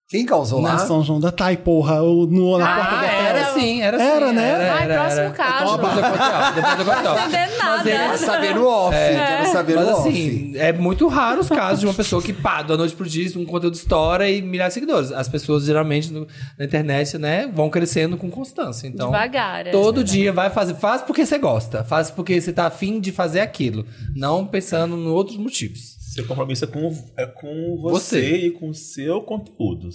Speaker 2: Quem causou
Speaker 1: Na
Speaker 2: lá?
Speaker 1: São João da Tai, porra. ou no, na porta
Speaker 3: Ah,
Speaker 1: da
Speaker 3: era
Speaker 1: tela.
Speaker 3: sim, era sim.
Speaker 1: Era, né?
Speaker 4: Ai, próximo
Speaker 5: Então,
Speaker 4: caso.
Speaker 3: Depois eu conto, ó, depois eu conto, ó.
Speaker 4: Não entendendo
Speaker 3: Mas
Speaker 4: nada.
Speaker 3: ele-
Speaker 2: Quero saber no off. Quero saber
Speaker 3: Mas
Speaker 2: no off.
Speaker 3: assim, é muito raro os casos de uma pessoa que pá, da noite pro dia, um conteúdo estoura e milhares de seguidores. As pessoas geralmente no- na internet, né, vão crescendo com constância. Então,
Speaker 4: Devagar, é,
Speaker 3: todo
Speaker 4: né?
Speaker 3: dia vai fazer, faz porque você gosta, faz porque você tá afim de fazer aquilo, não pensando em outros motivos.
Speaker 5: Seu compromisso é com, é com você,
Speaker 3: Você.
Speaker 5: e com o seu conteúdo.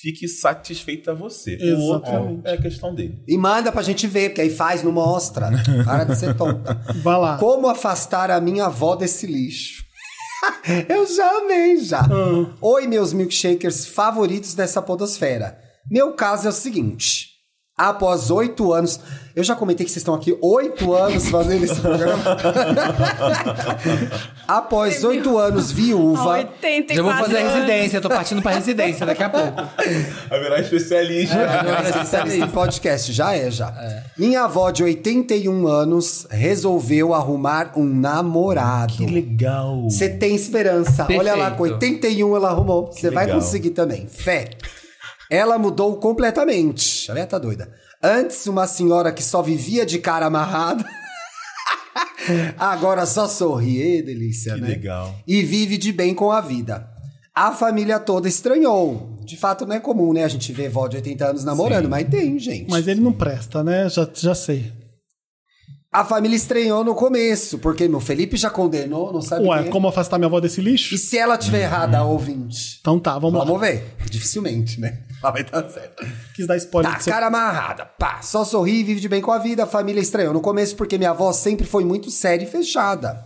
Speaker 5: Fique satisfeito a você. O outro
Speaker 1: Exatamente.
Speaker 5: é questão dele.
Speaker 2: E manda pra gente ver, porque aí faz, não mostra. Para de ser tonta.
Speaker 1: Vai lá.
Speaker 2: Como afastar a minha avó desse lixo? *laughs* Eu já amei, já. Oi, meus milkshakers favoritos dessa podosfera. Meu caso é o seguinte. Após oito anos... Eu já comentei que vocês estão aqui oito anos fazendo esse *laughs* programa. Após oito anos viúva...
Speaker 4: 84
Speaker 3: Eu vou fazer
Speaker 4: anos.
Speaker 3: residência, tô partindo
Speaker 4: *laughs*
Speaker 3: pra residência daqui a pouco.
Speaker 5: A virar especialista.
Speaker 2: É. Especialista em podcast, já é, já. Minha avó de 81 anos resolveu arrumar um namorado. Que legal. Você tem esperança. Olha lá, com
Speaker 3: Perfeito.
Speaker 2: 81 ela arrumou. Você vai
Speaker 5: legal.
Speaker 2: conseguir também. Fé. Ela mudou completamente. A velha tá doida. Antes, uma senhora que só vivia de cara amarrada. *laughs* Agora só sorri. Ê, delícia,
Speaker 5: Que
Speaker 2: né?
Speaker 5: legal.
Speaker 2: e vive de bem com a vida. A família toda estranhou. De fato, não é comum, né? A gente vê vó de 80 anos namorando, mas tem, gente.
Speaker 1: Mas é- ele não presta, né? Já, já sei.
Speaker 2: A família estranhou no começo, porque meu Felipe já condenou, não sabe
Speaker 1: Ué,
Speaker 2: quem é.
Speaker 1: como afastar minha avó desse lixo?
Speaker 2: E se ela
Speaker 5: Uhum.
Speaker 2: tiver errada, ouvinte?
Speaker 1: Então tá, vamos,
Speaker 2: Vamos
Speaker 1: lá.
Speaker 2: ver. *laughs* Dificilmente, né? *laughs* Ela vai dar certo.
Speaker 1: Quis dar spoiler
Speaker 2: Tá,
Speaker 1: do seu-
Speaker 2: cara amarrada, pá. Só sorri e vive de bem com a vida. A família estranhou no começo porque minha avó sempre foi muito séria e fechada.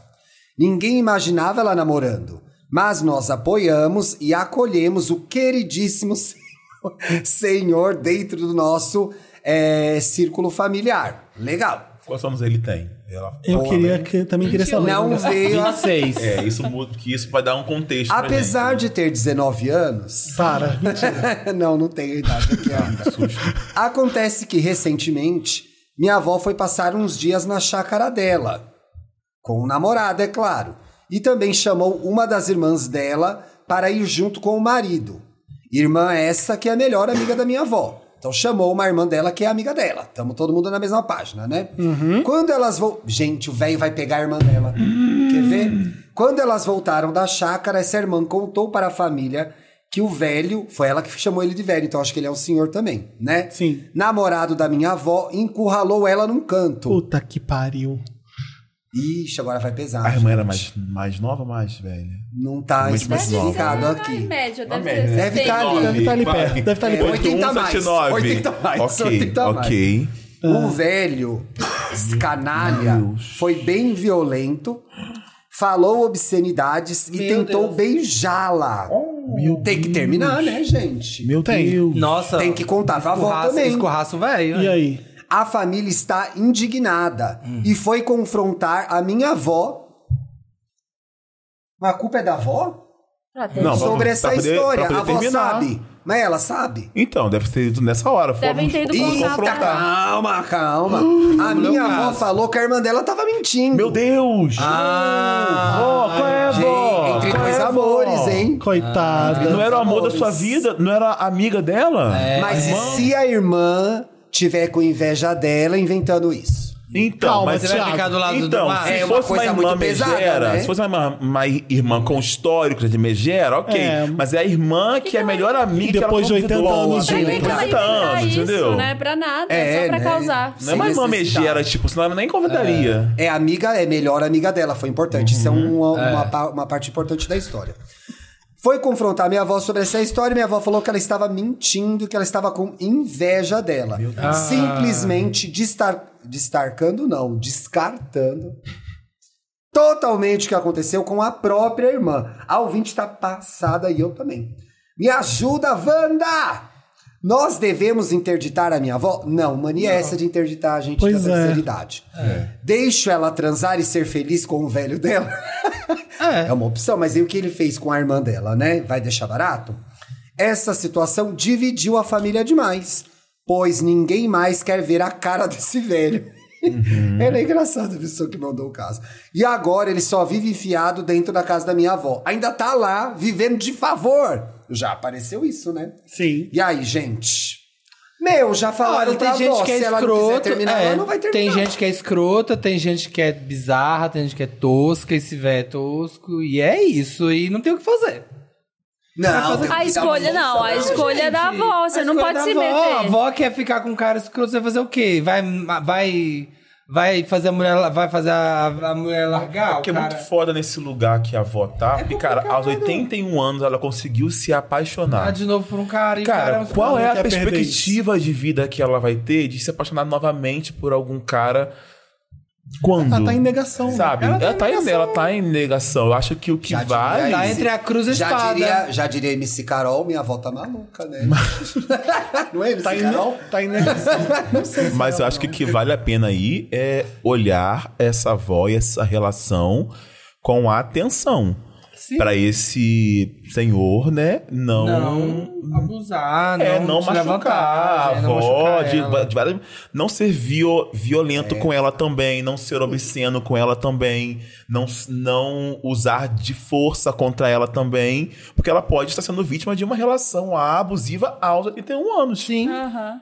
Speaker 2: Ninguém imaginava ela namorando. Mas nós apoiamos e acolhemos o queridíssimo *laughs* senhor- senhor dentro do nosso eh, círculo familiar. Legal.
Speaker 5: Quantos anos ele tem? Ela-
Speaker 1: Eu
Speaker 2: Boa,
Speaker 1: queria que também queria saber.
Speaker 2: Não veio. a-
Speaker 3: 26.
Speaker 5: É, isso muda, que isso vai dar um contexto.
Speaker 2: Apesar
Speaker 5: pra
Speaker 2: de ter 19 anos,
Speaker 1: Para.
Speaker 2: não, não tenho idade aqui ainda. Acontece que recentemente minha avó foi passar uns dias na chácara dela. Com o namorado, é claro. E também chamou uma das irmãs dela para ir junto com o marido. Irmã essa que é a melhor amiga da minha avó. Então chamou uma irmã dela que é amiga dela. Tamo todo mundo na mesma página, né?
Speaker 1: Uhum.
Speaker 2: Quando elas vão. Gente, o velho vai pegar a irmã dela. Quer ver? Quando elas voltaram da chácara, essa irmã contou para a família que o velho. Foi ela que chamou ele de velho, então acho que ele é um senhor também, né?
Speaker 1: Sim.
Speaker 2: Namorado da minha avó encurralou ela num canto.
Speaker 1: Puta que pariu.
Speaker 2: Ixi, agora vai pesar.
Speaker 5: A irmã era
Speaker 2: gente.
Speaker 5: mais, mais nova ou mais velha?
Speaker 2: Não tá
Speaker 5: Muito mais
Speaker 2: especificado
Speaker 4: Não,
Speaker 2: aqui.
Speaker 4: Em é média, deve
Speaker 5: média,
Speaker 4: ser.
Speaker 5: né?
Speaker 2: Deve tá ali.
Speaker 1: Deve tá ali
Speaker 5: Vai.
Speaker 1: perto, deve tá ali perto.
Speaker 2: 80 mais,
Speaker 5: 79.
Speaker 2: 80 mais,
Speaker 5: Ok,
Speaker 2: 80 mais.
Speaker 5: ok.
Speaker 2: O velho canalha foi bem violento, falou obscenidades e tentou beijá-la. Tem que terminar, né, gente?
Speaker 5: Meu
Speaker 1: Tem.
Speaker 5: Deus.
Speaker 3: Nossa.
Speaker 2: Tem que contar pra avó
Speaker 3: escorraço,
Speaker 2: também.
Speaker 3: escorraço velho. né?
Speaker 1: E aí?
Speaker 2: A família está indignada
Speaker 5: Hum.
Speaker 2: e foi confrontar a minha avó. Mas A é culpa é da avó?
Speaker 4: Ah, tem-
Speaker 5: Não,
Speaker 2: sobre
Speaker 5: pra-
Speaker 2: essa
Speaker 5: pra poder-
Speaker 2: história.
Speaker 5: pra poder
Speaker 2: a avó
Speaker 5: terminar.
Speaker 2: sabe. Mas ela sabe.
Speaker 5: Então, deve ter ido nessa hora.
Speaker 4: Devem
Speaker 5: fomos
Speaker 4: ter ido
Speaker 5: nos
Speaker 4: confrontar.
Speaker 5: confrontar. Hum,
Speaker 2: Calma, calma. a
Speaker 3: não é o
Speaker 2: minha avó
Speaker 3: caso.
Speaker 2: falou que a irmã dela tava mentindo.
Speaker 5: Meu Deus!
Speaker 3: Ah,
Speaker 5: Vó, qual é,
Speaker 2: Gente,
Speaker 5: vó?
Speaker 2: entre
Speaker 5: Qual
Speaker 2: dois
Speaker 5: é, vó?
Speaker 2: amores, hein?
Speaker 1: Coitada.
Speaker 5: Ah, Não é era o amor da sua
Speaker 2: Amores. É.
Speaker 5: vida? Não era a amiga dela?
Speaker 2: Mas e se a irmã tiver com inveja dela inventando isso?
Speaker 5: Então,
Speaker 1: Calma,
Speaker 5: mas
Speaker 1: você
Speaker 3: Você vai
Speaker 1: Thiago,
Speaker 3: ficar do lado
Speaker 5: então,
Speaker 3: do
Speaker 5: se
Speaker 3: mar?
Speaker 2: é uma
Speaker 5: fosse uma,
Speaker 2: coisa
Speaker 5: irmã
Speaker 2: muito pesada,
Speaker 5: megera,
Speaker 2: né?
Speaker 5: se fosse uma irmã, uma irmã com histórico de megera, ok.
Speaker 1: É.
Speaker 5: Mas é a irmã
Speaker 4: Então,
Speaker 5: que é a melhor amiga.
Speaker 1: depois de 80 anos
Speaker 4: Pra
Speaker 1: Sim,
Speaker 4: que que ela ia
Speaker 5: 80
Speaker 4: inventar
Speaker 5: anos,
Speaker 4: isso,
Speaker 5: entendeu?
Speaker 4: né? Pra nada,
Speaker 2: É,
Speaker 4: só pra
Speaker 2: né?
Speaker 4: causar.
Speaker 5: Não é uma
Speaker 2: Sem
Speaker 5: irmã
Speaker 2: necessidade.
Speaker 5: megera, tipo, senão ela nem convidaria.
Speaker 2: É amiga, é melhor amiga dela, foi importante. Isso é, uma, uma pa- uma parte importante da história. Foi confrontar minha avó sobre essa história e minha avó falou que ela estava mentindo, que ela estava com inveja dela. Simplesmente destar, destarcando, não, descartando totalmente o que aconteceu com a própria irmã. A ouvinte tá passada e eu também. Me ajuda, Wanda! Nós devemos interditar a minha avó? Não, mania é essa de interditar a gente
Speaker 1: Pois
Speaker 2: da
Speaker 1: é.
Speaker 2: terceira idade. Deixo ela transar e ser feliz com o velho dela?
Speaker 3: *laughs*
Speaker 2: é. uma opção, mas e o que ele fez com a irmã dela, né? Vai deixar barato? Essa situação dividiu a família demais, pois ninguém mais quer ver a cara desse velho.
Speaker 3: Uhum.
Speaker 2: Ela é engraçada a pessoa que mandou o caso. E agora ele só vive enfiado dentro da casa da minha avó. Ainda tá lá, vivendo de favor. Já apareceu isso, né?
Speaker 1: Sim.
Speaker 2: E aí, gente? Meu, já falaram
Speaker 3: Olha,
Speaker 2: pra
Speaker 3: tem gente
Speaker 2: avó,
Speaker 3: que é
Speaker 2: se ela não quiser
Speaker 3: escrota.
Speaker 2: terminar,
Speaker 3: é,
Speaker 2: ela não vai terminar.
Speaker 3: Tem gente que é escrota, tem gente que é bizarra, tem gente que é tosca, esse véio é tosco. E é isso, e não tem o que fazer.
Speaker 2: Não, tem que
Speaker 4: A
Speaker 2: dar
Speaker 4: escolha,
Speaker 2: uma
Speaker 4: não, a
Speaker 2: solução.
Speaker 4: escolha é da
Speaker 3: Gente,
Speaker 4: avó, você
Speaker 3: a
Speaker 4: não
Speaker 3: escolha
Speaker 4: pode
Speaker 3: da
Speaker 4: se
Speaker 3: avó.
Speaker 4: meter.
Speaker 3: A avó quer ficar com um cara escroto, você vai fazer o quê? Vai, vai, vai fazer a mulher, vai fazer a, a mulher largar
Speaker 5: Porque
Speaker 3: o
Speaker 5: é
Speaker 3: cara?
Speaker 5: muito foda nesse lugar que a avó
Speaker 2: É
Speaker 5: tá. e, cara, aos 81 anos ela conseguiu se
Speaker 3: Ah,
Speaker 5: apaixonar.
Speaker 3: de novo por um cara. E o
Speaker 5: Cara,
Speaker 3: cara um
Speaker 5: qual é
Speaker 1: não
Speaker 5: a
Speaker 1: quer perder
Speaker 5: perspectiva de vida que ela vai ter de se apaixonar novamente por algum cara quando?
Speaker 1: Ela tá em negação.
Speaker 5: Sabe? Ela,
Speaker 3: Ela tá em
Speaker 5: tá, em,
Speaker 3: negação.
Speaker 5: ela tá em negação. Eu acho que o que
Speaker 2: Já
Speaker 5: vai.
Speaker 2: diria
Speaker 3: Tá
Speaker 2: Aí,
Speaker 3: entre a cruz e a
Speaker 2: Já
Speaker 3: espada.
Speaker 2: diria, já diria MC Carol, minha avó tá maluca, né? *laughs* não é MC
Speaker 1: Tá em,
Speaker 2: Carol?
Speaker 1: tá em negação. Não sei se
Speaker 5: Mas eu
Speaker 1: ela-
Speaker 5: acho que o que vale a pena aí é olhar essa avó e essa relação com atenção.
Speaker 3: Sim.
Speaker 5: Pra esse senhor, né? Não.
Speaker 3: Não abusar, não,
Speaker 5: É, não
Speaker 3: te
Speaker 5: machucar
Speaker 3: levantar,
Speaker 5: a
Speaker 3: é, não
Speaker 5: avó,
Speaker 3: machucar
Speaker 5: de,
Speaker 3: ela.
Speaker 5: de várias- não ser vio- violento com ela também, não ser obsceno com ela também, não, s- não usar de força contra ela também, porque ela pode estar sendo vítima de uma relação abusiva aos 81 anos. Sim.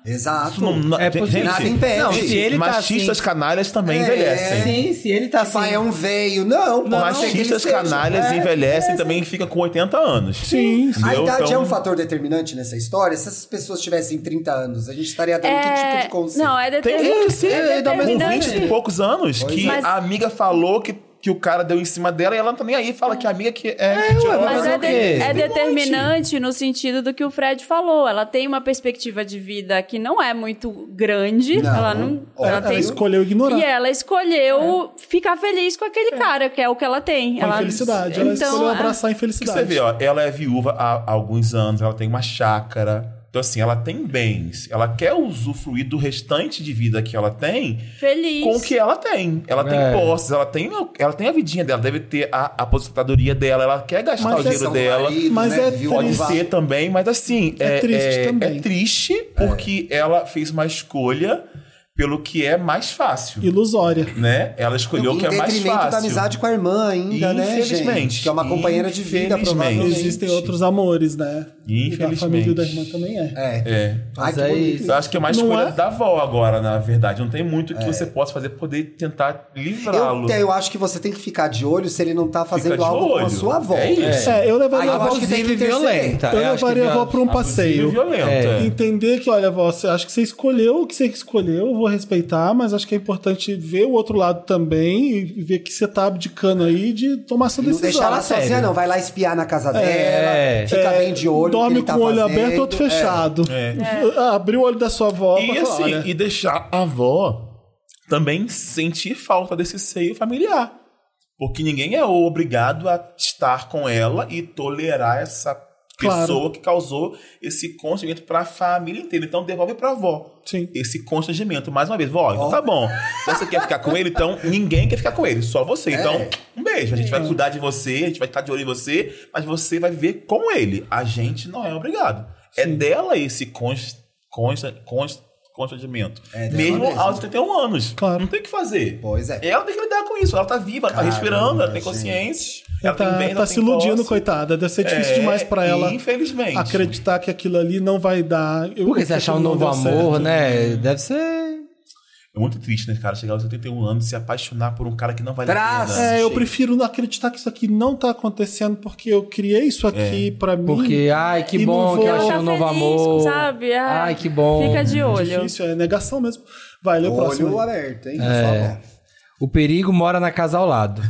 Speaker 2: Exato.
Speaker 3: É possível.
Speaker 2: Nada impede.
Speaker 3: Não, se ele tá
Speaker 5: machistas
Speaker 3: assim-
Speaker 5: canalhas também envelhecem.
Speaker 3: Sim, É, se ele tá assim...
Speaker 2: Pai é um veio. Não, pode ser que ele
Speaker 5: machistas
Speaker 2: seja.
Speaker 5: canalhas envelhecem também fica com 80 anos.
Speaker 1: Sim, sim.
Speaker 2: A
Speaker 5: Entendeu?
Speaker 2: idade é
Speaker 5: Então-
Speaker 2: um fator determinante nessa história? Se essas pessoas tivessem 30 anos, a gente estaria dando que tipo de conselho?
Speaker 4: É, Não, é
Speaker 5: Tem um
Speaker 4: determinante.
Speaker 5: esse,
Speaker 4: é
Speaker 5: com
Speaker 4: determinante.
Speaker 5: 20 e poucos anos, que
Speaker 4: é.
Speaker 5: a amiga falou que, que o cara deu em cima dela e ela não tá nem aí, fala que a amiga que é. mentirosa.
Speaker 3: ué,
Speaker 4: Mas
Speaker 3: Fazer
Speaker 4: é,
Speaker 3: o
Speaker 4: de-
Speaker 3: quê?
Speaker 4: é
Speaker 3: Tem
Speaker 4: determinante no sentido do que o Fred falou. Ela tem uma perspectiva de vida que não é muito grande.
Speaker 2: Não.
Speaker 4: Ela não.
Speaker 2: Olha,
Speaker 4: Ela
Speaker 1: Ela
Speaker 4: tem.
Speaker 1: escolheu ignorar.
Speaker 4: E ela escolheu ficar feliz com aquele cara, que é o que ela tem.
Speaker 1: Com a
Speaker 4: ela... então,
Speaker 1: infelicidade. Ela escolheu abraçar a
Speaker 5: Que
Speaker 1: infelicidade.
Speaker 5: você vê, ó, ela é viúva há alguns anos, ela tem uma chácara. Então, assim, ela tem bens, ela quer usufruir do restante de vida que ela tem
Speaker 4: ah, Feliz.
Speaker 5: com o que ela tem. Ela tem
Speaker 3: É.
Speaker 5: posses, ela tem, ela tem a vidinha dela, deve ter a a aposentadoria dela, ela quer gastar
Speaker 1: Mas
Speaker 5: o
Speaker 1: é
Speaker 5: dinheiro
Speaker 1: só
Speaker 2: São
Speaker 5: dela.
Speaker 2: marido,
Speaker 1: Mas
Speaker 2: né,
Speaker 1: é
Speaker 2: viu,
Speaker 5: Pode
Speaker 1: triste.
Speaker 2: vá.
Speaker 5: ser também, mas assim.
Speaker 1: É triste também.
Speaker 5: É triste porque
Speaker 2: É.
Speaker 5: ela fez uma escolha pelo que é mais fácil.
Speaker 1: Ilusória.
Speaker 5: Né? Ela escolheu o
Speaker 2: em
Speaker 5: que é mais
Speaker 2: detrimento
Speaker 5: fácil.
Speaker 2: da amizade com a irmã ainda, né,
Speaker 5: Infelizmente.
Speaker 2: gente? Que é uma companheira de vida,
Speaker 5: Infelizmente.
Speaker 2: provavelmente.
Speaker 1: Existem outros amores, né? E da
Speaker 5: Infelizmente.
Speaker 1: família e da irmã também é.
Speaker 2: É.
Speaker 5: É.
Speaker 2: Ai, que
Speaker 3: Mas é
Speaker 2: bonito.
Speaker 3: isso.
Speaker 5: Eu acho que é uma
Speaker 1: Não
Speaker 5: escolha
Speaker 1: é?
Speaker 5: da avó agora, na verdade. Não tem muito que você possa fazer pra poder tentar livrá-lo.
Speaker 2: É. Eu, eu acho que você tem que ficar de olho se ele não tá
Speaker 5: Fica
Speaker 2: fazendo
Speaker 5: de
Speaker 2: algo com a
Speaker 5: olho.
Speaker 2: sua avó.
Speaker 5: É isso.
Speaker 1: É, eu levaria
Speaker 2: Aí
Speaker 1: a
Speaker 2: eu
Speaker 1: avó,
Speaker 2: acho que tem
Speaker 3: Inclusive
Speaker 2: que é,
Speaker 3: violenta.
Speaker 2: violenta.
Speaker 1: eu
Speaker 3: acho que
Speaker 1: levaria a avó pra um
Speaker 5: Abusivo e
Speaker 1: passeio. Então,
Speaker 5: violento.
Speaker 3: É.
Speaker 5: é.
Speaker 1: Entender que, olha, avó, você acho que você escolheu o que você escolheu, eu vou respeitar, mas acho que é importante ver o outro lado também e ver que você tá abdicando aí de tomar sua
Speaker 2: Não
Speaker 1: decisão.
Speaker 2: deixa ela sozinha,
Speaker 3: sério.
Speaker 2: não. Vai lá espiar na casa dela.
Speaker 3: É.
Speaker 2: Fica
Speaker 1: É,
Speaker 2: bem de olho.
Speaker 1: Dorme
Speaker 2: no que ele tá
Speaker 1: com o olho
Speaker 2: fazendo.
Speaker 1: aberto e outro
Speaker 2: É.
Speaker 1: fechado.
Speaker 5: É.
Speaker 1: Ah, Abriu o olho da sua avó
Speaker 5: E
Speaker 1: pra falar, né?
Speaker 5: assim,
Speaker 1: olha,
Speaker 5: e deixar a avó também sentir falta desse seio familiar. Porque ninguém é obrigado a estar com ela e tolerar essa
Speaker 1: Claro.
Speaker 5: pessoa que causou esse constrangimento pra família inteira. Então devolve pra avó.
Speaker 1: Sim.
Speaker 5: Esse constrangimento. Mais uma vez, vó, então tá bom. Você quer ficar com ele, então ninguém quer ficar com ele, só você.
Speaker 1: É.
Speaker 5: Então, um beijo. A gente vai cuidar de você, a gente vai estar de olho em você, mas você vai viver com ele. A gente não é obrigado. É dela esse const, consta, const, constrangimento.
Speaker 2: É dela
Speaker 5: mesmo
Speaker 2: mesmo.
Speaker 5: aos 31 anos.
Speaker 1: Claro.
Speaker 5: Não tem o que fazer.
Speaker 2: Pois é.
Speaker 5: Ela tem que lidar com isso. Ela tá viva, ela tá
Speaker 2: Caramba,
Speaker 5: respirando, ela tem
Speaker 2: gente.
Speaker 5: consciência.
Speaker 1: Ela
Speaker 5: tem
Speaker 1: tá,
Speaker 5: bem,
Speaker 1: tá
Speaker 5: ela
Speaker 1: se
Speaker 5: tem
Speaker 1: iludindo,
Speaker 5: posse.
Speaker 1: coitada. Deve ser difícil
Speaker 5: É,
Speaker 1: demais pra ela
Speaker 5: Infelizmente.
Speaker 1: acreditar que aquilo ali não vai dar. Eu-
Speaker 3: Porque você achar um
Speaker 1: aquilo não
Speaker 3: novo
Speaker 1: deu
Speaker 3: amor,
Speaker 1: certo.
Speaker 3: né? Deve ser.
Speaker 5: É muito triste, né, cara? Chegar aos 81 anos e se apaixonar por um cara que não vale
Speaker 2: Traz.
Speaker 5: a pena.
Speaker 1: É, eu
Speaker 2: Sim.
Speaker 1: prefiro não acreditar que isso aqui não tá acontecendo porque eu criei isso
Speaker 5: É.
Speaker 1: aqui pra mim.
Speaker 3: Porque, ai,
Speaker 1: E
Speaker 3: que
Speaker 1: não
Speaker 3: bom
Speaker 1: vou-
Speaker 3: que ela
Speaker 1: Ela
Speaker 3: achou
Speaker 4: tá
Speaker 3: um novo
Speaker 4: feliz,
Speaker 3: amor.
Speaker 4: sabe? Ah,
Speaker 3: Ai, que bom.
Speaker 4: Fica de olho.
Speaker 1: Difícil, é negação mesmo. Vai, lê o próximo.
Speaker 2: Olho
Speaker 1: aí.
Speaker 2: aberto, hein? É.
Speaker 3: O perigo mora na casa ao lado.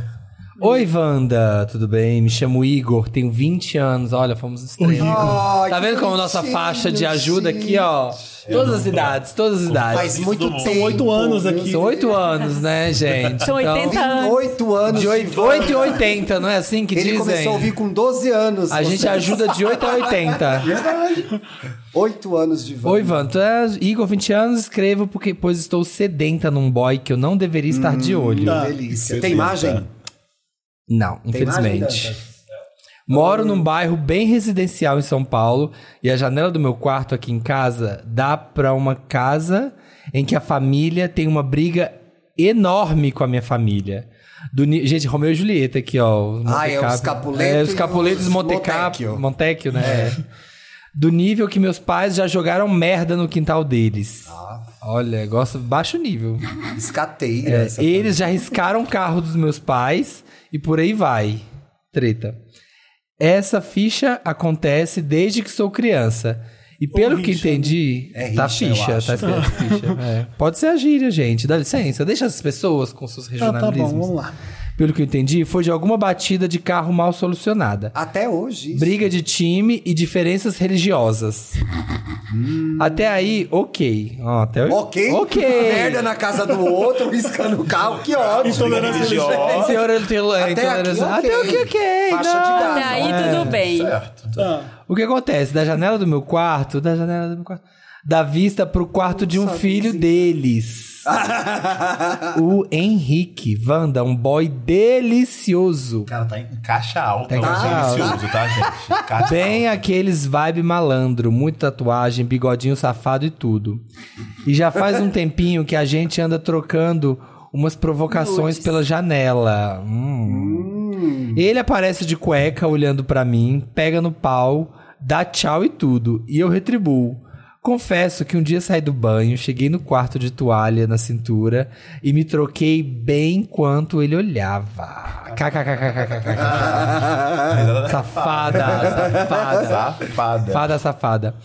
Speaker 3: Oi, Wanda, tudo bem? Me chamo Igor, tenho 20 anos. Olha, fomos os três.
Speaker 2: Ai,
Speaker 3: Tá
Speaker 2: que
Speaker 3: vendo como nossa
Speaker 2: bonitinho,
Speaker 3: faixa de ajuda aqui, ó? Todas as idades, todas as
Speaker 2: Faz
Speaker 3: idades.
Speaker 2: muito
Speaker 5: do mundo.
Speaker 2: tempo.
Speaker 1: São oito anos
Speaker 2: viu?
Speaker 1: aqui.
Speaker 3: São oito anos, né, gente?
Speaker 4: São 80 anos.
Speaker 2: Oito anos.
Speaker 3: De oito- oito e 80, não é assim que
Speaker 2: Ele
Speaker 3: dizem?
Speaker 2: começou a ouvir com 12 anos.
Speaker 3: A gente
Speaker 2: *laughs*
Speaker 3: ajuda de 8 a 80.
Speaker 2: Verdade. Oito anos de Wanda.
Speaker 3: Oi, Ivan. Tu é Igor, 20 anos, escrevo porque pois estou sedenta num boy que eu não deveria estar de
Speaker 2: Hum.
Speaker 3: olho.
Speaker 1: tá.
Speaker 2: Delícia. Tem imagem?
Speaker 3: Não,
Speaker 2: Tem imagem,
Speaker 3: infelizmente.
Speaker 2: Dantas?
Speaker 3: Moro num bairro bem residencial em São Paulo e a janela do meu quarto aqui em casa dá pra uma casa em que a família tem uma briga enorme com a minha família. Do ni- gente, Romeu e Julieta aqui, ó. os
Speaker 2: Ah,
Speaker 3: Monte
Speaker 2: é os
Speaker 3: Cap-
Speaker 2: Capuleto
Speaker 3: É, os
Speaker 2: e
Speaker 3: Capuletos
Speaker 2: os É.
Speaker 3: Montecap-
Speaker 2: Montecchio.
Speaker 3: Montecchio, né? Do nível que meus pais já jogaram merda no quintal deles.
Speaker 2: Ah.
Speaker 3: Olha, gosto baixo nível.
Speaker 2: Escateira.
Speaker 3: É,
Speaker 2: essa
Speaker 3: eles já riscaram o carro dos meus pais e por aí vai. Treta. Essa ficha acontece desde que sou criança. E pelo que
Speaker 1: rixa,
Speaker 3: entendi,
Speaker 2: É
Speaker 3: tá
Speaker 2: rixa, eu
Speaker 3: ficha,
Speaker 2: acho.
Speaker 3: tá escrito
Speaker 2: *laughs*
Speaker 3: ficha. é. Pode ser a gíria, gente. Dá licença, deixa as pessoas com seus
Speaker 1: Ah, tá bom,
Speaker 3: regionalismos.
Speaker 1: vamos lá.
Speaker 3: Pelo que eu entendi, foi de alguma batida de carro mal solucionada.
Speaker 2: Até hoje. isso.
Speaker 3: Briga de time e diferenças religiosas. Até aí, ok. Ó, até...
Speaker 2: Hum. Ok.
Speaker 3: Ok.
Speaker 2: *laughs* Merda na casa do outro, *laughs* riscando o carro. Que ótimo.
Speaker 5: Intolerância religiosa.
Speaker 3: Senhor, ele tem- é,
Speaker 2: Até aqui,
Speaker 3: intolerância.
Speaker 2: ok.
Speaker 3: Até aqui, ok.
Speaker 2: Faixa
Speaker 3: não.
Speaker 1: né?
Speaker 2: de gás.
Speaker 4: Até Tá
Speaker 2: né?
Speaker 4: aí tudo bem.
Speaker 5: Certo.
Speaker 1: Tá.
Speaker 3: O que acontece? Da janela do meu quarto, da janela do meu quarto, da vista pro quarto de um filho deles. o Henrique Wanda, um boy delicioso.
Speaker 5: Cara, tá em caixa alta.
Speaker 3: Tá em
Speaker 5: hoje,
Speaker 3: caixa alta.
Speaker 5: delicioso, tá, gente? Caixa
Speaker 3: Bem
Speaker 5: alta.
Speaker 3: aqueles vibe malandro, muita tatuagem, bigodinho safado e tudo. E já faz um tempinho que a gente anda trocando umas provocações pela janela. Hum. Ele aparece de cueca olhando pra mim, pega no pau, dá tchau e tudo, e eu retribuo. Confesso que um dia saí do banho, cheguei no quarto de toalha na cintura e me troquei bem enquanto ele olhava. KKKKKK. Safada, safada.
Speaker 5: Safada.
Speaker 3: É. Fada safada.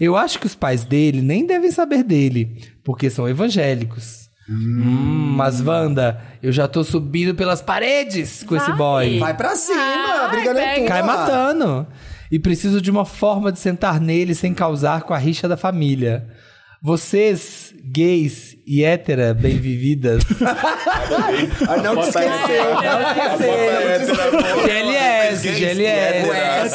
Speaker 3: Eu acho que os pais dele nem devem saber dele, porque são evangélicos. Hum, mas, Wanda, eu já tô subindo pelas paredes com esse
Speaker 4: Vai.
Speaker 3: boy.
Speaker 2: *laughs* Vai pra cima.
Speaker 4: Ai,
Speaker 2: a briga não é
Speaker 4: Ah, pega.
Speaker 2: tua.
Speaker 3: Cai matando. E preciso de uma forma de sentar nele sem causar com a rixa da família. Vocês, gays e hétera,
Speaker 1: *laughs*
Speaker 3: bem-vividas.
Speaker 2: Ah, não te esqueceu.
Speaker 3: GLS,
Speaker 2: hétero.
Speaker 5: é,
Speaker 3: GLS.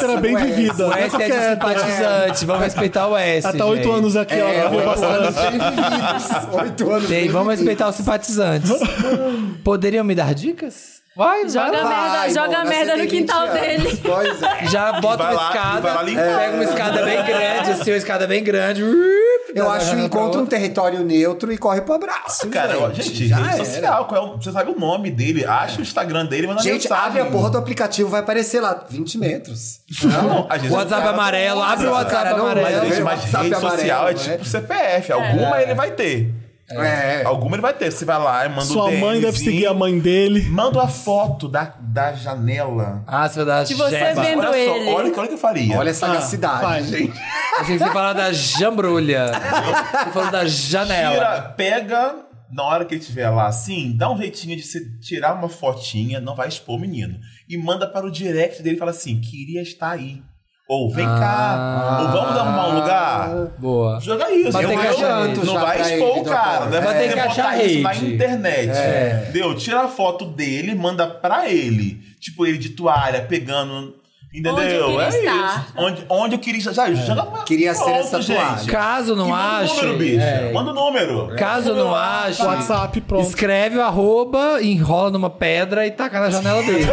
Speaker 1: Hétera Ah, bem vivida.
Speaker 3: O
Speaker 1: não é
Speaker 3: S é
Speaker 1: qualquer
Speaker 3: de
Speaker 1: hétera.
Speaker 3: simpatizante, vamos respeitar o S.
Speaker 1: Ela né? tá oito
Speaker 3: gente.
Speaker 1: anos aqui,
Speaker 2: É,
Speaker 1: ela viu
Speaker 2: oito anos
Speaker 1: bastante.
Speaker 2: bem vividos. Oito anos
Speaker 3: Tem,
Speaker 2: bem
Speaker 3: vamos
Speaker 2: vividos.
Speaker 3: respeitar os simpatizantes. Poderiam me dar dicas? Vai,
Speaker 4: Joga
Speaker 3: vai. lá.
Speaker 4: merda,
Speaker 2: Vai,
Speaker 4: joga
Speaker 2: Mona,
Speaker 4: merda
Speaker 2: você tem
Speaker 4: no quintal
Speaker 2: 20 anos.
Speaker 4: dele.
Speaker 2: Pois é.
Speaker 3: Já bota
Speaker 5: vai
Speaker 3: uma
Speaker 5: lá,
Speaker 3: escada,
Speaker 5: vai lá limpar.
Speaker 3: pega uma escada bem grande, assim, uma escada bem grande. Uip,
Speaker 2: Eu
Speaker 3: dá-
Speaker 2: acho
Speaker 3: dá-
Speaker 2: que
Speaker 3: dá pra
Speaker 2: encontra um
Speaker 3: outra.
Speaker 2: território neutro e corre pro abraço.
Speaker 5: Cara, ó,
Speaker 2: gente,
Speaker 5: gente,
Speaker 2: já
Speaker 5: rede
Speaker 2: era.
Speaker 5: social, qual é o- você sabe o nome dele, acha o Instagram dele, mas não
Speaker 2: Gente, abre a porra do aplicativo, vai aparecer lá 20 metros.
Speaker 5: Não, às vezes é um
Speaker 3: O WhatsApp
Speaker 5: cara não
Speaker 3: amarelo,
Speaker 5: usa.
Speaker 3: abre o WhatsApp
Speaker 2: Cara, não, mas
Speaker 5: Mas,
Speaker 3: amarelo.
Speaker 5: gente,
Speaker 2: o
Speaker 5: mas
Speaker 2: WhatsApp
Speaker 5: rede social é
Speaker 2: amarelo, né?
Speaker 5: tipo CPF. Alguma ele vai ter.
Speaker 2: É.
Speaker 5: Alguma ele vai ter. Você vai lá e manda um
Speaker 1: Sua mãe deve
Speaker 5: DMzinho,
Speaker 1: seguir a mãe dele.
Speaker 5: Manda uma foto da, da janela.
Speaker 3: Ah, você vai dar
Speaker 4: Se você
Speaker 3: jeba.
Speaker 4: vendo
Speaker 5: olha só,
Speaker 4: ele.
Speaker 5: olha, olha o que eu
Speaker 2: Olha
Speaker 5: faria.
Speaker 2: a
Speaker 3: Ah,
Speaker 1: vai.
Speaker 2: sagacidade, gente.
Speaker 3: Achei que você falava da jambrulha. Você falou da janela.
Speaker 5: Tira, pega na hora que ele estiver lá assim, dá um jeitinho de você tirar uma fotinha, não vai expor o menino. E manda para o direct dele e fala assim: queria estar aí. Ou vem cá,
Speaker 3: Ah.
Speaker 5: ou vamos arrumar um lugar.
Speaker 3: Boa.
Speaker 5: Joga isso,
Speaker 3: Mas
Speaker 5: eu
Speaker 3: tem que
Speaker 5: eu-
Speaker 3: achar rede.
Speaker 5: Não
Speaker 2: Já
Speaker 5: vai
Speaker 2: pra
Speaker 5: expor
Speaker 2: ele,
Speaker 5: o cara,
Speaker 2: doutor.
Speaker 5: né?
Speaker 2: Mas
Speaker 5: Você
Speaker 3: É. tem que achar
Speaker 5: botar isso na
Speaker 3: rede.
Speaker 5: internet.
Speaker 3: É.
Speaker 5: Deu, tira a foto dele, manda pra ele. Tipo, ele de toalha, pegando Entendeu?
Speaker 4: Onde eu queria
Speaker 5: é
Speaker 4: estar.
Speaker 5: isso. Onde, onde eu queria estar. Sabe?
Speaker 3: É.
Speaker 5: Joga pra-
Speaker 2: Queria
Speaker 5: pra
Speaker 2: ser
Speaker 5: alto,
Speaker 2: essa toalha.
Speaker 5: gente.
Speaker 3: Caso
Speaker 5: E
Speaker 3: não
Speaker 5: manda o
Speaker 3: ache.
Speaker 5: número, bicho.
Speaker 3: é,
Speaker 5: Manda o número.
Speaker 3: caso não ache.
Speaker 1: WhatsApp, pronto.
Speaker 3: Escreve o arroba, enrola numa pedra e taca na janela dele.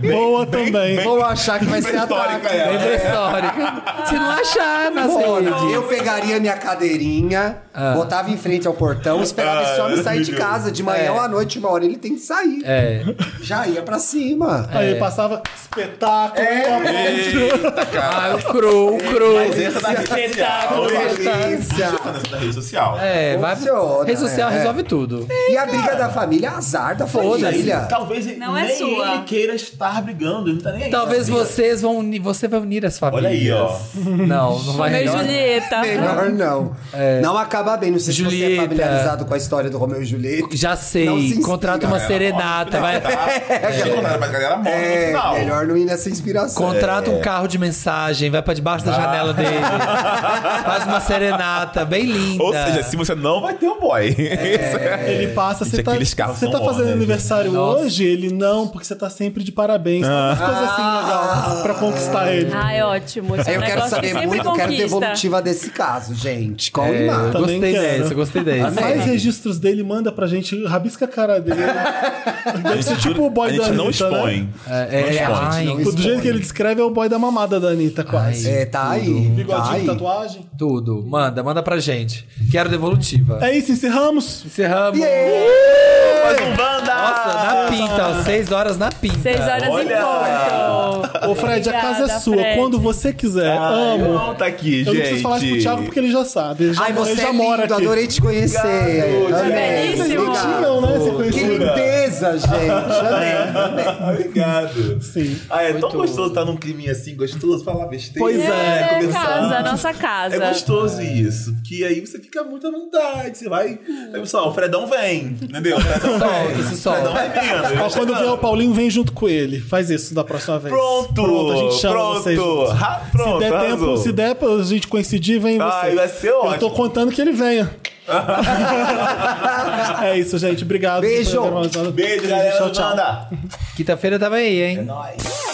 Speaker 1: Boa também.
Speaker 5: bem-
Speaker 2: Vou achar que vai ser
Speaker 5: Pré-histórica
Speaker 2: ataque.
Speaker 5: ela.
Speaker 3: Lembra histórica. Se não achar nas
Speaker 2: Olha,
Speaker 3: redes.
Speaker 2: eu pegaria minha cadeirinha,
Speaker 3: Ah.
Speaker 2: botava em frente ao portão, esperava
Speaker 5: Ah,
Speaker 2: esse homem sair de casa. De manhã
Speaker 3: É.
Speaker 2: ou à noite, uma hora ele tem que sair.
Speaker 3: É.
Speaker 2: Já ia pra cima.
Speaker 1: Aí ele passava espetáculo.
Speaker 5: É. Eita, cara.
Speaker 3: Ah, o cru, o cru.
Speaker 5: Mas essa da rede social.
Speaker 2: Delícia.
Speaker 5: Essa da rede social.
Speaker 3: É, vai.
Speaker 2: Funciona,
Speaker 3: Rede social
Speaker 2: é.
Speaker 3: resolve tudo.
Speaker 2: E a briga da família, azar da
Speaker 3: Foda-se. Tá
Speaker 2: família.
Speaker 5: Talvez
Speaker 4: Não
Speaker 5: nem
Speaker 4: é sua.
Speaker 5: ele queira estar brigando, ele não tá nem aí.
Speaker 3: Talvez
Speaker 5: Amiga.
Speaker 3: vocês vão unir, você vai unir as
Speaker 5: Olha
Speaker 3: famílias.
Speaker 5: aí, ó.
Speaker 3: Não, não vai
Speaker 4: Meu
Speaker 3: melhor.
Speaker 4: Julieta.
Speaker 2: Melhor não. Não acaba bem. Não sei se você é
Speaker 3: né? É. Julieta.
Speaker 2: familiarizado com a história do Romeu e Julieta.
Speaker 3: Já sei,
Speaker 2: Não se inspira,
Speaker 3: contrata uma
Speaker 2: galera.
Speaker 3: serenata, vai.
Speaker 5: *laughs* É, contrata, mas a galera morre no
Speaker 2: É,
Speaker 5: final.
Speaker 2: melhor não ir nessa inspiração.
Speaker 3: Contrata
Speaker 5: É.
Speaker 3: um carro de mensagem, vai pra debaixo da janela dele. Faz uma serenata bem linda.
Speaker 5: Ou seja, se você não vai ter o *laughs* boy.
Speaker 1: É.
Speaker 5: é-
Speaker 2: É,
Speaker 1: Ele passa,
Speaker 5: Gente,
Speaker 1: você tá,
Speaker 5: aqueles carros
Speaker 1: você
Speaker 5: são
Speaker 1: tá fazendo
Speaker 2: né?
Speaker 5: horrores,
Speaker 1: aniversário
Speaker 3: Nossa.
Speaker 1: hoje? Ele não, porque você tá sempre de parabéns.
Speaker 2: Ah.
Speaker 1: Umas coisas assim legal pra conquistar ele.
Speaker 4: Ah, é ótimo. Esse é um
Speaker 2: Eu quero
Speaker 4: negócio
Speaker 2: saber
Speaker 4: que sempre
Speaker 2: muito, eu quero
Speaker 4: conquista.
Speaker 2: devolutiva desse caso, gente. Qual
Speaker 3: É, eu
Speaker 2: imagem?
Speaker 1: Também
Speaker 3: gostei
Speaker 1: quero.
Speaker 3: dessa, eu gostei
Speaker 4: é
Speaker 3: dessa.
Speaker 1: Faz registros dele, manda pra gente, rabisca a cara dele. Deve ser tipo o boy
Speaker 5: a
Speaker 1: da Anitta,
Speaker 5: gente não
Speaker 1: né?
Speaker 5: expõe.
Speaker 3: É, é, ai,
Speaker 2: não
Speaker 1: Do jeito que
Speaker 2: expõe.
Speaker 1: ele descreve, é o boy da mamada da Anitta, quase.
Speaker 2: É, tá aí. Tá
Speaker 1: Bigodinho,
Speaker 2: aí.
Speaker 1: tatuagem.
Speaker 3: tudo. Manda, manda pra gente. Quero devolutiva.
Speaker 1: É isso, encerramos.
Speaker 3: Encerramos.
Speaker 5: Mais um Wanda!
Speaker 3: Nossa, na pinta, ó, seis horas na pinta.
Speaker 4: Seis horas
Speaker 5: Olha.
Speaker 4: em ponto.
Speaker 1: Ô, Fred, a casa é
Speaker 4: Obrigada,
Speaker 1: sua.
Speaker 4: Fred.
Speaker 1: Quando você quiser.
Speaker 5: Ai,
Speaker 1: Amo.
Speaker 5: não tá aqui,
Speaker 1: Eu
Speaker 5: gente.
Speaker 1: não preciso falar isso pro Thiago porque ele é já sabe. Ele já,
Speaker 2: Ai, você
Speaker 1: ele
Speaker 2: é
Speaker 1: já
Speaker 2: lindo,
Speaker 1: mora aqui.
Speaker 2: adorei te conhecer.
Speaker 5: Obrigado,
Speaker 2: Amei.
Speaker 4: gente.
Speaker 1: Vocês não
Speaker 4: Obrigado.
Speaker 1: tinham, né? Você
Speaker 2: Que
Speaker 1: conheceu.
Speaker 2: lindeza, gente.
Speaker 1: É.
Speaker 2: Amei.
Speaker 5: *laughs* Obrigado.
Speaker 1: Sim.
Speaker 5: Ah, é tão gostoso estar num climinha assim, gostoso, falar besteira.
Speaker 1: Pois é,
Speaker 4: É,
Speaker 5: conversar.
Speaker 4: casa, nossa casa.
Speaker 5: É gostoso isso, porque aí você fica muito à vontade, você vai... Aí, pessoal, o Fredão vem, entendeu? O Fredão
Speaker 3: Solta,
Speaker 5: vem.
Speaker 3: se
Speaker 5: O Fredão é
Speaker 3: solta.
Speaker 5: vai vindo. ele vai
Speaker 1: Ó, quando
Speaker 5: chegando.
Speaker 1: vier o Paulinho, vem junto com ele. Faz isso da próxima vez.
Speaker 5: Pronto,
Speaker 1: a gente chama
Speaker 5: pronto.
Speaker 1: vocês. juntos.
Speaker 5: Ah, pronto,
Speaker 1: se der tempo,
Speaker 5: arrasou.
Speaker 1: se der pra gente coincidir, vem você.
Speaker 5: Ai, vai ser
Speaker 1: Eu tô
Speaker 5: ótimo.
Speaker 1: contando que ele
Speaker 5: *laughs*
Speaker 1: venha. *laughs* é isso, gente. Obrigado.
Speaker 2: Beijo.
Speaker 1: por ter mais nada.
Speaker 5: Beijo, galera
Speaker 1: Tchau,
Speaker 5: do
Speaker 1: tchau.
Speaker 5: Wanda.
Speaker 3: Quinta-feira tava aí, hein?
Speaker 5: É nóis.